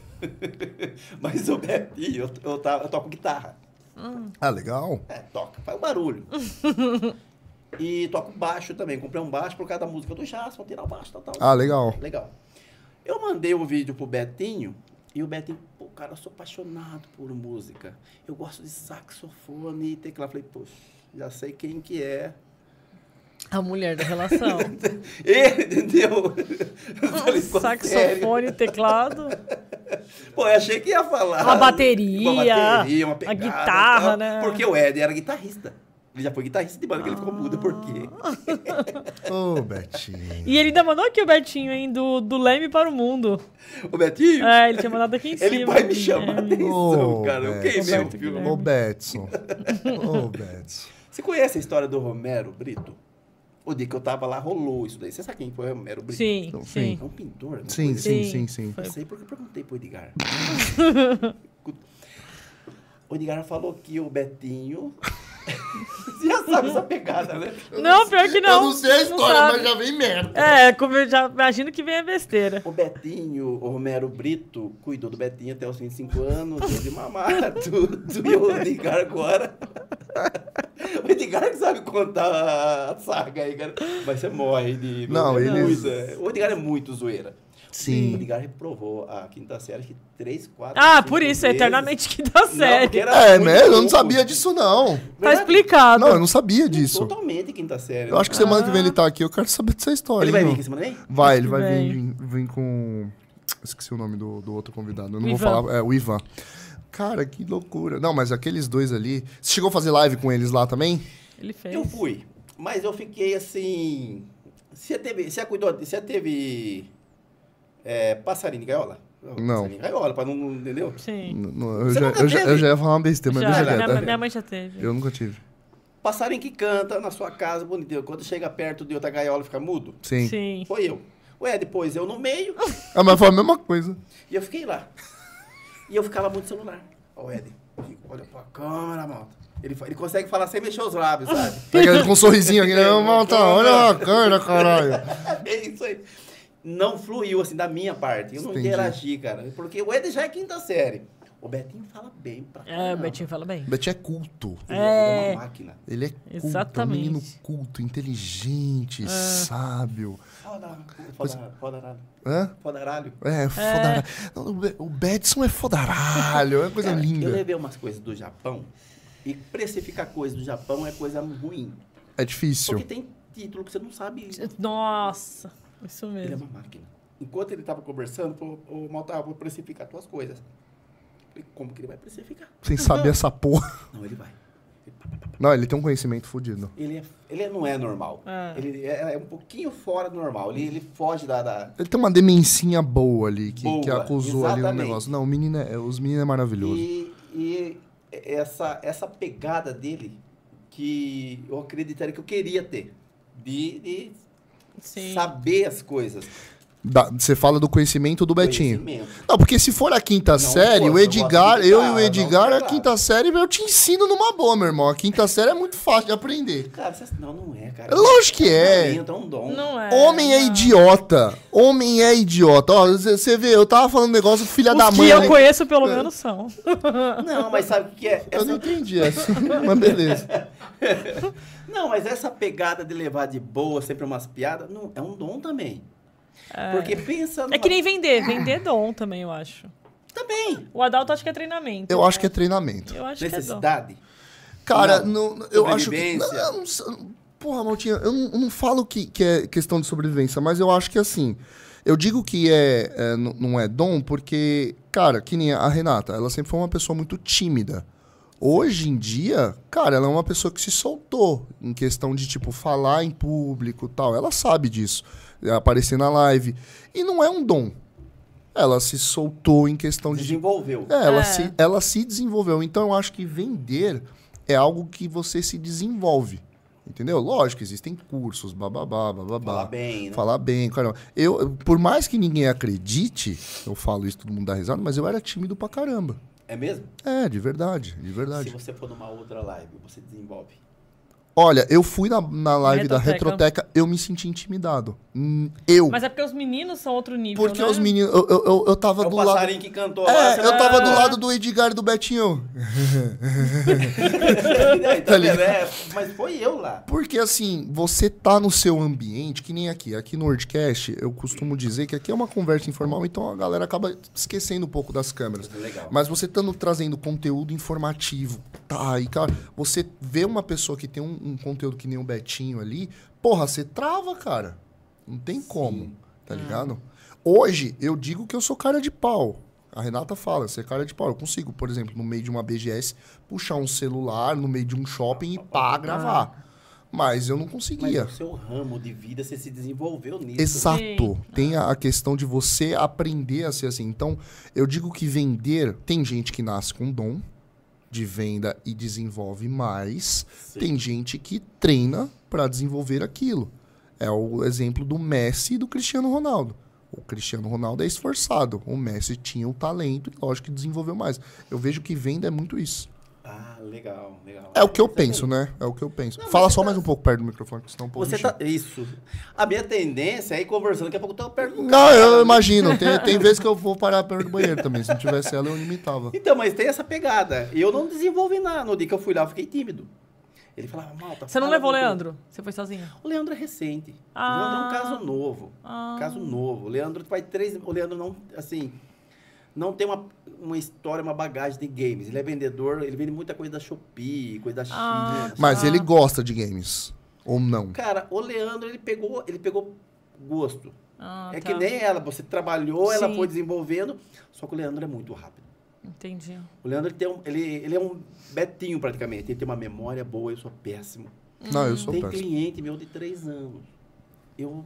Speaker 3: Mas o Betinho, eu, eu, ta- eu toco guitarra.
Speaker 1: Ah, legal.
Speaker 3: É, toca, faz um barulho. e toco baixo também. Comprei um baixo por causa da música do Jasper, vou tirar o baixo, tal, tal.
Speaker 1: Ah, legal.
Speaker 3: Legal. Eu mandei o vídeo pro Betinho e o Betinho, pô, cara, eu sou apaixonado por música. Eu gosto de saxofone e teclado. Falei, poxa, já sei quem que é.
Speaker 2: A mulher da relação.
Speaker 3: Ele, entendeu? Eu falei, "Pô, Então sério?"
Speaker 2: Saxofone, teclado,
Speaker 3: Pô, eu achei que ia falar.
Speaker 2: Uma bateria,
Speaker 3: Uma bateria, uma
Speaker 2: a
Speaker 3: pegada.
Speaker 2: guitarra,
Speaker 3: tal.
Speaker 2: né?
Speaker 3: Porque o Ed era guitarrista. Ele já foi guitarrista de banda, que ele ficou mudo, por quê?
Speaker 2: Ah.
Speaker 1: Ô, Betinho.
Speaker 2: E ele ainda mandou aqui o Betinho, hein? Do, do Leme para o Mundo.
Speaker 3: O Betinho,
Speaker 2: É, ele tinha mandado aqui em cima.
Speaker 3: ele vai me chamar
Speaker 2: É.
Speaker 1: Ô, Oh,
Speaker 3: atenção, cara. Eu
Speaker 1: Beto.
Speaker 3: queimei o
Speaker 2: Roberto
Speaker 3: filme.
Speaker 1: Ô, Betson. Ô, Betson.
Speaker 3: Você conhece a história do Romero Brito? O dia que eu tava lá rolou isso daí. Você sabe quem foi o Romero Brito?
Speaker 2: Sim,
Speaker 1: Então,
Speaker 2: sim.
Speaker 3: É um pintor? alguma
Speaker 1: Sim,
Speaker 3: coisa
Speaker 1: sim, sim,
Speaker 2: Sim.
Speaker 1: sim.
Speaker 3: assim. Não sei porque eu perguntei pro Edgar. o Edgar falou que o Betinho. Você já sabe essa pegada, né?
Speaker 2: Não, pior que não.
Speaker 1: Eu não sei a história,
Speaker 2: sabe.
Speaker 1: mas já vem merda.
Speaker 2: É, como eu já imagino que vem a besteira.
Speaker 3: O Betinho, o Romero Brito, cuidou do Betinho até os 25 anos, deu de mamar, tudo. E o Edgar agora. O Edgar que sabe contar a saga aí, cara. Mas você morre de.
Speaker 1: Não,
Speaker 3: é
Speaker 1: eles-
Speaker 3: muito- o Edgar é muito zoeira.
Speaker 1: Sim.
Speaker 3: O Edgar reprovou a quinta série, acho que 3, 4.
Speaker 2: Ah, por isso, é eternamente que dá
Speaker 3: série.
Speaker 2: série.
Speaker 1: É, né? Eu não sabia disso, não.
Speaker 2: Tá explicado.
Speaker 1: Não, eu não sabia disso.
Speaker 3: é Totalmente quinta série. né?
Speaker 1: Eu acho que semana que vem ele tá aqui, eu quero saber dessa história.
Speaker 3: Ele vai
Speaker 1: hein,
Speaker 3: vir
Speaker 1: meu?
Speaker 3: aqui semana que vem?
Speaker 1: Vai, ele
Speaker 2: que
Speaker 1: vai vir,
Speaker 2: vem.
Speaker 1: vir com. Esqueci o nome do, do outro convidado. Eu não vou
Speaker 2: O Ivan.
Speaker 1: falar. É, o Ivan. Cara, que loucura. Não, mas aqueles dois ali. Você chegou a fazer live com eles lá também?
Speaker 2: Ele fez.
Speaker 3: Eu fui, mas eu fiquei assim. Você teve, você cuidou, você teve é, passarinho de gaiola? Passarinho de gaiola, para não, entendeu?
Speaker 2: Sim.
Speaker 1: N- não, eu, já,
Speaker 3: Você nunca
Speaker 1: eu, já,
Speaker 3: teve?
Speaker 1: eu já ia falar uma besteira, mas
Speaker 2: Já,
Speaker 1: deixa
Speaker 2: minha,
Speaker 1: quieto.
Speaker 2: minha mãe já teve.
Speaker 1: é Eu nunca tive.
Speaker 3: Passarinho que canta na sua casa, bonitinho. Quando chega perto de outra gaiola, fica mudo.
Speaker 1: Sim.
Speaker 2: Sim.
Speaker 3: Foi eu. Ué, depois eu no meio
Speaker 1: Ah, mas foi a mesma coisa.
Speaker 3: e eu fiquei lá. E eu ficava muito no celular. Ó, o Ed, fica- olha pra câmera, malta. Ele, fa- ele consegue falar sem mexer os lábios, sabe?
Speaker 1: Pega ele com um sorrisinho aqui, né? Malta, olha a cara, caralho.
Speaker 3: É isso aí. Não fluiu, assim, da minha parte. Eu não
Speaker 1: Entendi.
Speaker 3: interagi, cara. Porque o Ed já é quinta série. O Betinho fala bem pra
Speaker 2: É, o
Speaker 3: caramba.
Speaker 2: Betinho fala bem.
Speaker 1: O Betinho é culto.
Speaker 3: Ele é
Speaker 2: É.
Speaker 3: uma máquina.
Speaker 1: Ele é culto,
Speaker 2: Exatamente.
Speaker 1: é um menino culto, inteligente, sábio.
Speaker 3: Foda, foda, foda,
Speaker 1: Hã?
Speaker 3: foda,
Speaker 1: É, foda. Não, o Be- O Bedson é fodaralho, é uma coisa
Speaker 3: Cara,
Speaker 1: linda.
Speaker 3: Eu levei umas coisas do Japão e precificar coisa do Japão é coisa ruim.
Speaker 1: É difícil.
Speaker 3: Porque tem título que você não sabe.
Speaker 2: é Nossa, isso
Speaker 3: Ele é
Speaker 2: mesmo.
Speaker 3: uma máquina. Enquanto ele tava conversando, pô, ô Malta, eu vou precificar tuas coisas. Falei, como que ele vai precificar?
Speaker 1: Sem saber essa porra.
Speaker 3: Não, ele vai.
Speaker 1: Não, ele tem um conhecimento fodido.
Speaker 3: Ele, é- ele não é normal.
Speaker 2: Ah.
Speaker 3: Ele é, é um pouquinho fora do normal. Ele, ele foge da. da-
Speaker 1: Ele tem uma demencinha boa ali, que,
Speaker 3: Boa,
Speaker 1: que acusou ali no
Speaker 3: exatamente.
Speaker 1: negócio. Não, o menino é, os meninos é maravilhoso.
Speaker 3: E, e essa, essa pegada dele que eu acreditaria que eu queria ter. De, de
Speaker 2: Sim.
Speaker 3: saber as coisas.
Speaker 1: Dá- Você fala do conhecimento do Betinho.
Speaker 3: Conhecimento.
Speaker 1: Não, porque se for a quinta série,
Speaker 3: for,
Speaker 1: o
Speaker 3: eu gosto
Speaker 1: Edgar, eu
Speaker 3: de Edgar,
Speaker 1: e o
Speaker 3: não,
Speaker 1: Edgar, a
Speaker 3: claro.
Speaker 1: quinta série, eu te ensino numa boa, meu irmão. A quinta série é muito fácil de aprender.
Speaker 3: Cara, você- não, não é, cara.
Speaker 1: É lógico que é.
Speaker 3: É um talento, é um dom.
Speaker 2: Não é.
Speaker 1: Homem é
Speaker 2: não.
Speaker 1: idiota. Homem é idiota. Ó, você vê, eu tava falando um negócio, filha da
Speaker 2: Os
Speaker 1: mãe.
Speaker 2: que eu
Speaker 1: né?
Speaker 2: conheço, pelo menos, são.
Speaker 3: Não, mas sabe o que é?
Speaker 1: Eu
Speaker 3: Essa-
Speaker 1: não entendi essa. Mas beleza.
Speaker 3: Não, mas essa pegada de levar de boa sempre umas piadas, não, é um dom também. Porque pensa
Speaker 2: É que nem vender. Vender é dom também, eu acho.
Speaker 3: Também.
Speaker 2: O Adalto acho que é treinamento.
Speaker 1: Eu acho que é treinamento.
Speaker 2: Eu acho que é dom.
Speaker 3: Necessidade.
Speaker 1: Cara,
Speaker 3: Não.
Speaker 1: não- eu acho que.
Speaker 3: Sobrevivência.
Speaker 1: Não, não sei- porra, Maltinha, eu não, eu não falo que, que é questão de sobrevivência, mas eu acho que assim. Eu digo que é, é, n- não é dom porque, cara, que nem a Renata, ela sempre foi uma pessoa muito tímida. Hoje em dia, cara, ela é uma pessoa que se soltou em questão de, tipo, falar em público e tal. Ela sabe disso, é, aparecer na live. E não é um dom. Ela se soltou em questão de,
Speaker 3: Desenvolveu.
Speaker 1: é, ela,
Speaker 2: É.
Speaker 1: Se, ela se desenvolveu. Então eu acho que vender é algo que você se desenvolve. Entendeu? Lógico, existem cursos, bababá, bababá.
Speaker 3: Falar bem, né?
Speaker 1: Falar bem, caramba. Eu, eu- por mais que ninguém acredite, eu falo isso, todo mundo dá risada, mas eu era tímido pra caramba.
Speaker 3: É mesmo?
Speaker 1: É, de verdade, de verdade.
Speaker 3: Se você for numa outra live, você desenvolve.
Speaker 1: Olha, eu fui na, na live da
Speaker 2: Retroteca.
Speaker 1: Retroteca, eu me senti intimidado. Hum, Eu.
Speaker 2: Mas é porque os meninos são outro nível,
Speaker 1: porque
Speaker 2: né?
Speaker 1: os meninos. Eu, eu, eu, eu tava
Speaker 3: É o
Speaker 1: do lado.
Speaker 3: passarinho que cantou lá.
Speaker 1: É,
Speaker 3: você
Speaker 1: eu
Speaker 3: não-
Speaker 1: tava do lado do Edgar e do Betinho.
Speaker 3: Então,
Speaker 1: Tá ligado?
Speaker 3: é, mas foi eu lá.
Speaker 1: Porque assim, você tá no seu ambiente, que nem aqui. Aqui no WordCast, eu costumo dizer que aqui é uma conversa informal, então a galera acaba esquecendo um pouco das câmeras.
Speaker 3: Legal.
Speaker 1: Mas você estando trazendo conteúdo informativo, tá? E, cara, você vê uma pessoa que tem um, um conteúdo que nem o Betinho ali, porra, você trava, cara. Não tem como,
Speaker 3: É.
Speaker 1: tá ligado? Hoje, eu digo que eu sou cara de pau. A Renata fala, você é cara de pau. Eu consigo, por exemplo, no meio de uma BGS, puxar um celular no meio de um shopping e pá, gravar. Mas eu não
Speaker 3: Ah. Mas
Speaker 1: conseguia.
Speaker 3: o seu ramo de vida, você se desenvolveu nisso.
Speaker 1: Exato. Tem a a questão de você aprender a ser assim. Então, eu digo que vender, tem gente que nasce com dom de venda e desenvolve mais,
Speaker 3: Sim.
Speaker 1: tem gente que treina para desenvolver aquilo. É o exemplo do Messi e do Cristiano Ronaldo. O Cristiano Ronaldo é esforçado, o Messi tinha o talento e lógico que desenvolveu mais. Eu vejo que venda é muito isso.
Speaker 3: Ah, legal, legal.
Speaker 1: É o que eu
Speaker 3: Você
Speaker 1: penso, né? É o que eu penso.
Speaker 3: Não, mas
Speaker 1: Fala
Speaker 3: você
Speaker 1: só
Speaker 3: tá-
Speaker 1: mais um pouco perto do microfone, que senão o povo
Speaker 3: Você
Speaker 1: me
Speaker 3: tá. Isso. A minha tendência é ir conversando, daqui a pouco eu tô perto do
Speaker 1: Não, eu imagino. Tem, tem vezes que eu vou parar perto do banheiro também. Se não tivesse ela, eu limitava.
Speaker 3: Então, mas tem essa pegada. E eu não desenvolvi nada. No dia que eu fui lá, eu fiquei tímido. Ele falava, malta.
Speaker 2: Você não
Speaker 3: fala
Speaker 2: levou o
Speaker 3: alguma
Speaker 2: Leandro? Você foi sozinha?
Speaker 3: coisa." O Leandro é recente.
Speaker 2: Ah.
Speaker 3: O Leandro é um caso novo.
Speaker 2: Ah.
Speaker 3: Caso novo. O Leandro faz três. O Leandro não, assim. Não tem uma, uma história, uma bagagem de games. Ele é vendedor, ele vende muita coisa da Shopee, coisa da
Speaker 2: Ah,
Speaker 3: China.
Speaker 1: Mas ele gosta de games. Ou não.
Speaker 3: Cara, o Leandro, ele pegou, ele pegou gosto.
Speaker 2: Ah,
Speaker 3: é
Speaker 2: tá.
Speaker 3: que nem ela, você trabalhou, ela
Speaker 2: Sim.
Speaker 3: foi desenvolvendo. Só que o Leandro é muito rápido.
Speaker 2: Entendi.
Speaker 3: O Leandro ele tem um, ele, ele é um betinho praticamente. Ele tem uma memória boa, eu sou péssimo.
Speaker 1: Não, eu sou
Speaker 3: tem
Speaker 1: péssimo.
Speaker 3: cliente meu de três anos. Eu.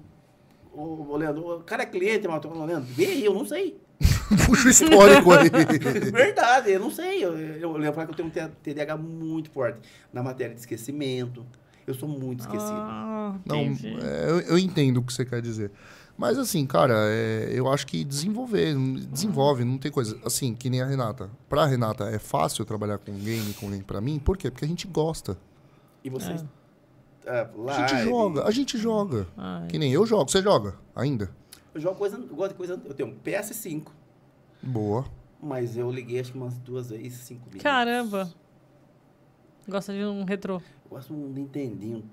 Speaker 3: Ô, ô, Leandro, o cara é cliente, mas eu tô falando, Leandro, vê aí, eu não sei.
Speaker 1: Puxa o histórico aí.
Speaker 3: Verdade, eu não sei. Eu, eu, eu lembro que eu tenho um T- TDAH muito forte na matéria de esquecimento. Eu sou muito esquecido.
Speaker 2: Ah,
Speaker 1: Não,
Speaker 2: entendi.
Speaker 1: é, eu, eu entendo o que você quer dizer. Mas assim, cara, é, eu acho que desenvolver, hum, desenvolve, não tem coisa. Assim, que nem a Renata. Pra Renata é fácil trabalhar com game, com game pra mim. Por quê? Porque a gente gosta.
Speaker 3: E vocês. É,
Speaker 1: A gente
Speaker 3: live.
Speaker 1: joga, a gente joga.
Speaker 2: Ai.
Speaker 1: Que nem eu jogo. Você joga ainda?
Speaker 3: Eu jogo coisa. Eu gosto de coisa. Eu tenho um PS5,
Speaker 1: Boa.
Speaker 3: mas eu liguei acho que umas duas vezes, cinco minutos.
Speaker 2: Caramba. Gosta de um retrô.
Speaker 3: Eu gosto de um Nintendinho. um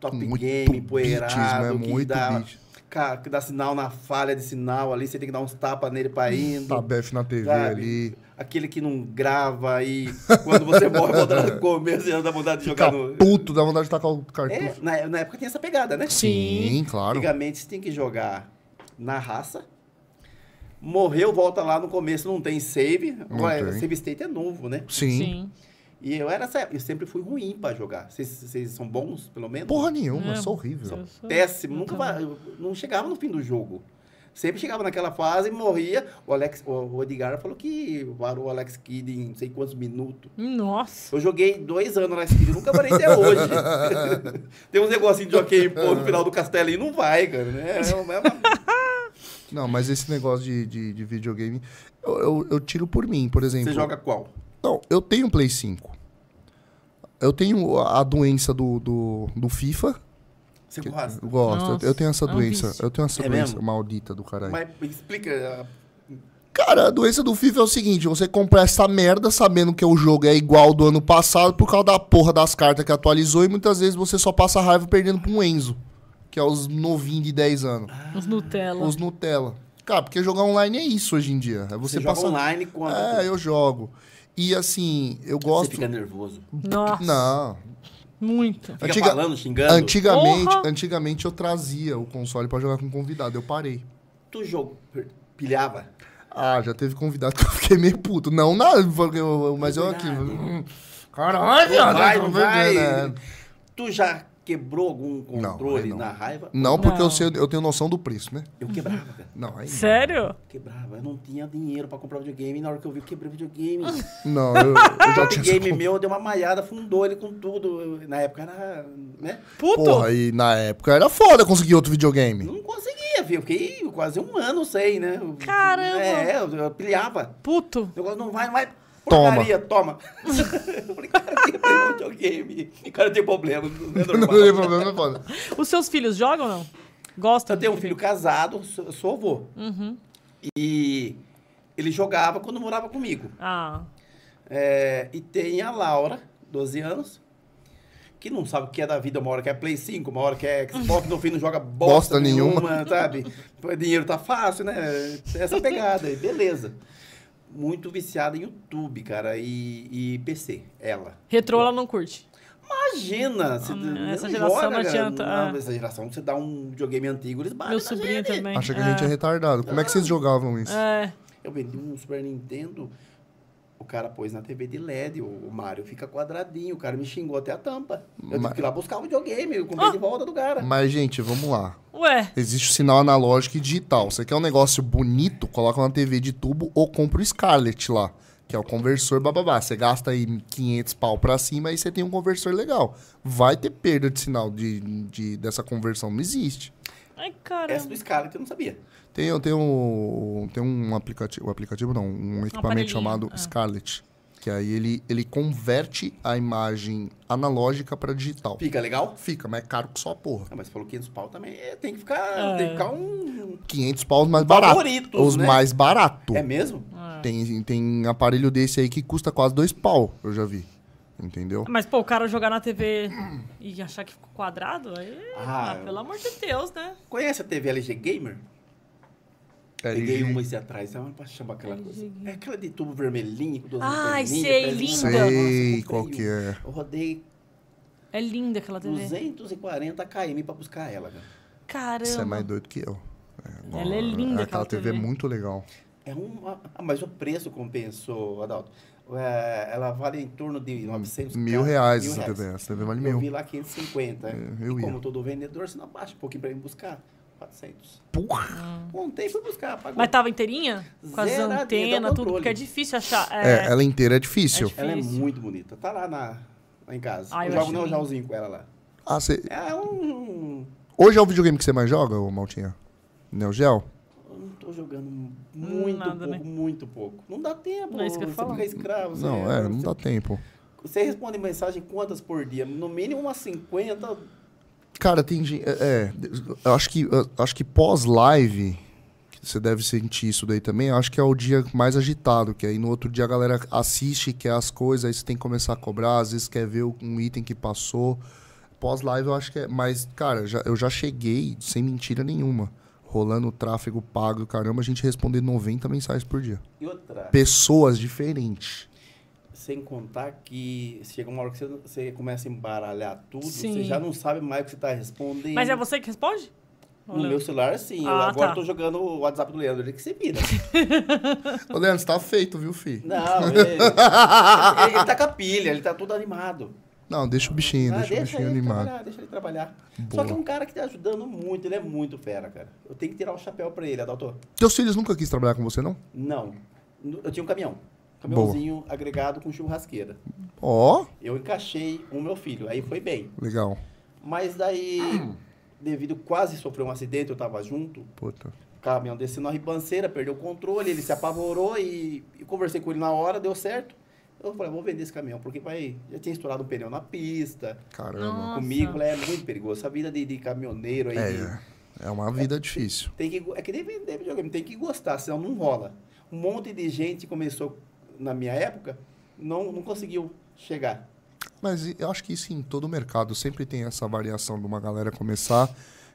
Speaker 3: Top
Speaker 1: Muito
Speaker 3: game,
Speaker 1: beats,
Speaker 3: poeirado,
Speaker 1: né?
Speaker 3: que
Speaker 1: Muito
Speaker 3: dá.
Speaker 1: beat.
Speaker 3: Cara, que dá sinal na falha de sinal ali, você tem que dar uns tapas nele pra indo.
Speaker 1: Tabef Tá na TV
Speaker 3: Sabe?
Speaker 1: ali.
Speaker 3: Aquele que não grava e quando você morre, volta no começo, você dá vontade de
Speaker 1: Fica
Speaker 3: jogar no.
Speaker 1: puto, dá vontade de tacar o
Speaker 3: É,
Speaker 1: cartucho.
Speaker 3: na, na época tem essa pegada, né?
Speaker 1: Sim, claro.
Speaker 3: Antigamente você tem que jogar na raça. Morreu, volta lá no começo, não tem save. Agora,
Speaker 1: tem.
Speaker 3: save state é novo, né?
Speaker 1: Sim.
Speaker 2: Sim.
Speaker 3: E eu era essa- eu sempre fui ruim pra jogar. Vocês- Vocês são bons, pelo menos?
Speaker 1: Porra nenhuma,
Speaker 2: É,
Speaker 1: sou horrível.
Speaker 2: eu sou-
Speaker 3: Péssimo,
Speaker 2: eu
Speaker 3: nunca
Speaker 2: também.
Speaker 3: va- eu não chegava no fim do jogo. Sempre chegava naquela fase e morria. O Alex, o- o Edgar falou que varou o Alex Kidd em não sei quantos minutos.
Speaker 2: Nossa.
Speaker 3: Eu joguei dois anos no Alex Kidd, nunca parei até hoje. Tem uns negocinhos de jockey pô, no final do castelo e não vai, cara. Né? É uma- é uma
Speaker 1: Não, mas esse negócio de, de, de videogame, eu, eu- eu tiro por mim, por exemplo.
Speaker 3: Você joga qual?
Speaker 1: Não, eu tenho um Play 5. Eu tenho a a doença do, do, do FIFA.
Speaker 3: Você
Speaker 1: que-
Speaker 3: gosta?
Speaker 1: eu gosto.
Speaker 2: Nossa,
Speaker 1: eu, eu tenho essa
Speaker 2: é um
Speaker 1: doença.
Speaker 2: vício.
Speaker 1: eu tenho essa
Speaker 3: É
Speaker 1: doença
Speaker 3: mesmo?
Speaker 1: maldita do caralho.
Speaker 3: Mas me explica. ah,
Speaker 1: Cara, a doença do FIFA é o seguinte: você comprar essa merda sabendo que o jogo é igual ao do ano passado por causa da porra das cartas que atualizou e muitas vezes você só passa raiva perdendo pra um Enzo, que é os novinhos de 10 anos.
Speaker 2: Os Nutella.
Speaker 1: Os Nutella. Cara, porque jogar online é isso hoje em dia. É
Speaker 3: Você,
Speaker 1: você,
Speaker 3: joga
Speaker 1: passar.
Speaker 3: online quando.
Speaker 1: É, eu jogo. E assim, eu
Speaker 3: Você
Speaker 1: gosto.
Speaker 3: fica nervoso.
Speaker 2: Nossa.
Speaker 1: Não.
Speaker 2: Muito.
Speaker 3: Fica
Speaker 1: Antiga-
Speaker 3: falando, xingando.
Speaker 1: Antigamente,
Speaker 2: Porra!
Speaker 1: antigamente eu trazia o console pra jogar com convidado, eu parei.
Speaker 3: Tu jogo pilhava.
Speaker 1: Ah, já teve convidado que eu fiquei meio puto. Não, nada, mas eu aqui. hum, Caralho,
Speaker 3: é Não vai,
Speaker 1: eu tô
Speaker 3: não vai.
Speaker 1: perdendo, é.
Speaker 3: Tu já quebrou algum controle
Speaker 1: aí não.
Speaker 3: na raiva?
Speaker 1: Não, porque Eu,
Speaker 2: Não.
Speaker 1: sei, eu tenho noção do preço, né?
Speaker 3: Eu quebrava, cara.
Speaker 1: Não, é aí.
Speaker 2: Sério?
Speaker 3: Quebrava. Eu não tinha dinheiro pra comprar videogame. Na hora que eu vi, eu quebrei o videogame.
Speaker 1: Ah, Não, eu, eu já
Speaker 3: O
Speaker 1: tinha.
Speaker 3: game meu deu uma malhada, fundou ele com tudo. Eu- Na época era. né?
Speaker 2: Puto.
Speaker 1: Porra, e na época era foda conseguir outro videogame.
Speaker 3: Não conseguia, viu? Eu fiquei quase um ano sem, né? Eu-
Speaker 2: Caramba!
Speaker 3: É, eu, eu pilhava.
Speaker 2: Puto.
Speaker 3: O negócio não vai, não vai.
Speaker 1: Toma.
Speaker 3: Porcaria, toma. eu falei, cara, tem problema de videogame. E cara tem problema, não é
Speaker 1: Não tem
Speaker 3: normal.
Speaker 1: problema, é foda.
Speaker 2: Os seus filhos jogam ou não? Gostam?
Speaker 3: Eu tenho um filho casado, sou, sou avô.
Speaker 2: Uhum.
Speaker 3: E ele jogava quando morava comigo.
Speaker 2: Ah.
Speaker 3: É, e tem a Laura, 12 anos, que não sabe o que é da vida. Uma hora que é Play 5, uma hora que é Xbox, no fim não joga bosta,
Speaker 1: Bosta nenhuma.
Speaker 3: sabe? O dinheiro tá fácil, né? Essa pegada aí, beleza. Muito viciada em YouTube, cara, e, e PC, ela.
Speaker 2: Retrô ela não curte.
Speaker 3: Imagina! se-
Speaker 2: Hum, essa
Speaker 3: não
Speaker 2: geração
Speaker 3: joga,
Speaker 2: não
Speaker 3: cara.
Speaker 2: adianta,
Speaker 3: Não,
Speaker 2: ah.
Speaker 3: Essa geração, você dá um videogame antigo, eles batem.
Speaker 2: Meu
Speaker 3: na
Speaker 2: sobrinho
Speaker 3: gente.
Speaker 2: também.
Speaker 1: Acha que a gente é retardado. Como é que vocês jogavam isso?
Speaker 2: É.
Speaker 3: Eu vendi um Super Nintendo, o cara pôs na TV de LED, o, o Mario fica quadradinho, o cara me xingou até a tampa. Eu
Speaker 1: Mas-
Speaker 3: tive que ir lá buscar o videogame, eu
Speaker 2: Ah!
Speaker 3: comprei de volta do cara.
Speaker 1: Mas, gente, vamos lá.
Speaker 2: É. Ué.
Speaker 1: Existe o sinal analógico e digital. Você quer um negócio bonito, coloca uma TV de tubo ou compra o Scarlett lá, que é o conversor bababá. Você gasta aí 500 pau pra cima e você tem um conversor legal. Vai ter perda de sinal de, de- dessa conversão, não existe.
Speaker 2: Ai,
Speaker 3: Essa
Speaker 2: caramba.
Speaker 3: do Scarlett eu não sabia.
Speaker 1: Tem, tem, um, tem um aplicativo, um aplicativo não, um equipamento
Speaker 2: aparelhinho,
Speaker 1: chamado
Speaker 2: ah.
Speaker 1: Scarlett, que aí ele, ele converte a imagem analógica pra digital.
Speaker 3: Fica legal?
Speaker 1: Fica, mas é caro que só a porra.
Speaker 3: Ah, mas falou 500 pau também, é, tem que ficar, tem que ficar um...
Speaker 1: 500 pau os mais barato.
Speaker 3: Favoritos,
Speaker 1: Os
Speaker 3: né?
Speaker 1: mais barato.
Speaker 3: É mesmo?
Speaker 2: Ah.
Speaker 1: Tem, tem aparelho desse aí que custa quase dois pau, eu já vi. Entendeu?
Speaker 2: Mas, pô, o cara jogar na TV e achar que ficou quadrado? Aí,
Speaker 3: Ah,
Speaker 2: ah, pelo amor de Deus, né?
Speaker 3: Conhece a TV LG Gamer?
Speaker 1: É,
Speaker 3: Peguei uma esse atrás, é uma paixão aquela coisa. É aquela de tubo vermelhinho, com duas
Speaker 2: Ai,
Speaker 3: anteninhas,
Speaker 2: sei,
Speaker 3: parece um-
Speaker 2: linda.
Speaker 3: Nossa, eu
Speaker 1: Sei
Speaker 3: comprei
Speaker 1: qual
Speaker 3: um.
Speaker 1: que é.
Speaker 3: Eu rodei
Speaker 2: É linda aquela TV.
Speaker 3: 240 km pra buscar ela, cara.
Speaker 2: Caramba.
Speaker 1: Você é mais doido que eu. É,
Speaker 2: Ela é linda,
Speaker 1: Aquela
Speaker 2: aquela
Speaker 1: TV é
Speaker 2: TV.
Speaker 1: muito legal.
Speaker 3: É uma... ah, mas o preço compensou, Adalto. É, ela vale em torno de 900
Speaker 1: Hum, Mil
Speaker 3: cara,
Speaker 1: reais
Speaker 3: mil
Speaker 1: essa TV. Essa TV vale
Speaker 3: Eu
Speaker 1: mil. É,
Speaker 3: vi lá 550.
Speaker 1: eu
Speaker 3: e
Speaker 1: ia.
Speaker 3: como todo vendedor, você não abaixa um pouquinho pra ir buscar. 400.
Speaker 1: É, Porra!
Speaker 3: Ontem fui buscar, pagou.
Speaker 2: Mas tava inteirinha? Com as
Speaker 3: Zeradinha, dá
Speaker 2: antenas, tudo,
Speaker 3: controle.
Speaker 2: porque é difícil achar.
Speaker 1: É,
Speaker 2: É,
Speaker 1: ela inteira é difícil.
Speaker 2: difícil.
Speaker 3: Ela é muito bonita. Tá lá, na, lá em casa.
Speaker 2: Ah, eu
Speaker 3: eu jogo
Speaker 2: acho
Speaker 3: no
Speaker 2: lindo.
Speaker 3: Jalzinho com ela lá.
Speaker 1: Ah, você-
Speaker 3: É um...
Speaker 1: Hoje é o videogame que você mais joga, ô Maltinha? Neo Geo?
Speaker 3: Eu não tô jogando muito
Speaker 2: nada, né?
Speaker 3: pouco, muito pouco. Não dá tempo.
Speaker 2: Não é isso que eu ia
Speaker 3: você
Speaker 2: falar.
Speaker 3: fica escravo. você-
Speaker 1: Não, é, não
Speaker 3: você-
Speaker 1: dá tempo.
Speaker 3: Você responde mensagem quantas por dia? No mínimo umas 50.
Speaker 1: Cara, tem gente. É, é, eu acho que, eu acho que pós-live, que você deve sentir isso daí também, eu acho que é o dia mais agitado, que aí no outro dia a galera assiste, quer as coisas, aí você tem que começar a cobrar, às vezes quer ver um item que passou. Pós-live eu acho que é. Mas, cara, já- eu já cheguei, sem mentira nenhuma, rolando tráfego pago, caramba, a gente responder 90 mensagens por dia.
Speaker 3: E outra,
Speaker 1: Pessoas diferentes.
Speaker 3: sem contar que chega uma hora que você, você começa a embaralhar tudo,
Speaker 2: Sim.
Speaker 3: você já não sabe mais o que você tá respondendo.
Speaker 2: Mas é você que responde? Ou
Speaker 3: No
Speaker 2: não?
Speaker 3: meu celular, sim. eu
Speaker 2: Ah,
Speaker 3: agora
Speaker 2: tá.
Speaker 3: tô jogando o WhatsApp do Leandro, ele que se vira.
Speaker 1: Ô, Leandro, você tá feito, viu, fi?
Speaker 3: Não, ele, ele, ele tá com a pilha, ele tá todo animado.
Speaker 1: Não, deixa o bichinho,
Speaker 3: Ah,
Speaker 1: deixa, o bichinho
Speaker 3: ele
Speaker 1: animado.
Speaker 3: trabalhar, deixa ele trabalhar.
Speaker 1: Boa.
Speaker 3: Só que é um cara que tá ajudando muito, ele é muito fera, cara. Eu tenho que tirar o chapéu pra ele, Adalto.
Speaker 1: Teus filhos nunca quis trabalhar com você, não?
Speaker 3: Não. N- Eu tinha um caminhão. Caminhãozinho agregado com churrasqueira.
Speaker 1: Ó,
Speaker 3: Eu encaixei o meu filho, aí foi bem.
Speaker 1: legal.
Speaker 3: Mas daí, devido quase sofreu um acidente, eu tava junto,
Speaker 1: Puta.
Speaker 3: o caminhão desceu na ribanceira, perdeu o controle, ele se apavorou e, e conversei com ele na hora, deu certo. Eu falei, vou vender esse caminhão, porque vai. Já tinha estourado um pneu na pista.
Speaker 1: Caramba.
Speaker 2: Nossa.
Speaker 3: Comigo falei, é muito perigoso. Essa vida de, de caminhoneiro aí. de-
Speaker 1: É, é uma vida difícil.
Speaker 3: Tem que, é que nem vender videogame, tem que gostar, senão não rola. Um monte de gente começou, na minha época, não, não conseguiu chegar.
Speaker 1: Mas e- eu acho que isso em todo mercado sempre tem essa variação de uma galera começar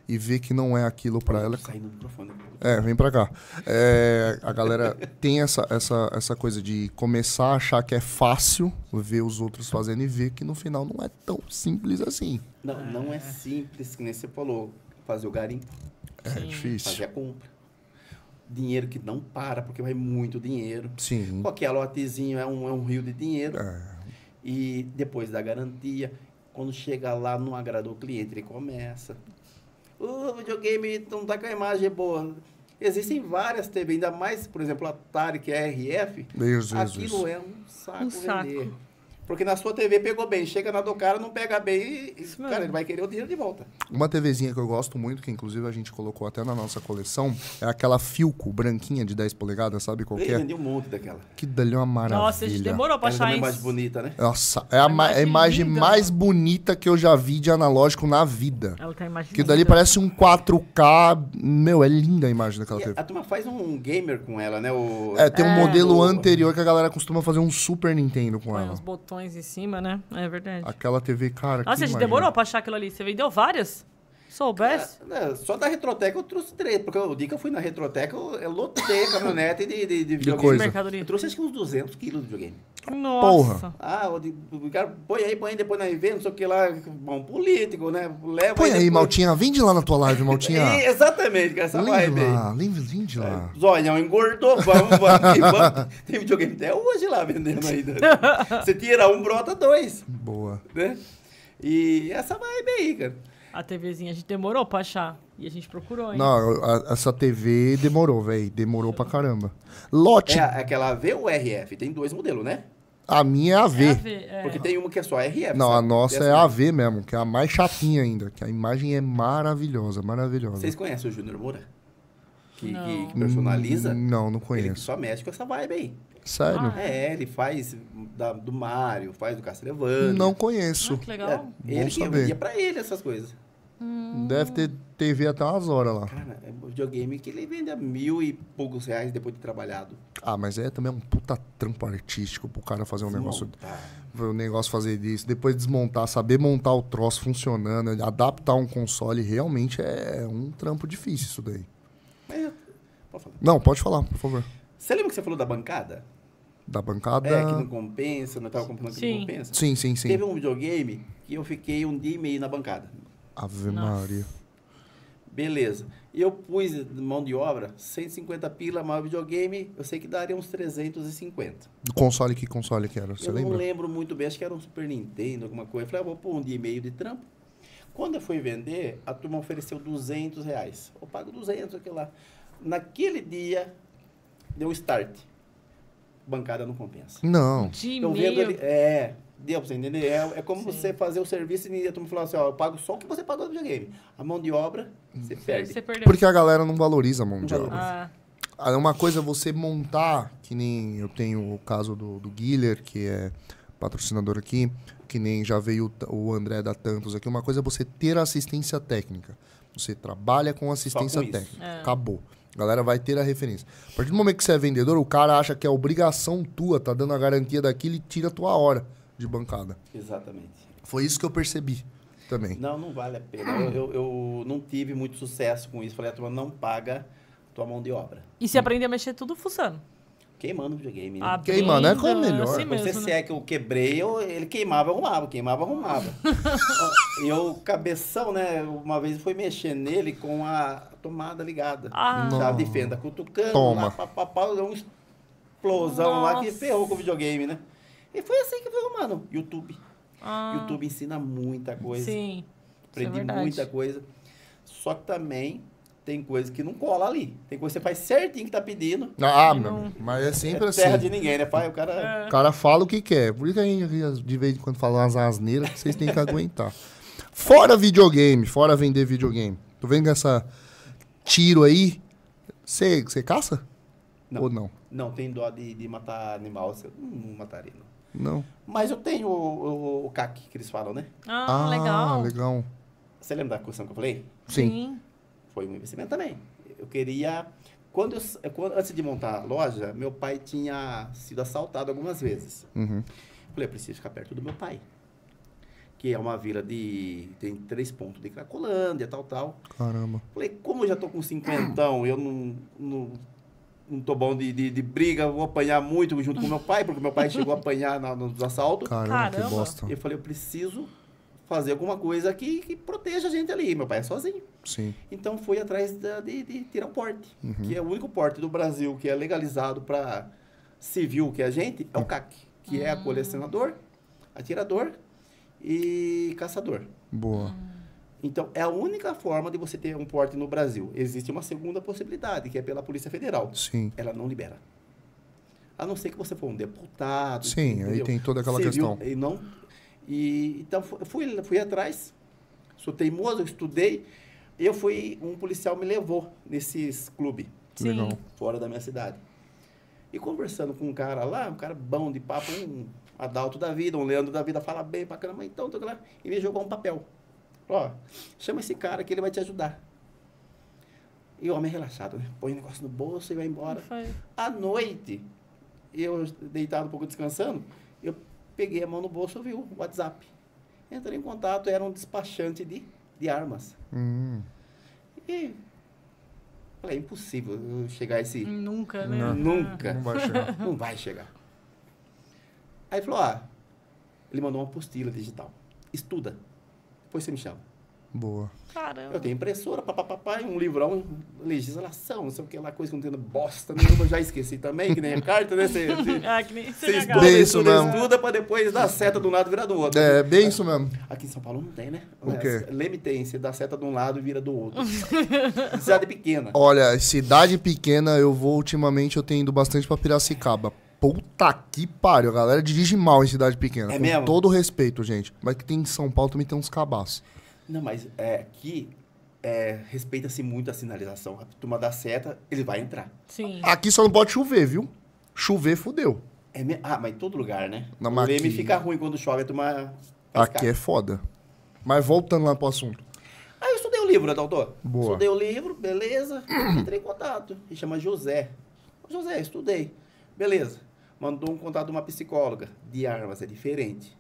Speaker 1: e ver que não é aquilo pra ela.
Speaker 3: Saindo do microfone.
Speaker 1: É, vem pra cá. É, a galera tem essa, essa, essa coisa de começar a achar que é fácil ver os outros fazendo e ver que no final não é tão simples assim.
Speaker 3: Não, não é simples, que nem você falou. Fazer o garimpo,
Speaker 1: É
Speaker 3: fazer
Speaker 1: difícil.
Speaker 3: a compra. Dinheiro que não para, porque vai muito dinheiro.
Speaker 1: Sim.
Speaker 3: Qualquer lotezinho é um, é um rio de dinheiro.
Speaker 1: É,
Speaker 3: E depois da garantia, quando chega lá, não agradou o cliente, ele começa. O videogame não tá com a imagem boa. Existem várias TV, ainda mais, por exemplo, a Atari, que é RF.
Speaker 1: Deus, Deus,
Speaker 3: Aquilo
Speaker 1: Deus.
Speaker 3: é um saco
Speaker 2: Um saco.
Speaker 3: vender. Porque na sua TV pegou bem, chega na do cara, não pega bem, e,
Speaker 2: Isso mesmo.
Speaker 3: cara, ele vai querer o dinheiro de volta.
Speaker 1: Uma TVzinha que eu gosto muito, que inclusive a gente colocou até na nossa coleção, é aquela Filco, branquinha de 10 polegadas, sabe qual que
Speaker 3: Ele
Speaker 1: é?
Speaker 3: vendeu um monte daquela.
Speaker 1: Que dali é uma maravilha.
Speaker 2: Nossa, a gente demorou pra
Speaker 3: Ela
Speaker 2: achar
Speaker 3: também é
Speaker 2: isso.
Speaker 3: mais bonita, né?
Speaker 1: Nossa, é a, ma- a
Speaker 2: imagem
Speaker 1: imagem
Speaker 2: linda.
Speaker 1: mais bonita que eu já vi de analógico na vida.
Speaker 2: Ela tá imaginando.
Speaker 1: Que dali parece um 4K. Meu, é linda a imagem daquela
Speaker 3: E
Speaker 1: TV.
Speaker 3: a turma faz um gamer com ela, né? O...
Speaker 1: É, tem um
Speaker 2: É.
Speaker 1: modelo
Speaker 3: O-
Speaker 1: anterior que a galera costuma fazer um Super Nintendo com
Speaker 2: Põe
Speaker 1: ela.
Speaker 2: uns botões em cima, né? É verdade.
Speaker 1: Aquela TV, cara.
Speaker 2: Nossa,
Speaker 1: que
Speaker 2: a gente
Speaker 1: imagem.
Speaker 2: demorou pra achar aquilo ali. Você vendeu várias? Soubesse?
Speaker 3: É, é, só da Retroteca eu trouxe três, porque o dia que eu fui na Retroteca, eu, eu lotei a caminhonete de, de, de videogame.
Speaker 1: coisa.
Speaker 2: Mercadoria.
Speaker 3: Eu trouxe acho que uns 200 quilos de videogame.
Speaker 2: Nossa.
Speaker 3: Ah, o de- o cara põe aí, põe aí, depois na evento, não sei o que lá, bom, político, né? Leva
Speaker 1: Põe aí,
Speaker 3: depois-
Speaker 1: Maltinha. Vende lá na tua live,
Speaker 3: E-
Speaker 1: Maltinha.
Speaker 3: exatamente, cara, essa
Speaker 1: Vende
Speaker 3: vibe aí.
Speaker 1: lá, vende- vende lá.
Speaker 2: É.
Speaker 3: Zonhão engordou, vamos, vamos, que vamos. Tem videogame até hoje lá vendendo ainda. Você tira um, brota dois,
Speaker 1: Boa.
Speaker 3: né? E essa vibe aí, cara.
Speaker 2: A TVzinha a gente demorou pra achar. E a gente procurou, hein?
Speaker 1: Não, eu- a- essa TV demorou, velho. Demorou pra caramba. Lote.
Speaker 3: É a- aquela V ou RF? Tem dois modelos, né?
Speaker 1: A minha é a V.
Speaker 2: É a V, é.
Speaker 3: Porque tem uma que é só RF.
Speaker 1: Não, a
Speaker 3: sabe?
Speaker 1: nossa
Speaker 3: Essa
Speaker 1: é a
Speaker 3: mesmo.
Speaker 1: AV mesmo, que é a mais chatinha ainda. Que a imagem é maravilhosa, maravilhosa.
Speaker 3: Vocês conhecem o Júnior Moura? Que, que-
Speaker 2: Não.
Speaker 3: que personaliza?
Speaker 1: Hum, Não, não
Speaker 3: Ele que
Speaker 1: conheço.
Speaker 3: só mexe com essa vibe aí.
Speaker 1: Sério?
Speaker 2: Ah.
Speaker 3: É, ele faz da- do Mario, faz do Castlevania.
Speaker 1: não
Speaker 2: Ah,
Speaker 1: conheço.
Speaker 2: que
Speaker 3: É,
Speaker 2: legal.
Speaker 1: Bom
Speaker 3: ele que
Speaker 1: saber.
Speaker 3: vendia pra ele essas coisas.
Speaker 1: Deve ter TV até umas horas lá.
Speaker 3: Cara, é um videogame que ele vende a mil e poucos reais depois de trabalhado.
Speaker 1: Ah, mas é também um puta trampo artístico pro cara fazer um negócio.
Speaker 3: Desmontar.
Speaker 1: O negócio fazer disso, depois desmontar, saber montar o troço funcionando, adaptar um console, realmente é um trampo difícil isso daí.
Speaker 3: Mas eu- É, pode falar.
Speaker 1: Não, pode falar, por favor.
Speaker 3: Você lembra que você falou da bancada?
Speaker 1: Da bancada.
Speaker 3: É, que não compensa, não tava comprando que
Speaker 2: Sim.
Speaker 3: não compensa.
Speaker 1: Sim, sim, sim.
Speaker 3: Teve um videogame que eu fiquei um dia e meio na bancada.
Speaker 1: Ave
Speaker 2: Nossa.
Speaker 1: Maria.
Speaker 3: Beleza. E eu pus mão de obra, 150 pila, mas o videogame, eu sei que daria uns 350.
Speaker 1: Do console, que console que era? Você
Speaker 3: eu
Speaker 1: lembra?
Speaker 3: não lembro muito bem, acho que era um Super Nintendo, alguma coisa. Eu falei, ah, vou pôr um dia e meio de trampo. Quando eu fui vender, a turma ofereceu 200 reais. Eu pago 200, aquilo lá. Naquele dia, deu start. Bancada não compensa.
Speaker 1: Não.
Speaker 2: De
Speaker 3: eu vendo
Speaker 2: e-mail.
Speaker 3: ele, é, Deu pra você entender? É, é como você fazer o serviço e a turma falar assim, ó, eu pago só o que você pagou no videogame. A mão de obra, você perde.
Speaker 2: Você perdeu.
Speaker 1: Porque a galera não valoriza a mão de
Speaker 3: Não
Speaker 1: obra.
Speaker 2: Ah,
Speaker 1: Ah, é Uma coisa é você montar, que nem eu tenho o caso do, do Guiller, que é patrocinador aqui, que nem já veio o Ta- o André da Tantos aqui. Uma coisa é você ter assistência técnica. Você trabalha com assistência
Speaker 3: isso.
Speaker 1: técnica. Acabou. A galera vai ter a referência. A partir do momento que você é vendedor, o cara acha que é obrigação tua, tá dando a garantia daquilo e tira a tua hora de bancada.
Speaker 3: Exatamente.
Speaker 1: Foi isso que eu percebi também.
Speaker 3: Não, não vale a pena. Eu, eu, eu não tive muito sucesso com isso. Falei, a turma não paga tua mão de obra.
Speaker 2: e se aprender a mexer tudo fuçando.
Speaker 3: Queimando o videogame, né?
Speaker 2: Abrindo,
Speaker 1: mano, é como é melhor.
Speaker 2: Assim
Speaker 3: Quando
Speaker 2: mesmo,
Speaker 3: você
Speaker 2: né?
Speaker 3: é que eu quebrei, eu, ele queimava, arrumava, queimava, arrumava. Ó, e eu, cabeção, né? Uma vez fui mexer nele com a tomada ligada.
Speaker 2: Ah.
Speaker 3: Chave de fenda, cutucando,
Speaker 1: Toma.
Speaker 3: lá, pá, pá, pá, deu uma explosão lá que
Speaker 2: Nossa.
Speaker 3: ferrou com o videogame, né? E foi assim que foi arrumando. YouTube.
Speaker 2: Ah,
Speaker 3: YouTube ensina muita coisa.
Speaker 2: Sim. Isso é
Speaker 3: Aprendi
Speaker 2: verdade.
Speaker 3: muita coisa. Só que também tem coisa que não cola ali. Tem coisa que você faz certinho que tá pedindo.
Speaker 1: Ah, meu. Mas é sempre
Speaker 3: é
Speaker 1: assim.
Speaker 3: terra de ninguém, né, pai? O
Speaker 2: É.
Speaker 3: cara.
Speaker 1: O cara fala o que quer. Por isso que a gente de vez em quando fala umas asneiras que vocês têm que aguentar. Fora videogame, fora vender videogame. Tô vendo que essa tiro aí. Você você caça?
Speaker 3: Não.
Speaker 1: Ou não?
Speaker 3: Não, tem dó de, de matar animal. Você não, não mataria, não.
Speaker 1: Não.
Speaker 3: Mas eu tenho o, o, o CAC que eles falam, né?
Speaker 2: Ah, legal.
Speaker 1: legal.
Speaker 3: Você lembra da questão que eu falei?
Speaker 1: Sim.
Speaker 3: Foi um investimento também. Eu queria. Quando eu s- quando- antes de montar a loja, meu pai tinha sido assaltado algumas vezes.
Speaker 1: Uhum.
Speaker 3: Eu falei, eu preciso ficar perto do meu pai. Que é uma vila de. tem três pontos de Cracolândia, tal, tal.
Speaker 1: Caramba.
Speaker 3: Falei, como eu já tô com cinquentão, eu não, não, não tô bom de, de, de briga, eu vou apanhar muito junto com meu pai, porque meu pai chegou a apanhar na- nos assaltos.
Speaker 1: Caramba,
Speaker 2: Caramba.
Speaker 1: que bosta.
Speaker 3: Eu falei, eu preciso fazer alguma coisa que, que proteja a gente ali. Meu pai é sozinho.
Speaker 1: Sim.
Speaker 3: Então fui atrás da- de, de tirar o porte,
Speaker 1: Uhum.
Speaker 3: que é o único porte do Brasil que é legalizado para civil, que é a gente,
Speaker 1: Uhum.
Speaker 3: é o CAC, que é colecionador, atirador e caçador.
Speaker 1: Boa.
Speaker 3: Então, é a única forma de você ter um porte no Brasil. Existe uma segunda possibilidade, que é pela Polícia Federal.
Speaker 1: Sim.
Speaker 3: Ela não libera. A não ser que você for um deputado.
Speaker 1: Sim, aí
Speaker 3: entendeu?
Speaker 1: tem toda aquela
Speaker 3: Você
Speaker 1: questão.
Speaker 3: Viu, e não, e, então, fu- fui, fui atrás, sou teimoso, eu estudei. Eu fui, um policial me levou nesses clubes,
Speaker 2: Sim.
Speaker 1: Legal.
Speaker 3: fora da minha cidade. E conversando com um cara lá, um cara bom de papo, um adalto da vida, um Leandro da vida, fala bem pra caramba, então, tô lá. E me jogou um papel. Ó, chama esse cara que ele vai te ajudar. E o homem é relaxado, né? Põe o negócio no bolso e vai embora.
Speaker 2: Foi.
Speaker 3: À noite, eu deitado um pouco descansando, eu peguei a mão no bolso e vi o WhatsApp. Entrei em contato, era um despachante de, de armas.
Speaker 1: Hum.
Speaker 3: E falei, é impossível eu chegar a esse...
Speaker 2: Nunca, né?
Speaker 3: Nunca.
Speaker 1: Não vai chegar.
Speaker 3: Não vai chegar. Aí ele falou, ah, ele mandou uma apostila digital. Estuda. Depois você me chama.
Speaker 1: Boa.
Speaker 2: Ah, Caramba.
Speaker 3: Eu tenho impressora, papapá, um livrão, legislação, não sei o que lá, coisa que não tem bosta nenhuma, eu já esqueci também, que nem a carta, né? Você, você-
Speaker 2: Ah, que nem
Speaker 3: Você
Speaker 2: CNH.
Speaker 3: estuda,
Speaker 1: Bem isso
Speaker 3: estuda,
Speaker 1: mesmo.
Speaker 3: né? estuda pra depois dar seta de um lado e virar do outro.
Speaker 1: É bem isso mesmo.
Speaker 3: Aqui em São Paulo não tem, né?
Speaker 1: O quê?
Speaker 3: Leme tem, você dá seta de um lado e vira do outro. Cidade pequena.
Speaker 1: Olha, cidade pequena, eu vou ultimamente, eu tenho ido bastante pra Piracicaba. Puta que pariu, a galera dirige mal em cidade pequena.
Speaker 3: É
Speaker 1: com
Speaker 3: mesmo?
Speaker 1: todo o respeito, gente. Mas que tem em São Paulo também tem uns cabaços.
Speaker 3: Não, mas é, aqui é, respeita-se muito a sinalização. A turma dá seta, ele vai entrar.
Speaker 2: Sim.
Speaker 1: Aqui só não pode chover, viu? Chover, fudeu.
Speaker 3: É me- Ah, mas em todo lugar, né?
Speaker 1: Não,
Speaker 3: o
Speaker 1: mas
Speaker 3: Leme
Speaker 1: aqui-
Speaker 3: fica ruim quando chove, a turma... faz
Speaker 1: Aqui é
Speaker 3: caca.
Speaker 1: foda. Mas voltando lá pro assunto.
Speaker 3: Aí eu estudei o livro, né, doutor?
Speaker 1: Boa.
Speaker 3: Estudei o livro, beleza. Entrei em contato. Ele chama José. Ô, José, estudei. Beleza. Mandou um contato de uma psicóloga. De armas, é diferente.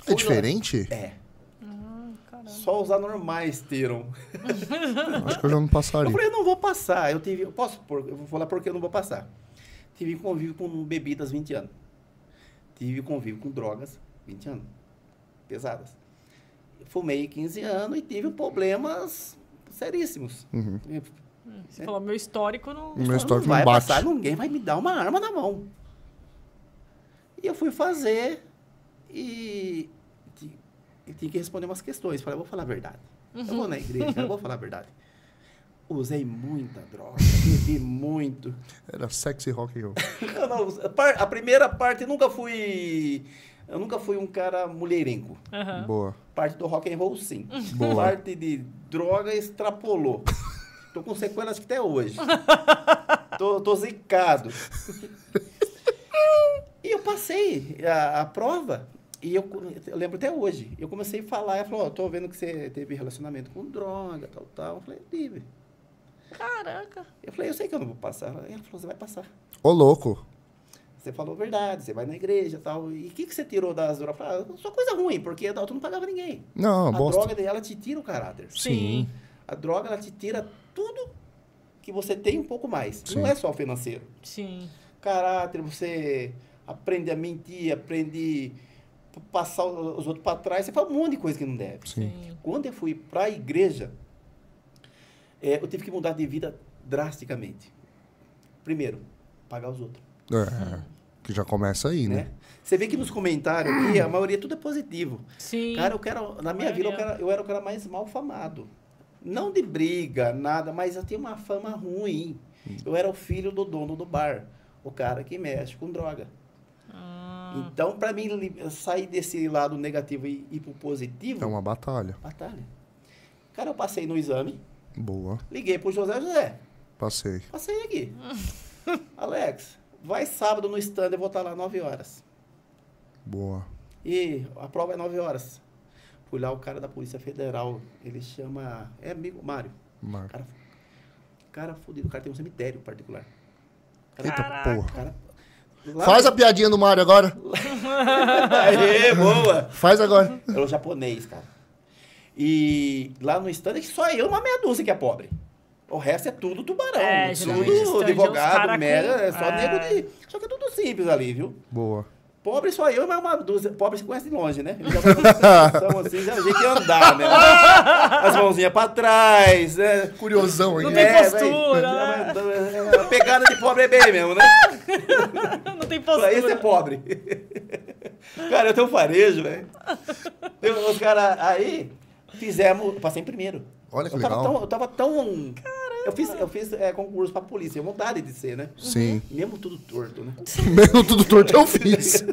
Speaker 1: É
Speaker 3: Fui lá.
Speaker 1: diferente?
Speaker 3: É.
Speaker 2: Ah, Caramba.
Speaker 3: Só os anormais tiram.
Speaker 1: Acho que eu já não
Speaker 3: Eu
Speaker 1: passaria.
Speaker 3: falei, eu não vou passar. Eu tive. Eu posso pôr, eu vou falar porque eu não vou passar. Tive convívio com bebidas 20 anos. Tive convívio com drogas 20 anos. Pesadas. Fumei 15 anos e tive problemas seríssimos.
Speaker 1: Uhum.
Speaker 2: Você falou, meu histórico não.
Speaker 1: Meu histórico
Speaker 3: vai
Speaker 1: não bate.
Speaker 3: passar, ninguém vai me dar uma arma na mão. E eu fui fazer e ti- eu tinha que responder umas questões. Falei, eu vou falar a verdade. Eu vou na igreja,
Speaker 1: Uhum.
Speaker 3: eu vou falar a verdade. Usei muita droga, bebi muito.
Speaker 1: Era sexy rock and roll.
Speaker 3: Eu não- a par- a primeira parte nunca fui Eu nunca fui um cara mulherengo.
Speaker 2: Aham.
Speaker 1: Boa.
Speaker 3: Parte do rock and roll, sim.
Speaker 1: Boa.
Speaker 3: Parte de droga extrapolou. Tô com sequelas que até hoje. tô, tô zicado. e eu passei a, a prova. E eu, co- eu lembro até hoje. Eu comecei a falar. Ela falou, ó, tô vendo que você teve relacionamento com droga, tal, tal. Eu falei, tive.
Speaker 2: Caraca.
Speaker 3: Eu falei, eu sei que eu não vou passar. Ela falou, você vai passar.
Speaker 1: Ô, louco.
Speaker 3: Você falou a verdade, você vai na igreja tal. E o que, que você tirou das drogas? Eu falei, ah, Só coisa ruim, porque a tu não pagava ninguém.
Speaker 1: Não,
Speaker 3: a
Speaker 1: bosta.
Speaker 3: droga, ela te tira o caráter.
Speaker 1: Sim.
Speaker 3: A droga, ela te tira tudo que você tem um pouco mais. Não
Speaker 1: Sim.
Speaker 3: é só o financeiro.
Speaker 2: Sim.
Speaker 3: Caráter, você aprende a mentir, aprende a passar os outros para trás. Você faz um monte de coisa que não deve.
Speaker 1: Sim.
Speaker 3: Quando eu fui para a igreja, eh, eu tive que mudar de vida drasticamente. Primeiro, pagar os outros.
Speaker 1: É, que já começa aí, né?
Speaker 3: né? Você vê que nos comentários aqui, a maioria tudo é positivo.
Speaker 2: Sim.
Speaker 3: Cara, eu quero. Na minha vida, eu,
Speaker 2: Maioria.
Speaker 3: quero- eu era o cara mais mal famado. Não de briga, nada, mas eu tinha uma fama ruim. Eu era o filho do dono do bar, o cara que mexe com droga.
Speaker 2: Ah,
Speaker 3: Então, pra mim, li- sair desse lado negativo e ir pro positivo,
Speaker 1: É uma batalha.
Speaker 3: batalha. Cara, eu passei no exame,
Speaker 1: Boa.
Speaker 3: liguei pro José José,
Speaker 1: Passei.
Speaker 3: passei aqui. Alex, vai sábado no stand, eu vou estar lá 9 horas.
Speaker 1: Boa.
Speaker 3: E a prova é 9 horas. Fui lá, o cara da Polícia Federal, ele chama. É amigo, Mário.
Speaker 1: Marca.
Speaker 3: Cara, cara fudido, o cara tem um cemitério particular.
Speaker 1: Eita
Speaker 2: Caraca.
Speaker 1: porra.
Speaker 3: Cara, lá-
Speaker 1: Faz a piadinha do Mario agora.
Speaker 3: Aê, É, boa!
Speaker 1: Faz agora.
Speaker 3: Era o japonês, cara. E lá no stand, é que só eu, uma meia dúzia que é pobre. O resto é tudo tubarão.
Speaker 2: É, geralmente stand é
Speaker 3: tudo
Speaker 2: uns cara
Speaker 3: advogado,
Speaker 2: com-
Speaker 3: merda, é só
Speaker 2: é.
Speaker 3: nego de. Só que é tudo simples ali, viu?
Speaker 1: Boa.
Speaker 3: Pobre só eu, mas uma dúzia. Pobre se conhece de longe, né? Ele já vai com essa assim, já jeito de andar, né? As mãozinhas pra trás, né?
Speaker 1: Curiosão aí.
Speaker 2: Não tem
Speaker 1: né?
Speaker 2: postura,
Speaker 3: vai- vai- A pegada de pobre é bem mesmo, né?
Speaker 2: não tem
Speaker 3: Pra
Speaker 2: postura.
Speaker 3: esse é pobre. Cara, eu tenho um farejo, velho. Eu- Os caras aí fizemos. eu Passei em primeiro.
Speaker 1: Olha que
Speaker 3: eu tava
Speaker 1: legal.
Speaker 3: Tão, eu tava tão. Eu fiz, eu fiz eh, concurso pra polícia, eu vontade de ser, né?
Speaker 1: Sim.
Speaker 3: Mesmo tudo torto, né?
Speaker 1: Mesmo tudo torto eu fiz.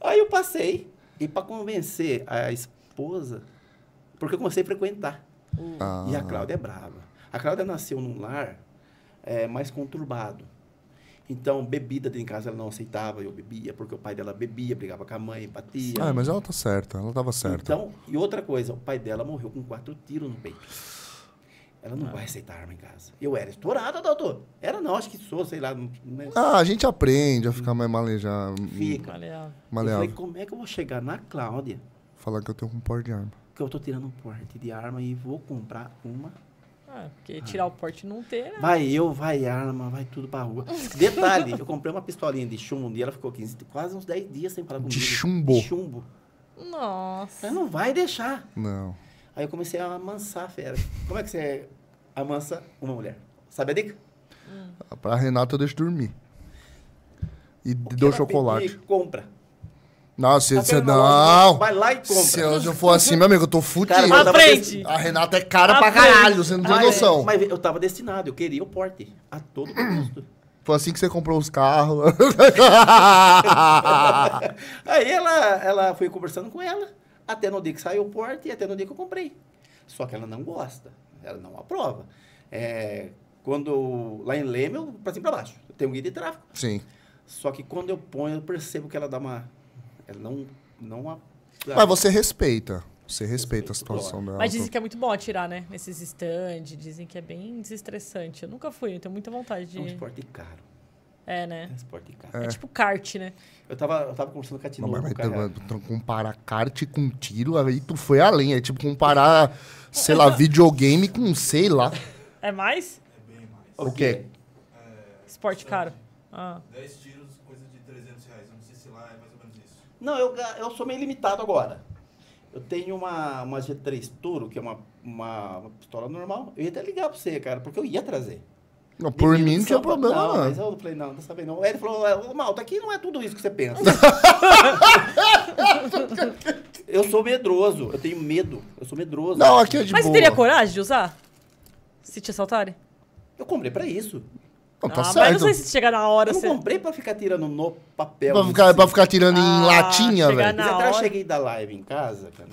Speaker 3: Aí eu passei. E pra convencer a esposa, porque eu comecei a frequentar.
Speaker 1: Ah,
Speaker 3: E a Cláudia é brava. A Cláudia nasceu num lar eh, mais conturbado. Então, bebida dentro em casa ela não aceitava, eu bebia, porque o pai dela bebia, brigava com a mãe, batia.
Speaker 1: Ah, mas ela tá certa. Ela tava certa.
Speaker 3: Então, e outra coisa, o pai dela morreu com quatro tiros no peito. Ela
Speaker 1: Ah.
Speaker 3: não vai aceitar arma em casa. Eu era estourada, doutor. Era não, acho que sou, sei lá. não- né?
Speaker 1: Ah, a gente aprende a ficar mais malejar,
Speaker 3: Fica.
Speaker 2: Olha,
Speaker 3: Eu falei,
Speaker 1: maleável.
Speaker 3: como é que eu vou chegar na Cláudia,
Speaker 1: Falar que eu tenho um par de arma.
Speaker 3: que eu tô tirando um porte de arma e vou comprar uma
Speaker 2: ah, porque tirar o porte não ter, né?
Speaker 3: Vai eu, vai arma, vai tudo pra rua. Detalhe, eu comprei uma pistolinha de chumbo um dia, ela ficou 15, quase uns 10 dias sem falar comigo.
Speaker 1: De chumbo?
Speaker 3: De chumbo.
Speaker 2: Nossa.
Speaker 3: Ela não vai deixar.
Speaker 1: Não.
Speaker 3: Aí eu comecei a amansar a fera. Como é que você amansa uma mulher? Sabe a dica?
Speaker 1: Pra Renata eu deixo dormir. E
Speaker 3: O que
Speaker 1: dou
Speaker 3: ela
Speaker 1: chocolate.
Speaker 3: pedir, compra.
Speaker 1: Nossa,
Speaker 3: Tá
Speaker 1: você
Speaker 3: vendo na loja?
Speaker 1: não.
Speaker 3: Vai lá e compra.
Speaker 1: Se ela já for assim, meu amigo, eu tô fudido.
Speaker 3: Cara, Tá
Speaker 2: À
Speaker 3: mas-
Speaker 2: frente!
Speaker 1: A Renata é cara
Speaker 2: Ah,
Speaker 1: pra
Speaker 2: velho.
Speaker 1: caralho, você não tem
Speaker 3: Ah, é,
Speaker 1: noção.
Speaker 3: Mas eu tava destinado, eu queria o porte. A todo custo.
Speaker 1: Foi assim que você comprou os carros.
Speaker 3: Aí ela, ela foi conversando com ela, até no dia que saiu o porte e até no dia que eu comprei. Só que ela não gosta, ela não aprova. É, quando lá em Leme, eu pra cima e pra baixo, eu tenho um guia de tráfego.
Speaker 1: Sim.
Speaker 3: Só que quando eu ponho, eu percebo que ela dá uma. Ela não. não a-
Speaker 1: Mas você respeita. Você respeita a situação dela.
Speaker 2: Mas dizem que é muito bom atirar, né? Nesses stands, dizem que é bem desestressante. Eu nunca fui, eu tenho muita vontade de.
Speaker 3: É um esporte caro.
Speaker 2: É,
Speaker 3: É um
Speaker 2: né?
Speaker 3: esporte caro.
Speaker 2: É. tipo kart, né?
Speaker 3: Eu, tava, eu tava conversando com a
Speaker 1: Não,
Speaker 3: Tinoco,
Speaker 1: mas, mas,
Speaker 3: cara.
Speaker 1: mas, então, comparar kart com um tiro, aí tu foi além. É tipo comparar, sei lá, videogame com sei lá.
Speaker 2: É mais?
Speaker 4: É bem mais.
Speaker 1: O quê?
Speaker 2: Esporte caro. Ah.
Speaker 4: 10 tiros, coisa de 300 reais. Eu não sei se lá é mais ou menos isso.
Speaker 3: Não, eu, ga- eu sou meio limitado agora. Eu tenho uma, uma G3 Toro, que é uma, uma, uma pistola normal. Eu ia até ligar pra você, cara, porque eu ia trazer.
Speaker 1: Não, por
Speaker 3: Menino
Speaker 1: mim não
Speaker 3: de
Speaker 1: tinha
Speaker 3: São Paulo-
Speaker 1: problema,
Speaker 3: Não,
Speaker 1: não.
Speaker 3: mas eu falei, não, dessa vez não. Aí ele falou, "Ô, Malta, aqui não é tudo isso que você pensa. eu sou medroso, eu tenho medo. Eu sou medroso.
Speaker 1: Não, aqui é de
Speaker 2: Mas você
Speaker 1: boa.
Speaker 2: teria coragem de usar? Se te assaltarem?
Speaker 3: Eu comprei pra isso.
Speaker 1: Não, tá
Speaker 2: ah, Mas
Speaker 1: certo.
Speaker 2: não sei se chegar na hora.
Speaker 3: Eu não
Speaker 2: Você...
Speaker 3: comprei pra ficar tirando no papel.
Speaker 1: Pra
Speaker 3: em
Speaker 1: ficar,
Speaker 3: si.
Speaker 1: pra ficar tirando
Speaker 2: Ah,
Speaker 1: em latinha,
Speaker 2: chegar
Speaker 1: velho.
Speaker 2: na-
Speaker 3: Mas até eu
Speaker 2: hora.
Speaker 3: cheguei da live em casa, cara.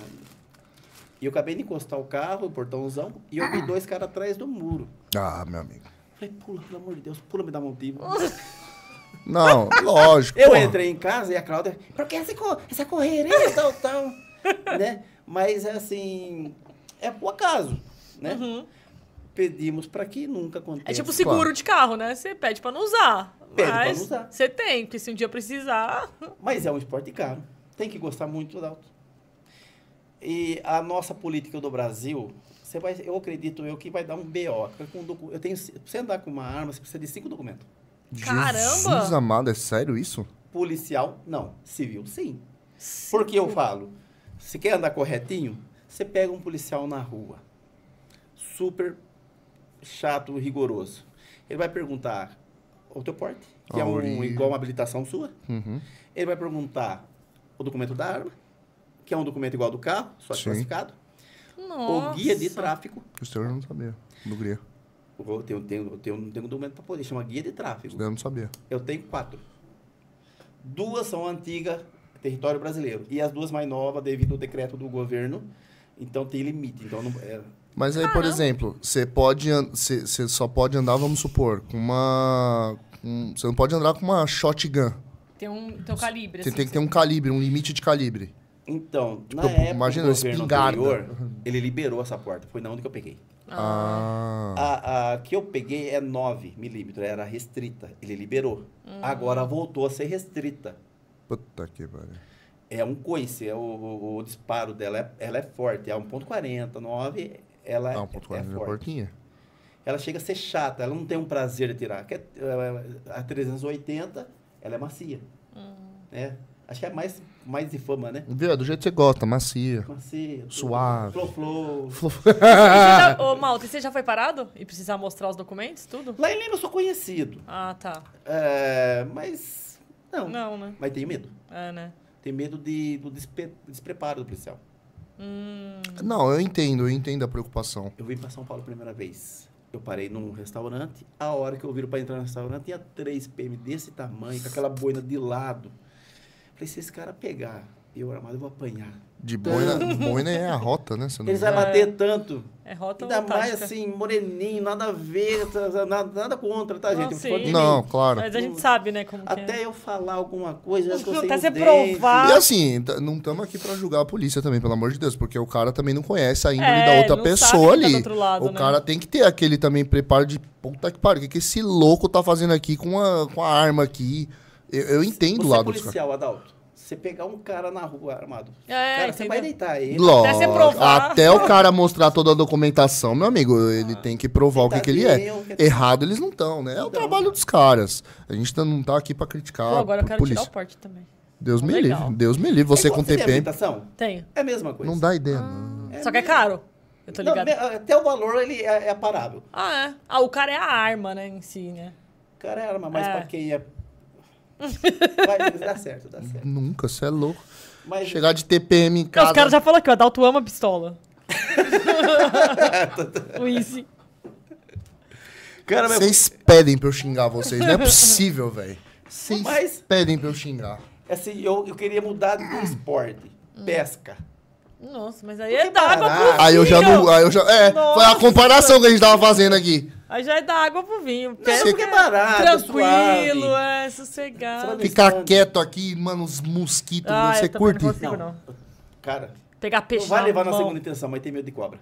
Speaker 3: E eu acabei de encostar o carro, o portãozão, e eu
Speaker 2: Ah.
Speaker 3: vi dois caras atrás do muro.
Speaker 1: Ah, meu amigo.
Speaker 3: Falei, pula, pelo amor de Deus, pula, me dá mão viva.
Speaker 1: Não, lógico.
Speaker 3: Eu
Speaker 1: porra.
Speaker 3: entrei em casa e a Cláudia, por que essa, co essa correria tal, tal? né? Mas é assim, é por acaso, né?
Speaker 2: Uhum.
Speaker 3: Pedimos pra que nunca aconteça.
Speaker 2: É tipo seguro
Speaker 1: Claro.
Speaker 2: de carro, né? Você pede pra não usar.
Speaker 3: Pede pra
Speaker 2: mas
Speaker 3: não usar.
Speaker 2: Você tem, porque se um dia precisar.
Speaker 3: Mas é um esporte caro. Tem que gostar muito do auto. E a nossa política do Brasil, você vai, eu acredito eu que vai dar um BO. Com docu- eu tenho, pra você andar com uma arma, você precisa de cinco documentos.
Speaker 1: Jesus
Speaker 2: Caramba!
Speaker 1: amado, é sério isso?
Speaker 3: Policial, não. Civil, sim. Por que eu falo? Se quer andar corretinho, você pega um policial na rua. Super chato, rigoroso. Ele vai perguntar o teu porte, que é um,
Speaker 1: Auri-
Speaker 3: igual uma habilitação sua.
Speaker 1: Uhum.
Speaker 3: Ele vai perguntar o documento da arma, que é um documento igual ao do carro, só que
Speaker 1: Sim.
Speaker 3: classificado.
Speaker 2: Nossa.
Speaker 3: O guia de tráfego.
Speaker 1: O senhor não sabia. Do Gria.
Speaker 3: Eu tenho, tenho, tenho, tenho um documento para poder, chama guia de
Speaker 1: O
Speaker 3: tráfego.
Speaker 1: senhor não sabia.
Speaker 3: Eu tenho quatro. Duas são antigas, território brasileiro. E as duas mais novas, devido ao decreto do governo. Então tem limite. Então não, é,
Speaker 1: Mas aí, por
Speaker 2: Caramba.
Speaker 1: exemplo, você pode. Você só pode andar, vamos supor, com uma. Você não pode andar com uma shotgun.
Speaker 2: Tem um, tem um calibre.
Speaker 1: Você
Speaker 2: assim,
Speaker 1: tem que ter um calibre, um limite de calibre.
Speaker 3: Então, na
Speaker 1: Tipo,
Speaker 3: época,
Speaker 1: imagina,
Speaker 3: o governo
Speaker 1: espingarda.
Speaker 3: anterior, ele liberou essa porta. Foi na onde que eu peguei.
Speaker 1: Ah.
Speaker 3: A, a que eu peguei é 9 milímetros, era restrita. Ele liberou. Agora voltou a ser restrita.
Speaker 1: Puta que pariu.
Speaker 3: É um coice, é o, o- o disparo dela é, ela é forte. É 1.40, 9, ela
Speaker 1: Ah, um
Speaker 3: é,
Speaker 1: ponto
Speaker 3: é
Speaker 1: quarenta na
Speaker 3: forte.
Speaker 1: porquinha.
Speaker 3: Ela chega a ser chata, ela não tem um prazer de tirar. Que é- é- A 380, ela é macia. Né? Acho que é mais, mais de fama, né?
Speaker 1: Viu? É do jeito que você gosta, macia.
Speaker 3: Macia.
Speaker 1: Suave.
Speaker 3: Flow, flow.
Speaker 1: um-
Speaker 2: Você já, ô, Malta, você já foi parado? E precisar mostrar os documentos, tudo?
Speaker 3: Lá em Lima eu sou conhecido.
Speaker 2: Ah, tá.
Speaker 3: É, mas. Não.
Speaker 2: Não, né?
Speaker 3: Mas tenho medo.
Speaker 2: É, né?
Speaker 3: Tenho medo de, do despe- despreparo do policial.
Speaker 2: Hum,
Speaker 1: Não, eu entendo, eu entendo a preocupação.
Speaker 3: Eu vim pra São Paulo a primeira vez. Eu parei num restaurante. A hora que eu viro pra entrar no restaurante, tinha três PM desse tamanho, com aquela boina de lado. Falei, se esse cara pegar, eu armado, eu vou apanhar.
Speaker 1: De boina, boina é a rota, né? Se eu não
Speaker 3: Eles
Speaker 1: me
Speaker 3: vão
Speaker 1: engano.
Speaker 3: bater tanto.
Speaker 2: é rota
Speaker 3: Ainda
Speaker 2: ou
Speaker 3: mais
Speaker 2: tática?
Speaker 3: assim, moreninho, nada a ver, tá- tá- nada, nada contra, tá,
Speaker 2: Não,
Speaker 3: gente? Eu
Speaker 2: sim.
Speaker 3: falo de mim.
Speaker 1: Não, claro.
Speaker 2: Mas a gente sabe, né, como que é.
Speaker 3: tipo, Até eu falar alguma coisa, já tô sem
Speaker 2: Até
Speaker 3: os
Speaker 2: você
Speaker 3: dentes.
Speaker 2: provar.
Speaker 1: E assim, t- não estamos aqui pra julgar a polícia também, pelo amor de Deus, porque o cara também não conhece a índole
Speaker 2: É,
Speaker 1: da outra
Speaker 2: não
Speaker 1: pessoa
Speaker 2: sabe quem tá
Speaker 1: ali.
Speaker 2: do outro lado,
Speaker 1: o
Speaker 2: né?
Speaker 1: cara tem que ter aquele também preparo de puta que pariu, o que, que esse louco tá fazendo aqui com a, com a arma aqui? Eu, eu entendo o
Speaker 3: Você é
Speaker 1: lado dos caras.
Speaker 3: policial, Adalto. Você pegar um cara na rua armado.
Speaker 2: É,
Speaker 3: cara, você
Speaker 2: entendeu?
Speaker 3: vai deitar ele.
Speaker 1: Lógico,
Speaker 2: você provar.
Speaker 1: até o cara mostrar toda a documentação, meu amigo, ele tem que provar o que, que ele é.
Speaker 3: Tadinho, que-
Speaker 1: Errado eles não estão, né? É o
Speaker 3: Então.
Speaker 1: trabalho dos caras. A gente tá- não tá aqui pra criticar
Speaker 2: Pô, agora eu
Speaker 1: a
Speaker 2: quero
Speaker 1: polícia.
Speaker 2: tirar o porte também.
Speaker 1: Deus me
Speaker 2: Legal.
Speaker 1: livre, Deus me livre. Você
Speaker 3: É igual
Speaker 1: com
Speaker 3: tem
Speaker 1: TPM
Speaker 3: habilitação?
Speaker 2: Tenho.
Speaker 3: É a mesma coisa.
Speaker 1: não dá ideia, não.
Speaker 3: É
Speaker 2: Só que é
Speaker 3: mesmo.
Speaker 2: caro. Eu tô
Speaker 3: Não,
Speaker 2: ligado.
Speaker 3: me- até o valor ele é, é aparável.
Speaker 2: Ah, é. Ah, o cara é a arma, né, em si, né?
Speaker 3: Cara, é arma, mas
Speaker 2: É.
Speaker 3: pra quem é. Vai, dá certo, dá certo.
Speaker 1: Nunca, você é louco.
Speaker 3: Mas
Speaker 1: Chegar de TPM em casa.
Speaker 2: Os caras já falam aqui, o Adalto ama pistola. o Easy.
Speaker 3: Cara, mas-
Speaker 1: Vocês pedem pra eu xingar vocês. Não é possível, velho. Vocês
Speaker 3: Mas-
Speaker 1: pedem pra eu xingar.
Speaker 3: assim, eu, eu queria mudar
Speaker 1: Hum.
Speaker 3: do esporte.
Speaker 2: Hum.
Speaker 3: Pesca.
Speaker 2: Nossa, mas aí é
Speaker 3: que
Speaker 2: da água
Speaker 3: parar?
Speaker 2: pro vinho.
Speaker 1: Aí eu já não. Aí eu já, é, foi a
Speaker 2: Nossa.
Speaker 1: comparação que a gente tava fazendo aqui.
Speaker 2: Aí já é da água pro vinho.
Speaker 3: Não,
Speaker 2: Pega-
Speaker 3: porque é barato,
Speaker 2: Tranquilo,
Speaker 3: suave.
Speaker 2: é,
Speaker 3: Só
Speaker 2: sossegado.
Speaker 3: de-
Speaker 1: Ficar quieto aqui, mano, os mosquitos,
Speaker 2: Ah,
Speaker 1: mano,
Speaker 2: eu
Speaker 1: você
Speaker 2: também
Speaker 1: curte.
Speaker 2: não consigo,
Speaker 3: Não. Cara,
Speaker 2: Pegar peixe
Speaker 3: não vai levar na
Speaker 2: mão.
Speaker 3: segunda intenção, mas tem medo de cobra.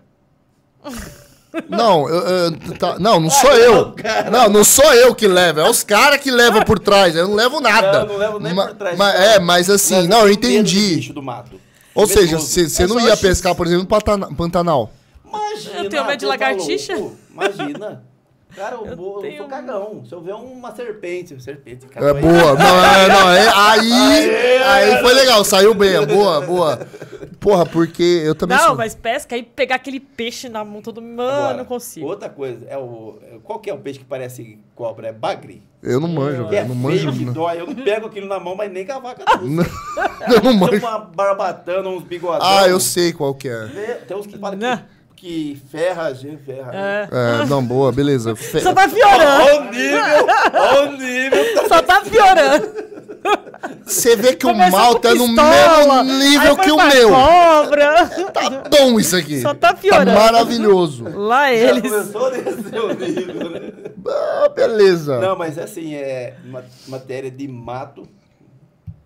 Speaker 1: Não, eu, eu- tá- não, não sou eu. Não, não sou eu que leva. É os caras que levam por trás. Eu não levo nada.
Speaker 3: Não, não levo nem
Speaker 1: Ma-
Speaker 3: por trás.
Speaker 1: ma- é, mas assim, não, eu
Speaker 3: eu tenho medo de
Speaker 1: entendi.
Speaker 3: bicho do mato.
Speaker 1: Ou seja,
Speaker 3: Medroso.
Speaker 1: você
Speaker 3: É
Speaker 1: não
Speaker 3: só
Speaker 1: ia
Speaker 3: achar-
Speaker 1: pescar, por exemplo, no Patana- Pantanal.
Speaker 3: Imagina.
Speaker 2: Eu tenho medo de
Speaker 3: eu falo,
Speaker 2: lagartixa.
Speaker 3: pô, Imagina. Cara, eu, vou- eu
Speaker 2: tenho-
Speaker 3: sou cagão. Se eu ver uma serpente, serpente,
Speaker 1: É
Speaker 3: cagão, aí-
Speaker 1: boa. Não, é, não, é, aí, aí foi legal, saiu bem. é Boa, boa. Porra, porque eu também
Speaker 2: Não,
Speaker 1: sou.
Speaker 2: mas pesca aí, pegar aquele peixe na mão todo. Mano,
Speaker 3: Agora,
Speaker 2: Ah, não consigo.
Speaker 3: Outra coisa, é o, é- qual que é o peixe que parece cobra? É bagre?
Speaker 1: Ah, Eu não manjo,
Speaker 3: Que é
Speaker 1: velho. Não manjo. né?
Speaker 3: feio, que
Speaker 1: Não.
Speaker 3: dói. Eu não pego aquilo na mão, mas nem com a vaca tudo.
Speaker 1: Eu não
Speaker 3: Tem
Speaker 1: manjo.
Speaker 3: uma barbatana, uns bigodão.
Speaker 1: Ah, eu sei qual que é.
Speaker 3: Tem, tem uns que falam
Speaker 2: Né?
Speaker 3: que, que ferra a gente, ferra.
Speaker 2: É.
Speaker 1: É, não, boa, beleza. Fe-
Speaker 2: Só tá piorando.
Speaker 3: Olha o nível, olha o nível. tá-
Speaker 2: Só tá piorando.
Speaker 1: Você vê que o
Speaker 2: Começou
Speaker 1: mal
Speaker 2: com
Speaker 1: tá no
Speaker 2: pistola,
Speaker 1: mesmo nível
Speaker 2: aí foi
Speaker 1: que o
Speaker 2: pra
Speaker 1: meu.
Speaker 2: Cobra.
Speaker 1: Tá bom isso aqui.
Speaker 2: Só tá piorando.
Speaker 1: maravilhoso.
Speaker 2: Lá
Speaker 3: Já
Speaker 2: eles.
Speaker 3: começou nesse seu nível, né?
Speaker 1: Ah, beleza.
Speaker 3: Não, mas assim, é ma- matéria de mato.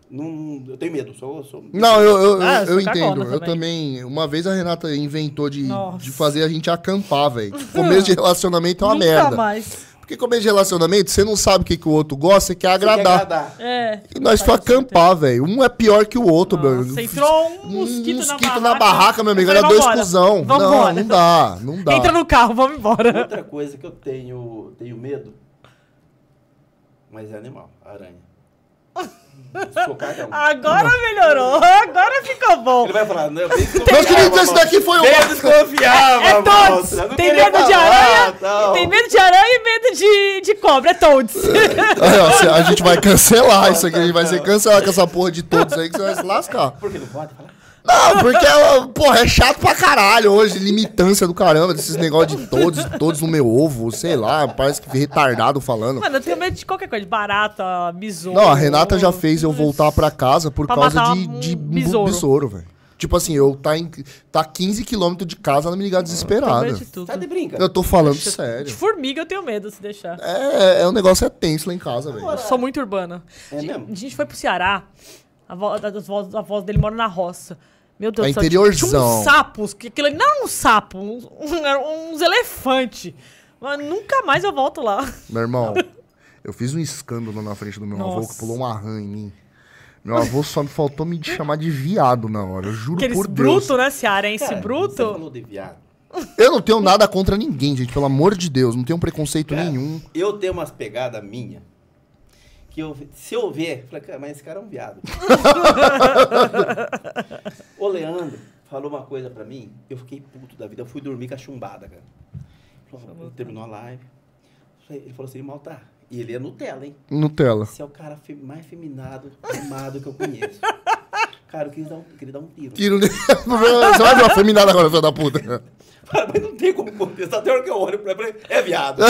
Speaker 3: Não, eu tenho medo, sou. sou
Speaker 1: Não, eu, eu,
Speaker 2: Ah,
Speaker 1: eu,
Speaker 2: eu sou
Speaker 1: entendo.
Speaker 2: cagona
Speaker 1: Eu
Speaker 2: também.
Speaker 1: também. Uma vez a Renata inventou de,
Speaker 2: Nossa.
Speaker 1: de fazer a gente acampar, velho. Começo de relacionamento é uma
Speaker 2: Nunca
Speaker 1: merda.
Speaker 2: mais.
Speaker 1: Porque começo de relacionamento, você não sabe o que, que o outro gosta, você quer
Speaker 3: Tem que
Speaker 1: agradar.
Speaker 2: É.
Speaker 1: E nós foi acampar, velho. Um é pior que o outro, meu.
Speaker 2: Nossa, entrou um mosquito,
Speaker 1: mosquito
Speaker 2: na, barraca.
Speaker 1: meu amigo.
Speaker 2: Eu falei,
Speaker 1: Era dois
Speaker 2: "Vambora,
Speaker 1: cuzão. Não,
Speaker 2: Vambora.
Speaker 1: não dá, não dá.
Speaker 2: Entra no carro, vamos embora.
Speaker 3: Outra coisa que eu tenho, tenho medo. Mas é animal, aranha. Sou cagão.
Speaker 2: Agora melhorou, agora ficou bom.
Speaker 3: Ele vai falar, não, eu bem
Speaker 1: Nós
Speaker 3: desconfiava,
Speaker 1: queríamos dizer isso
Speaker 3: mano.
Speaker 1: daqui foi um.
Speaker 3: Bem desconfiava,
Speaker 2: É todos!
Speaker 3: moça, não
Speaker 2: Tem
Speaker 3: queria
Speaker 2: medo de
Speaker 3: falar,
Speaker 2: aranha,
Speaker 3: não.
Speaker 2: tem medo de aranha e medo de, de cobra, é todos.
Speaker 1: Aí, ó, cê- a gente vai cancelar isso aqui. A gente vai ser cancelado com essa porra de todos aí que você vai se lascar.
Speaker 3: Por que não pode falar?
Speaker 1: Não, porque, ó, porra, é chato pra caralho hoje. Limitância do caramba, desses negócios de todos, todos no meu ovo, sei lá. Parece que retardado falando.
Speaker 2: Mano, eu tenho medo de qualquer coisa, de barata, besouro.
Speaker 1: Não, a Renata já fez eu voltar pra casa por
Speaker 2: Pra
Speaker 1: causa
Speaker 2: matar
Speaker 1: de,
Speaker 2: um
Speaker 1: de
Speaker 2: besouro.
Speaker 1: besouro, velho. Tipo assim, eu tá, em, tá 15 quilômetros de casa, ela me ligar
Speaker 2: Tenho medo
Speaker 1: desesperada.
Speaker 2: de tudo.
Speaker 3: Tá de brinca.
Speaker 1: Eu tô falando
Speaker 2: De
Speaker 1: sério.
Speaker 2: formiga eu tenho medo se deixar.
Speaker 1: É, é um negócio é tenso lá em casa, velho.
Speaker 2: Eu sou muito urbana.
Speaker 3: É mesmo?
Speaker 2: A gente foi pro Ceará, a avó, a avó- a avó dele mora na roça. Meu Deus
Speaker 1: É
Speaker 2: do céu, tinha- tinha
Speaker 1: interiorzão.
Speaker 2: uns sapos, que aquilo ali não era um sapo, uns, um, era uns elefantes. Mas nunca mais eu volto lá.
Speaker 1: Meu irmão, eu fiz um escândalo na frente do meu avô que
Speaker 2: Nossa.
Speaker 1: pulou uma rã em mim. Meu avô só me faltou me chamar de viado na hora, eu juro
Speaker 2: Aqueles
Speaker 1: por Deus.
Speaker 2: bruto, né, cearense
Speaker 3: Cara,
Speaker 2: bruto.
Speaker 3: Você falou de viado.
Speaker 1: Eu não tenho nada contra ninguém, gente, pelo amor de Deus, não tenho preconceito
Speaker 2: É.
Speaker 3: Cara,
Speaker 1: nenhum.
Speaker 3: Eu tenho umas pegadas minhas que eu, se eu ver, eu falo, cara, mas esse cara é um viado. o Leandro falou uma coisa pra mim, eu fiquei puto da vida. Eu fui dormir com a chumbada, cara. Falou, terminou a live. Ele falou assim, malta. E ele é Nutella, hein?
Speaker 1: Nutella.
Speaker 3: Você é o cara fe- mais feminado, amado que eu conheço. Cara, eu queria dar um, queria dar um tiro.
Speaker 1: Tiro ne- Você vai ver uma feminada agora, filha da puta.
Speaker 3: Cara, mas não tem como contestar. Até a hora que eu olho pra ele, é viado.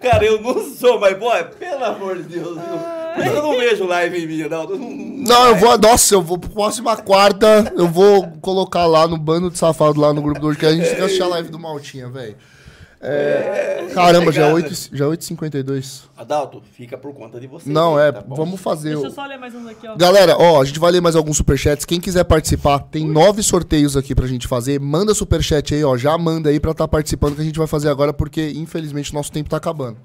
Speaker 3: Cara, eu não sou, mas, boy, pelo amor de Deus. Não, por isso eu não vejo live minha, não.
Speaker 1: Não, eu vou. Nossa, eu vou. Próxima quarta, eu vou colocar lá no bando de safado, lá no grupo do Orquestra. A gente tem que assistir a live do Maltinha, velho. É, Caramba, já é
Speaker 3: Obrigado.
Speaker 1: 8, já é 8h52.
Speaker 3: Adalto, fica por conta de você.
Speaker 1: Não, é.
Speaker 3: tá bom?
Speaker 1: vamos fazer.
Speaker 2: Deixa eu
Speaker 1: o.
Speaker 2: só ler mais uns aqui, ó.
Speaker 1: Galera, ó, a gente vai ler mais alguns superchats. Quem quiser participar, tem nove sorteios aqui pra gente fazer. Manda superchat aí, ó. Já manda aí pra estar participando que a gente vai fazer agora, porque infelizmente nosso tempo tá acabando.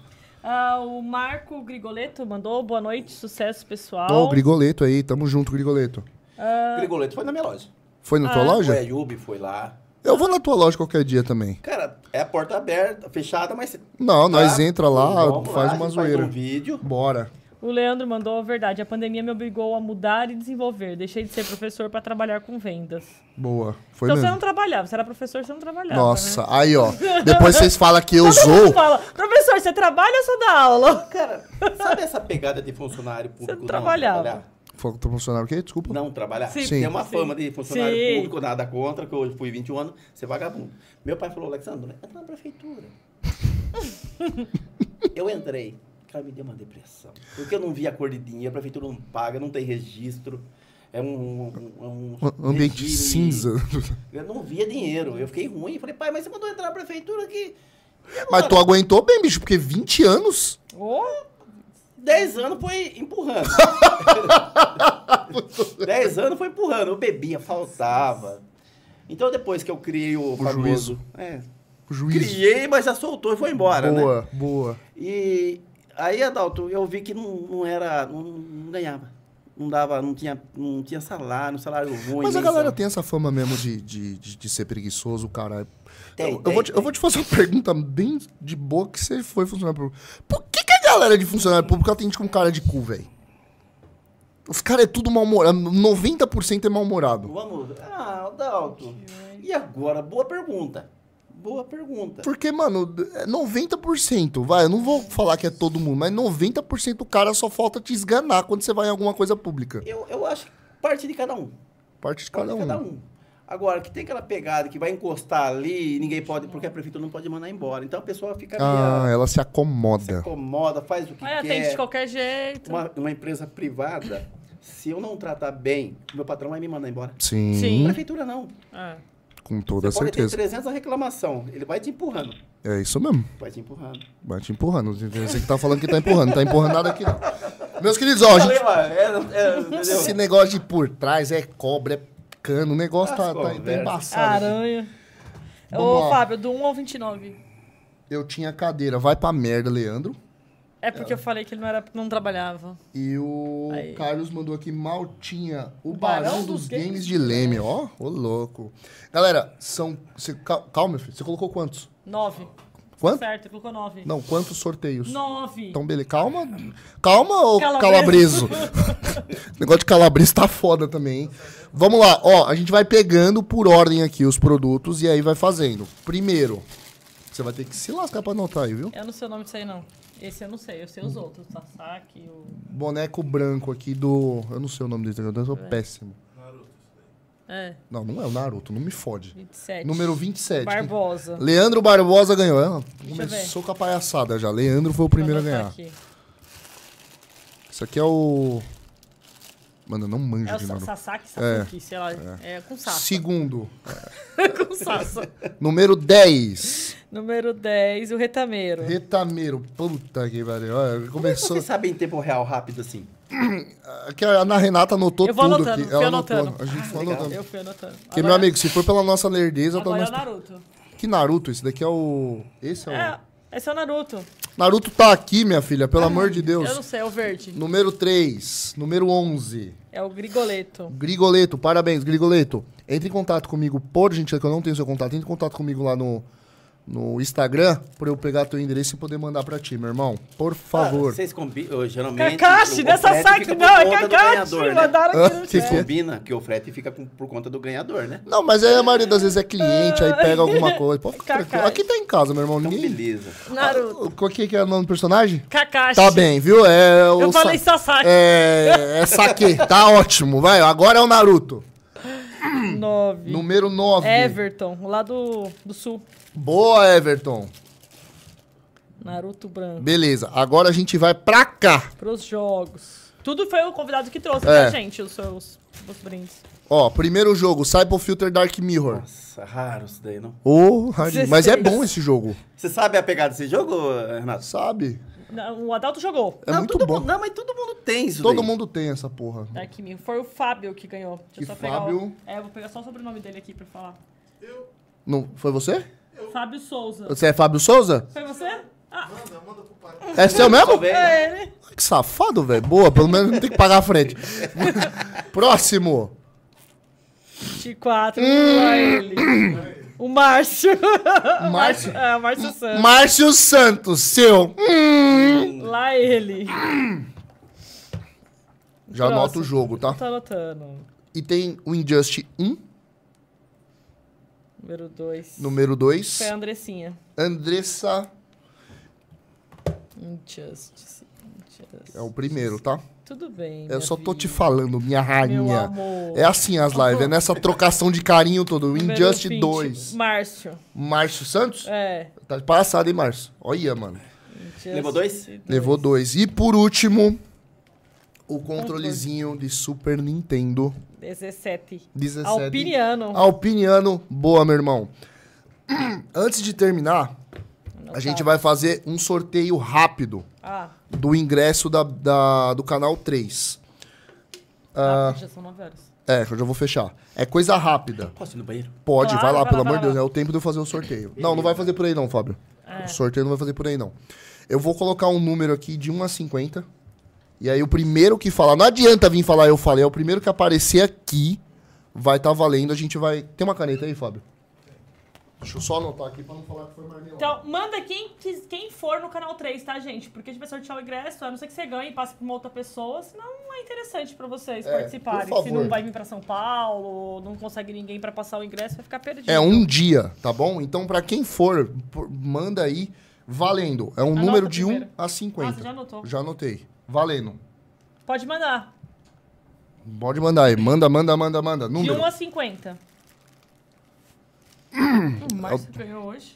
Speaker 2: Ah, o Marco Grigoleto mandou boa noite, sucesso pessoal.
Speaker 1: Ó, o Grigoleto aí, tamo junto, Grigoleto.
Speaker 3: Grigoleto foi na minha loja.
Speaker 1: Foi na tua
Speaker 2: Ah,
Speaker 1: loja?
Speaker 3: O Ayub foi lá.
Speaker 1: Eu vou na tua loja qualquer dia também.
Speaker 3: Cara, é a porta aberta, fechada, mas...
Speaker 1: Não, nós
Speaker 3: Tá?
Speaker 1: entra lá,
Speaker 3: Vamos
Speaker 1: faz
Speaker 3: lá,
Speaker 1: uma
Speaker 3: a gente
Speaker 1: zoeira.
Speaker 3: Faz um vídeo.
Speaker 1: Bora.
Speaker 2: O Leandro mandou a verdade. A pandemia me obrigou a mudar e desenvolver. Deixei de ser professor pra trabalhar com vendas.
Speaker 1: Boa. Foi
Speaker 2: então você não
Speaker 1: mesmo.
Speaker 2: trabalhava. Você era professor, você não trabalhava.
Speaker 1: Nossa,
Speaker 2: Né?
Speaker 1: aí ó. Depois vocês falam que eu
Speaker 2: Todo mundo
Speaker 1: sou.
Speaker 2: fala, professor, você trabalha ou só dá aula?
Speaker 3: Cara, sabe essa pegada de funcionário público não
Speaker 2: trabalhava.
Speaker 3: trabalhar?
Speaker 1: Foi pro funcionário o quê? Desculpa.
Speaker 3: não trabalhar.
Speaker 2: Sim.
Speaker 3: Tem uma
Speaker 2: Sim.
Speaker 3: fama de funcionário
Speaker 2: Sim.
Speaker 3: público, nada contra, que eu fui 21 anos, ser vagabundo. Meu pai falou, Alexandre, né, entra na prefeitura. eu entrei, cara, me deu uma depressão. Porque eu não vi a cor de dinheiro, a prefeitura não paga, não tem registro. É um, um- um-
Speaker 1: Um ambiente
Speaker 3: regime-
Speaker 1: cinza.
Speaker 3: Eu não via dinheiro, eu fiquei ruim. Falei, pai, mas você mandou entrar na prefeitura aqui.
Speaker 1: Mas tu aguentou bem, bicho, porque 20 anos.
Speaker 2: Ô,
Speaker 3: 10 anos foi empurrando. 10 anos foi empurrando. Eu bebia, faltava. Então depois que eu criei o, famoso.
Speaker 1: juízo.
Speaker 3: É,
Speaker 1: O juiz.
Speaker 3: criei, mas já soltou e foi embora, né?
Speaker 1: boa, boa.
Speaker 3: E aí, Adalto, eu vi que não, não era. Não, não ganhava. Não dava, não tinha, não tinha salário, um salário ruim.
Speaker 1: Mas a
Speaker 3: mensal.
Speaker 1: galera tem essa fama mesmo de, de, de, de ser preguiçoso, caralho. eu,
Speaker 3: Tem,
Speaker 1: eu
Speaker 3: tem,
Speaker 1: vou te, eu
Speaker 3: tem.
Speaker 1: vou te fazer uma pergunta bem de boa que você foi funcionário público. Por que, que a galera de funcionário público atende com cara de cu, velho? Os caras é tudo mal-humorado. 90% é mal-humorado.
Speaker 3: Vamos. Ah, Adalto. E agora? Boa pergunta. Boa pergunta.
Speaker 1: Porque, mano, é 90%, vai, eu não vou falar que é todo mundo, mas 90% do cara só falta te esganar quando você vai em alguma coisa pública.
Speaker 3: Eu, eu acho que parte de cada um.
Speaker 1: Parte de
Speaker 3: Cada
Speaker 1: cada
Speaker 3: um.
Speaker 1: um.
Speaker 3: Cada um. Agora, que tem aquela pegada que vai encostar ali e ninguém pode, porque a prefeitura não pode mandar embora. Então a pessoa fica
Speaker 1: Ah,
Speaker 3: meio,
Speaker 1: ela se
Speaker 3: se
Speaker 1: acomoda.
Speaker 3: acomoda, faz o que
Speaker 2: Olha, atende é,
Speaker 1: é?
Speaker 2: de
Speaker 3: quer.
Speaker 2: qualquer jeito.
Speaker 3: Uma, uma empresa privada, se eu não tratar bem, meu patrão vai me mandar embora.
Speaker 1: Sim,
Speaker 2: Sim.
Speaker 3: Prefeitura não.
Speaker 2: É.
Speaker 1: com toda
Speaker 3: Pode ter
Speaker 1: certeza.
Speaker 3: 300 a reclamação, ele vai te empurrando.
Speaker 1: É isso mesmo.
Speaker 3: Vai te empurrando.
Speaker 1: Vai te empurrando. Você que tá falando que tá empurrando. Não tá empurrando nada aqui, não. Meus queridos, ó, gente,
Speaker 3: Falei, mano, é- é- entendeu?
Speaker 1: esse negócio de por trás é cobra, é cano. O negócio tá, tá,
Speaker 3: As
Speaker 1: tá
Speaker 3: conversas.
Speaker 1: embaçado. aqui.
Speaker 2: Aranha.
Speaker 1: Vamos
Speaker 2: Ô,
Speaker 1: lá.
Speaker 2: Fábio, do 1 ao 29.
Speaker 1: Eu tinha cadeira. Vai pra merda, Leandro.
Speaker 2: É porque eu falei que ele não, era, não trabalhava.
Speaker 1: E o
Speaker 2: Aí.
Speaker 1: Carlos mandou aqui, Maltinha, o
Speaker 2: Barão
Speaker 1: Barão,
Speaker 2: dos
Speaker 1: dos,
Speaker 2: Games
Speaker 1: games, de Leme. Ó, ô louco. Galera, são... cê- cal- calma, meu filho. Você colocou quantos?
Speaker 2: 9.
Speaker 1: Quanto?
Speaker 2: Certo, ele colocou 9.
Speaker 1: Não, quantos sorteios?
Speaker 2: 9.
Speaker 1: Então, beleza. Calma. Calma, ô
Speaker 2: Calabreso.
Speaker 1: calabreso. Negócio de calabreso tá foda também, hein? Vamos lá. Ó, a gente vai pegando por ordem aqui os produtos e aí vai fazendo. Primeiro, você vai ter que se lascar pra anotar aí, viu?
Speaker 2: Eu não sei o nome disso aí, não. Esse eu não sei, eu sei os outros. Sasaki, o.
Speaker 1: Boneco branco aqui do... Eu não sei o nome dele, eu sou péssimo.
Speaker 2: É,
Speaker 1: Não, não é o Naruto, não me fode.
Speaker 2: 27.
Speaker 1: Número é 27.
Speaker 2: Barbosa.
Speaker 1: Leandro Barbosa ganhou. Ela
Speaker 2: eu ver.
Speaker 1: começou com a palhaçada já. Leandro foi o primeiro a
Speaker 2: Vou
Speaker 1: ganhar.
Speaker 2: anotar aqui.
Speaker 1: Isso aqui é o. Mano, eu não manjo
Speaker 2: É o
Speaker 1: de
Speaker 2: Sa-
Speaker 1: Naruto.
Speaker 2: Sasaki, Sasaki, sei lá. É, com Sasa.
Speaker 1: Segundo.
Speaker 2: com Sasa.
Speaker 1: Número 10.
Speaker 2: Número 10, o Retameiro.
Speaker 1: Retameiro. Puta que pariu. Olha,
Speaker 3: Como é
Speaker 1: Começou.
Speaker 3: que Vocês sabem em tempo real rápido assim.
Speaker 1: Aqui, a Ana Renata anotou
Speaker 2: Eu vou
Speaker 1: tudo
Speaker 2: anotando,
Speaker 1: aqui.
Speaker 2: fui
Speaker 1: Ela anotou.
Speaker 2: anotando. Ah,
Speaker 1: A gente foi anotando.
Speaker 2: Eu fui anotando.
Speaker 1: Porque,
Speaker 2: Agora-
Speaker 1: meu amigo, se for pela nossa lerdeza, tá
Speaker 2: Agora é o
Speaker 1: nós...
Speaker 2: Naruto.
Speaker 1: Que Naruto? Esse daqui é o. Esse é o.
Speaker 2: É, esse é o Naruto.
Speaker 1: Naruto tá aqui, minha filha, pelo amor de Deus.
Speaker 2: Eu não sei, é o verde.
Speaker 1: Número 3. Número 11.
Speaker 2: É o Grigoleto.
Speaker 1: Grigoleto, parabéns, Grigoleto. Entre em contato comigo, por gentileza, que eu não tenho seu contato. Entre em contato comigo lá no, no Instagram pra eu pegar teu endereço e poder mandar pra ti, meu irmão. Por favor.
Speaker 3: Ah, vocês combinam, geralmente...
Speaker 2: Kakashi,
Speaker 3: o
Speaker 2: nessa
Speaker 3: frete
Speaker 2: saque
Speaker 3: fica por
Speaker 2: não, é
Speaker 3: conta do
Speaker 2: Kakashi.
Speaker 3: ganhador, né?
Speaker 2: Mandaram aqui no
Speaker 1: Ah,
Speaker 2: chat.
Speaker 1: que
Speaker 3: Vocês
Speaker 1: que é?
Speaker 3: combinam que o frete fica com- por conta do ganhador, né?
Speaker 1: Não, mas aí a maioria das vezes é cliente, aí pega alguma coisa.
Speaker 2: É
Speaker 1: Pode ficar tranquilo.
Speaker 2: Cacai.
Speaker 1: Aqui tá em casa, meu irmão.
Speaker 3: Então,
Speaker 1: Ninguém. Ah,
Speaker 3: beleza.
Speaker 2: Naruto.
Speaker 1: O- Qual que que é o nome do personagem?
Speaker 2: Kakashi.
Speaker 1: Tá bem, viu? É o
Speaker 2: Eu
Speaker 1: Sa-
Speaker 2: falei Sasaki.
Speaker 1: É, é Saque, tá ótimo. Vai, agora é o Naruto.
Speaker 2: 9.
Speaker 1: Número 9.
Speaker 2: Everton, lá do, do sul.
Speaker 1: Boa, Everton.
Speaker 2: Naruto branco.
Speaker 1: Beleza, agora a gente vai pra cá.
Speaker 2: Pros jogos. Tudo foi o convidado que trouxe
Speaker 1: É.
Speaker 2: pra gente, os seus os brindes.
Speaker 1: Ó, primeiro jogo, Cyber Filter Dark Mirror.
Speaker 3: Nossa, raro isso daí, não?
Speaker 1: Ô, Raidinho, mas é
Speaker 2: 16.
Speaker 1: bom esse jogo,
Speaker 3: Você sabe a pegada desse jogo, Renato?
Speaker 1: sabe?
Speaker 2: Não, O Adalto jogou.
Speaker 1: É
Speaker 3: não,
Speaker 1: muito
Speaker 3: todo
Speaker 1: bom.
Speaker 3: Mundo, não, mas todo mundo tem isso
Speaker 1: Todo
Speaker 3: daí.
Speaker 1: mundo tem essa porra.
Speaker 2: Dark Mirror. Tá Foi o Fábio que ganhou. Deixa
Speaker 1: Que
Speaker 2: eu só pegar
Speaker 1: Fábio?
Speaker 2: o... É, eu vou pegar só o sobrenome dele aqui pra falar.
Speaker 1: Não, foi você?
Speaker 2: Fábio Souza.
Speaker 1: Você é Fábio Souza?
Speaker 2: Foi você? Ah,
Speaker 4: Manda, manda pro pai.
Speaker 1: É seu mesmo?
Speaker 3: Talvez, né?
Speaker 2: é ele.
Speaker 1: Que safado, velho. Boa, pelo menos não tem que pagar a frente. Próximo.
Speaker 2: T4,
Speaker 1: Hum.
Speaker 2: lá ele. O Márcio.
Speaker 1: Márcio?
Speaker 2: É, o Márcio Santos.
Speaker 1: Márcio Santos, seu. Hum.
Speaker 2: Lá ele.
Speaker 1: Já
Speaker 2: Próximo.
Speaker 1: anota o jogo, tá?
Speaker 2: Tá anotando.
Speaker 1: E tem o Injustice 1,
Speaker 2: Número 2.
Speaker 1: número 2.
Speaker 2: Foi a Andressinha.
Speaker 1: Andressa
Speaker 2: Injustice. Injustice.
Speaker 1: é o primeiro, tá?
Speaker 2: Tudo bem.
Speaker 1: Eu
Speaker 2: minha
Speaker 1: só tô te
Speaker 2: vida.
Speaker 1: falando, minha
Speaker 2: Meu
Speaker 1: rainha.
Speaker 2: amor.
Speaker 1: É assim as lives, é nessa trocação de carinho todo.
Speaker 2: Número
Speaker 1: Injustice
Speaker 2: 20,
Speaker 1: 2.
Speaker 2: Márcio.
Speaker 1: Márcio Santos?
Speaker 2: É.
Speaker 1: Tá de passada, hein, Márcio? Olha, mano.
Speaker 2: Injustice
Speaker 3: Levou dois?
Speaker 1: Levou dois. E por último, o controlezinho de Super Nintendo
Speaker 2: 17.
Speaker 1: 17.
Speaker 2: Alpiniano.
Speaker 1: Alpiniano. Boa, meu irmão. Antes de terminar, a gente vai fazer um sorteio rápido
Speaker 2: Ah,
Speaker 1: do ingresso da, da- do canal 3.
Speaker 2: ah. já são 9 horas.
Speaker 1: É, eu já vou fechar. É coisa rápida.
Speaker 3: Posso ir no banheiro?
Speaker 1: Pode,
Speaker 2: Claro,
Speaker 1: vai lá,
Speaker 2: vai lá,
Speaker 1: pelo amor
Speaker 2: vai
Speaker 1: de Deus,
Speaker 2: lá. É.
Speaker 1: é o tempo de eu fazer o sorteio. Não, não vai fazer por aí não, Fábio. O sorteio não vai fazer por aí não. Eu vou colocar um número aqui de 1 a 50. E aí o primeiro que falar, não adianta vir falar eu falei, é o primeiro que aparecer aqui vai estar valendo, a gente vai... Tem uma caneta aí, Fábio? Deixa eu só anotar aqui pra não falar que foi marmelada.
Speaker 2: Então, manda quem, quis- quem for no canal 3, tá, gente? Porque a gente vai sortear o ingresso, a não ser que você ganhe e passe pra uma outra pessoa, senão não é interessante pra vocês
Speaker 1: É,
Speaker 2: participarem.
Speaker 1: por
Speaker 2: Se
Speaker 1: favor.
Speaker 2: não vai vir pra São Paulo, não consegue ninguém pra passar o ingresso, vai ficar perdido.
Speaker 1: É um dia, tá bom? Então pra quem for, por- manda aí, valendo. É um
Speaker 2: Anota
Speaker 1: número de
Speaker 2: primeiro.
Speaker 1: 1 a 50.
Speaker 2: Ah, você já anotou.
Speaker 1: Já anotei. Valendo.
Speaker 2: Pode mandar.
Speaker 1: Pode mandar aí. Manda, manda, manda, manda.
Speaker 2: De
Speaker 1: Número.
Speaker 2: 1 a 50. O
Speaker 1: É
Speaker 2: Márcio ganhou hoje.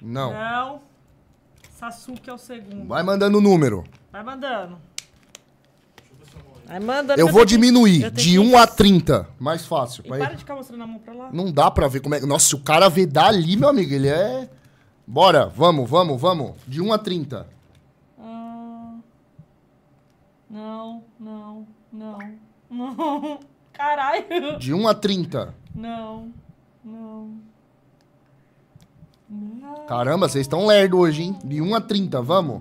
Speaker 1: Não.
Speaker 2: Não. Sasuke é o segundo.
Speaker 1: Vai mandando o número.
Speaker 2: Vai mandando. Vai mandando.
Speaker 1: Eu
Speaker 2: pra
Speaker 1: vou
Speaker 2: ver quem-
Speaker 1: diminuir
Speaker 2: eu tenho
Speaker 1: de
Speaker 2: que-
Speaker 1: 1 a 30. Mais fácil.
Speaker 2: E
Speaker 1: Vai-
Speaker 2: para de ficar mostrando a mão pra lá.
Speaker 1: Não dá pra ver como é. Nossa, se o cara vê dali, meu amigo, ele é. Bora, vamos, vamos, vamos. De 1 a 30.
Speaker 2: Ah, não, não, não, não. Caralho.
Speaker 1: De 1 a 30.
Speaker 2: Não, não. Não.
Speaker 1: Caramba, vocês estão lerdo hoje, hein? De 1 a 30, vamos.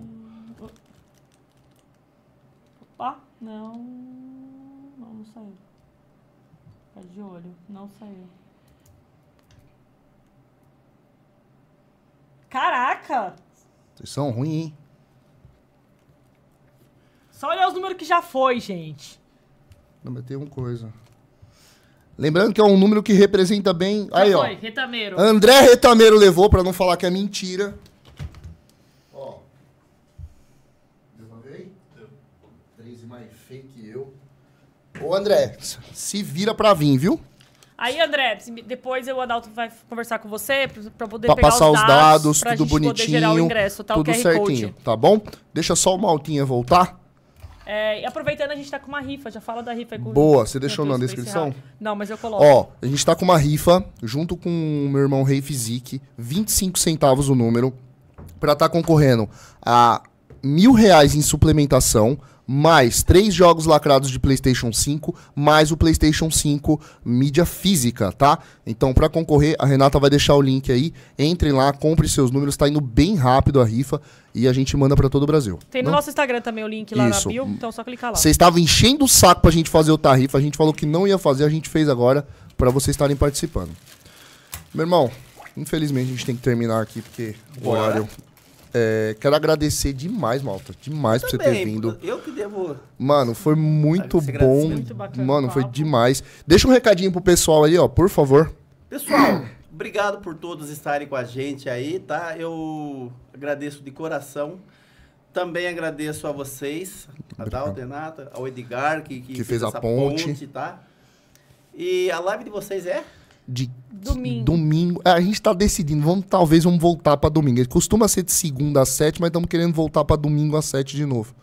Speaker 2: Opa, não. Não, não saiu. Fica de olho, não saiu. Caraca!
Speaker 1: Vocês são ruins, hein?
Speaker 2: Só olhar os números que já foi, gente.
Speaker 1: Não, mas tem uma um coisa. Lembrando que é um número que representa bem. Aí,
Speaker 2: já
Speaker 1: ó.
Speaker 2: foi, retameiro.
Speaker 1: André Retameiro levou, pra não falar que é mentira. Ó. Deu pra ver aí? Deu. Três mais feio que eu. Ô, André, se vira pra vir, viu?
Speaker 2: Aí, André, se me- depois eu, o Adalto vai conversar com você pra- pra poder
Speaker 1: Pra
Speaker 2: pegar
Speaker 1: passar os dados,
Speaker 2: pra
Speaker 1: tudo
Speaker 2: gente poder gerar o
Speaker 1: bonitinho.
Speaker 2: ingresso, tá?
Speaker 1: tudo
Speaker 2: o QR
Speaker 1: certinho,
Speaker 2: Code.
Speaker 1: tá bom? Deixa só o Maltinha voltar.
Speaker 2: É, e aproveitando, a gente tá com uma rifa, já fala da rifa aí com
Speaker 1: Boa, você deixou
Speaker 2: Meu
Speaker 1: na
Speaker 2: Deus, pra
Speaker 1: descrição?
Speaker 2: encerrar. Não, mas eu coloco.
Speaker 1: Ó, a gente tá com uma rifa, junto com o meu irmão Rei Fizik, 25 centavos o número, pra tá concorrendo a mil reais em suplementação, mais três jogos lacrados de PlayStation 5, mais o PlayStation 5 mídia física, tá? Então, pra concorrer, a Renata vai deixar o link aí. Entrem lá, comprem seus números, tá indo bem rápido a rifa e a gente manda pra todo o Brasil.
Speaker 2: Tem no
Speaker 1: Não?
Speaker 2: nosso Instagram também o link lá
Speaker 1: Isso.
Speaker 2: na bio, então é só clicar lá.
Speaker 1: Vocês estavam enchendo o saco pra gente fazer o Tarifa. A gente falou que não ia fazer, a gente fez agora pra vocês estarem participando. Meu irmão, infelizmente a gente tem que terminar aqui porque o
Speaker 3: Bora.
Speaker 1: horário. É, quero agradecer demais, Malta. Demais por você ter
Speaker 3: Também,
Speaker 1: vindo.
Speaker 3: Eu que devo.
Speaker 1: Mano, foi muito
Speaker 3: Você
Speaker 1: bom.
Speaker 3: agradece
Speaker 2: muito bacana o
Speaker 1: Mano, foi
Speaker 2: papo.
Speaker 1: demais. Deixa um recadinho pro pessoal aí, ó, por favor.
Speaker 3: Pessoal, obrigado por todos estarem com a gente aí, tá? Eu agradeço de coração. Também agradeço a vocês, a Dalton, Renata, ao Edgar, que,
Speaker 1: Que fez a ponte.
Speaker 3: tá? E a live de vocês é?
Speaker 1: De
Speaker 2: Domingo.
Speaker 1: domingo. É, A gente tá decidindo. Vamos, talvez vamos voltar pra domingo. Ele costuma ser de segunda às sete, mas estamos querendo voltar pra domingo às sete de novo.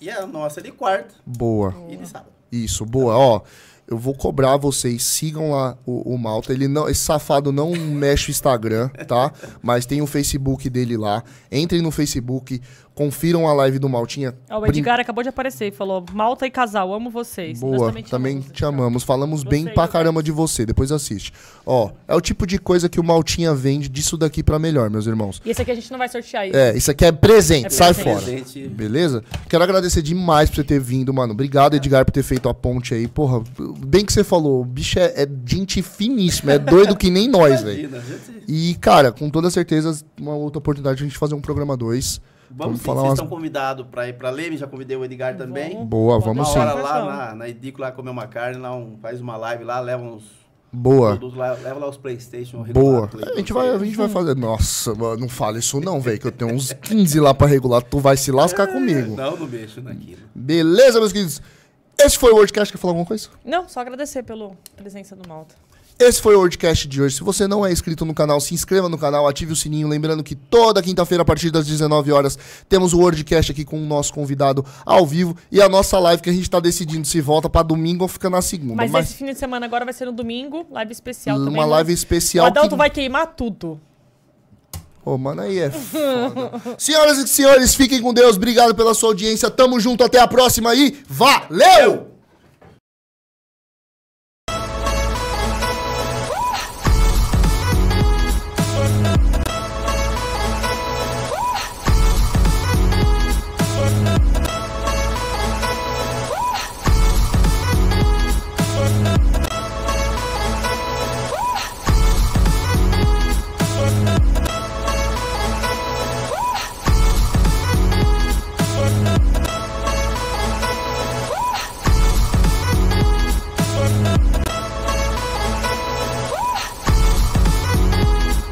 Speaker 3: E a nossa é de quarta
Speaker 1: Boa.
Speaker 3: e de sábado.
Speaker 1: Isso, boa. Ó, eu vou cobrar vocês, sigam lá o, o Malta. Ele não, esse safado não mexe o Instagram, tá? Mas tem o Facebook dele lá. Entrem no Facebook, confiram a live do Maltinha.
Speaker 2: Ó, o
Speaker 1: Prim-
Speaker 2: Edgar acabou de aparecer e falou: Malta e casal, amo vocês. Nós
Speaker 1: Boa, também
Speaker 2: amamos,
Speaker 1: te
Speaker 2: Edgar.
Speaker 1: amamos. Falamos bem
Speaker 2: Vocês,
Speaker 1: pra
Speaker 2: vocês.
Speaker 1: caramba de você, depois assiste. Ó, é o tipo de coisa que o Maltinha vende disso daqui pra melhor, meus irmãos.
Speaker 2: E esse aqui a gente não vai sortear isso.
Speaker 1: É, isso aqui é presente,
Speaker 2: É
Speaker 1: sai
Speaker 2: presente.
Speaker 1: fora.
Speaker 3: Presente.
Speaker 1: Beleza? Quero agradecer demais por você ter vindo, mano. Obrigado, Edgar, por ter feito a ponte aí. Porra, bem que você falou, o bicho é, é gente finíssima, é doido que nem nós, velho.
Speaker 3: Imagina, gente.
Speaker 1: E, cara, com toda certeza, uma outra oportunidade de a gente fazer um programa 2.
Speaker 3: Vamos, sim,
Speaker 1: falar
Speaker 3: vocês
Speaker 1: umas-
Speaker 3: estão convidados para ir para Leme, já convidei o Edgar também.
Speaker 2: Vamos.
Speaker 1: Boa,
Speaker 2: Vamos
Speaker 1: vamos
Speaker 3: Uma
Speaker 1: sim.
Speaker 3: hora
Speaker 2: sim.
Speaker 3: lá na, na Edico, lá comer uma carne, lá um- faz uma live lá, leva uns
Speaker 1: Boa.
Speaker 3: produtos lá, leva lá os Playstation.
Speaker 1: Boa.
Speaker 3: regular, Play,
Speaker 1: A gente vai, a gente vai fazer. Nossa, mano, não fala isso não, velho, que eu tenho uns 15 lá pra regular, tu vai se lascar comigo.
Speaker 3: É, Não, não mexo naquilo.
Speaker 1: Beleza, meus queridos? Esse foi o WordCast. Quer falar alguma coisa?
Speaker 2: Não, só agradecer pela presença do Malta.
Speaker 1: Esse foi o WordCast de hoje. Se você não é inscrito no canal, se inscreva no canal, ative o sininho. Lembrando que toda quinta-feira, a partir das 19 horas, temos o WordCast aqui com o nosso convidado ao vivo e a nossa live que a gente tá decidindo se volta pra domingo ou fica na segunda.
Speaker 2: Mas,
Speaker 1: Mas,
Speaker 2: esse fim de semana agora vai ser no domingo, live especial também.
Speaker 1: uma
Speaker 2: né?
Speaker 1: live
Speaker 2: O
Speaker 1: especial.
Speaker 2: Adalto
Speaker 1: que-
Speaker 2: vai queimar tudo.
Speaker 1: Ô, mano, aí é foda. Senhoras e senhores, fiquem com Deus. Obrigado pela sua audiência. Tamo junto, até a próxima e valeu!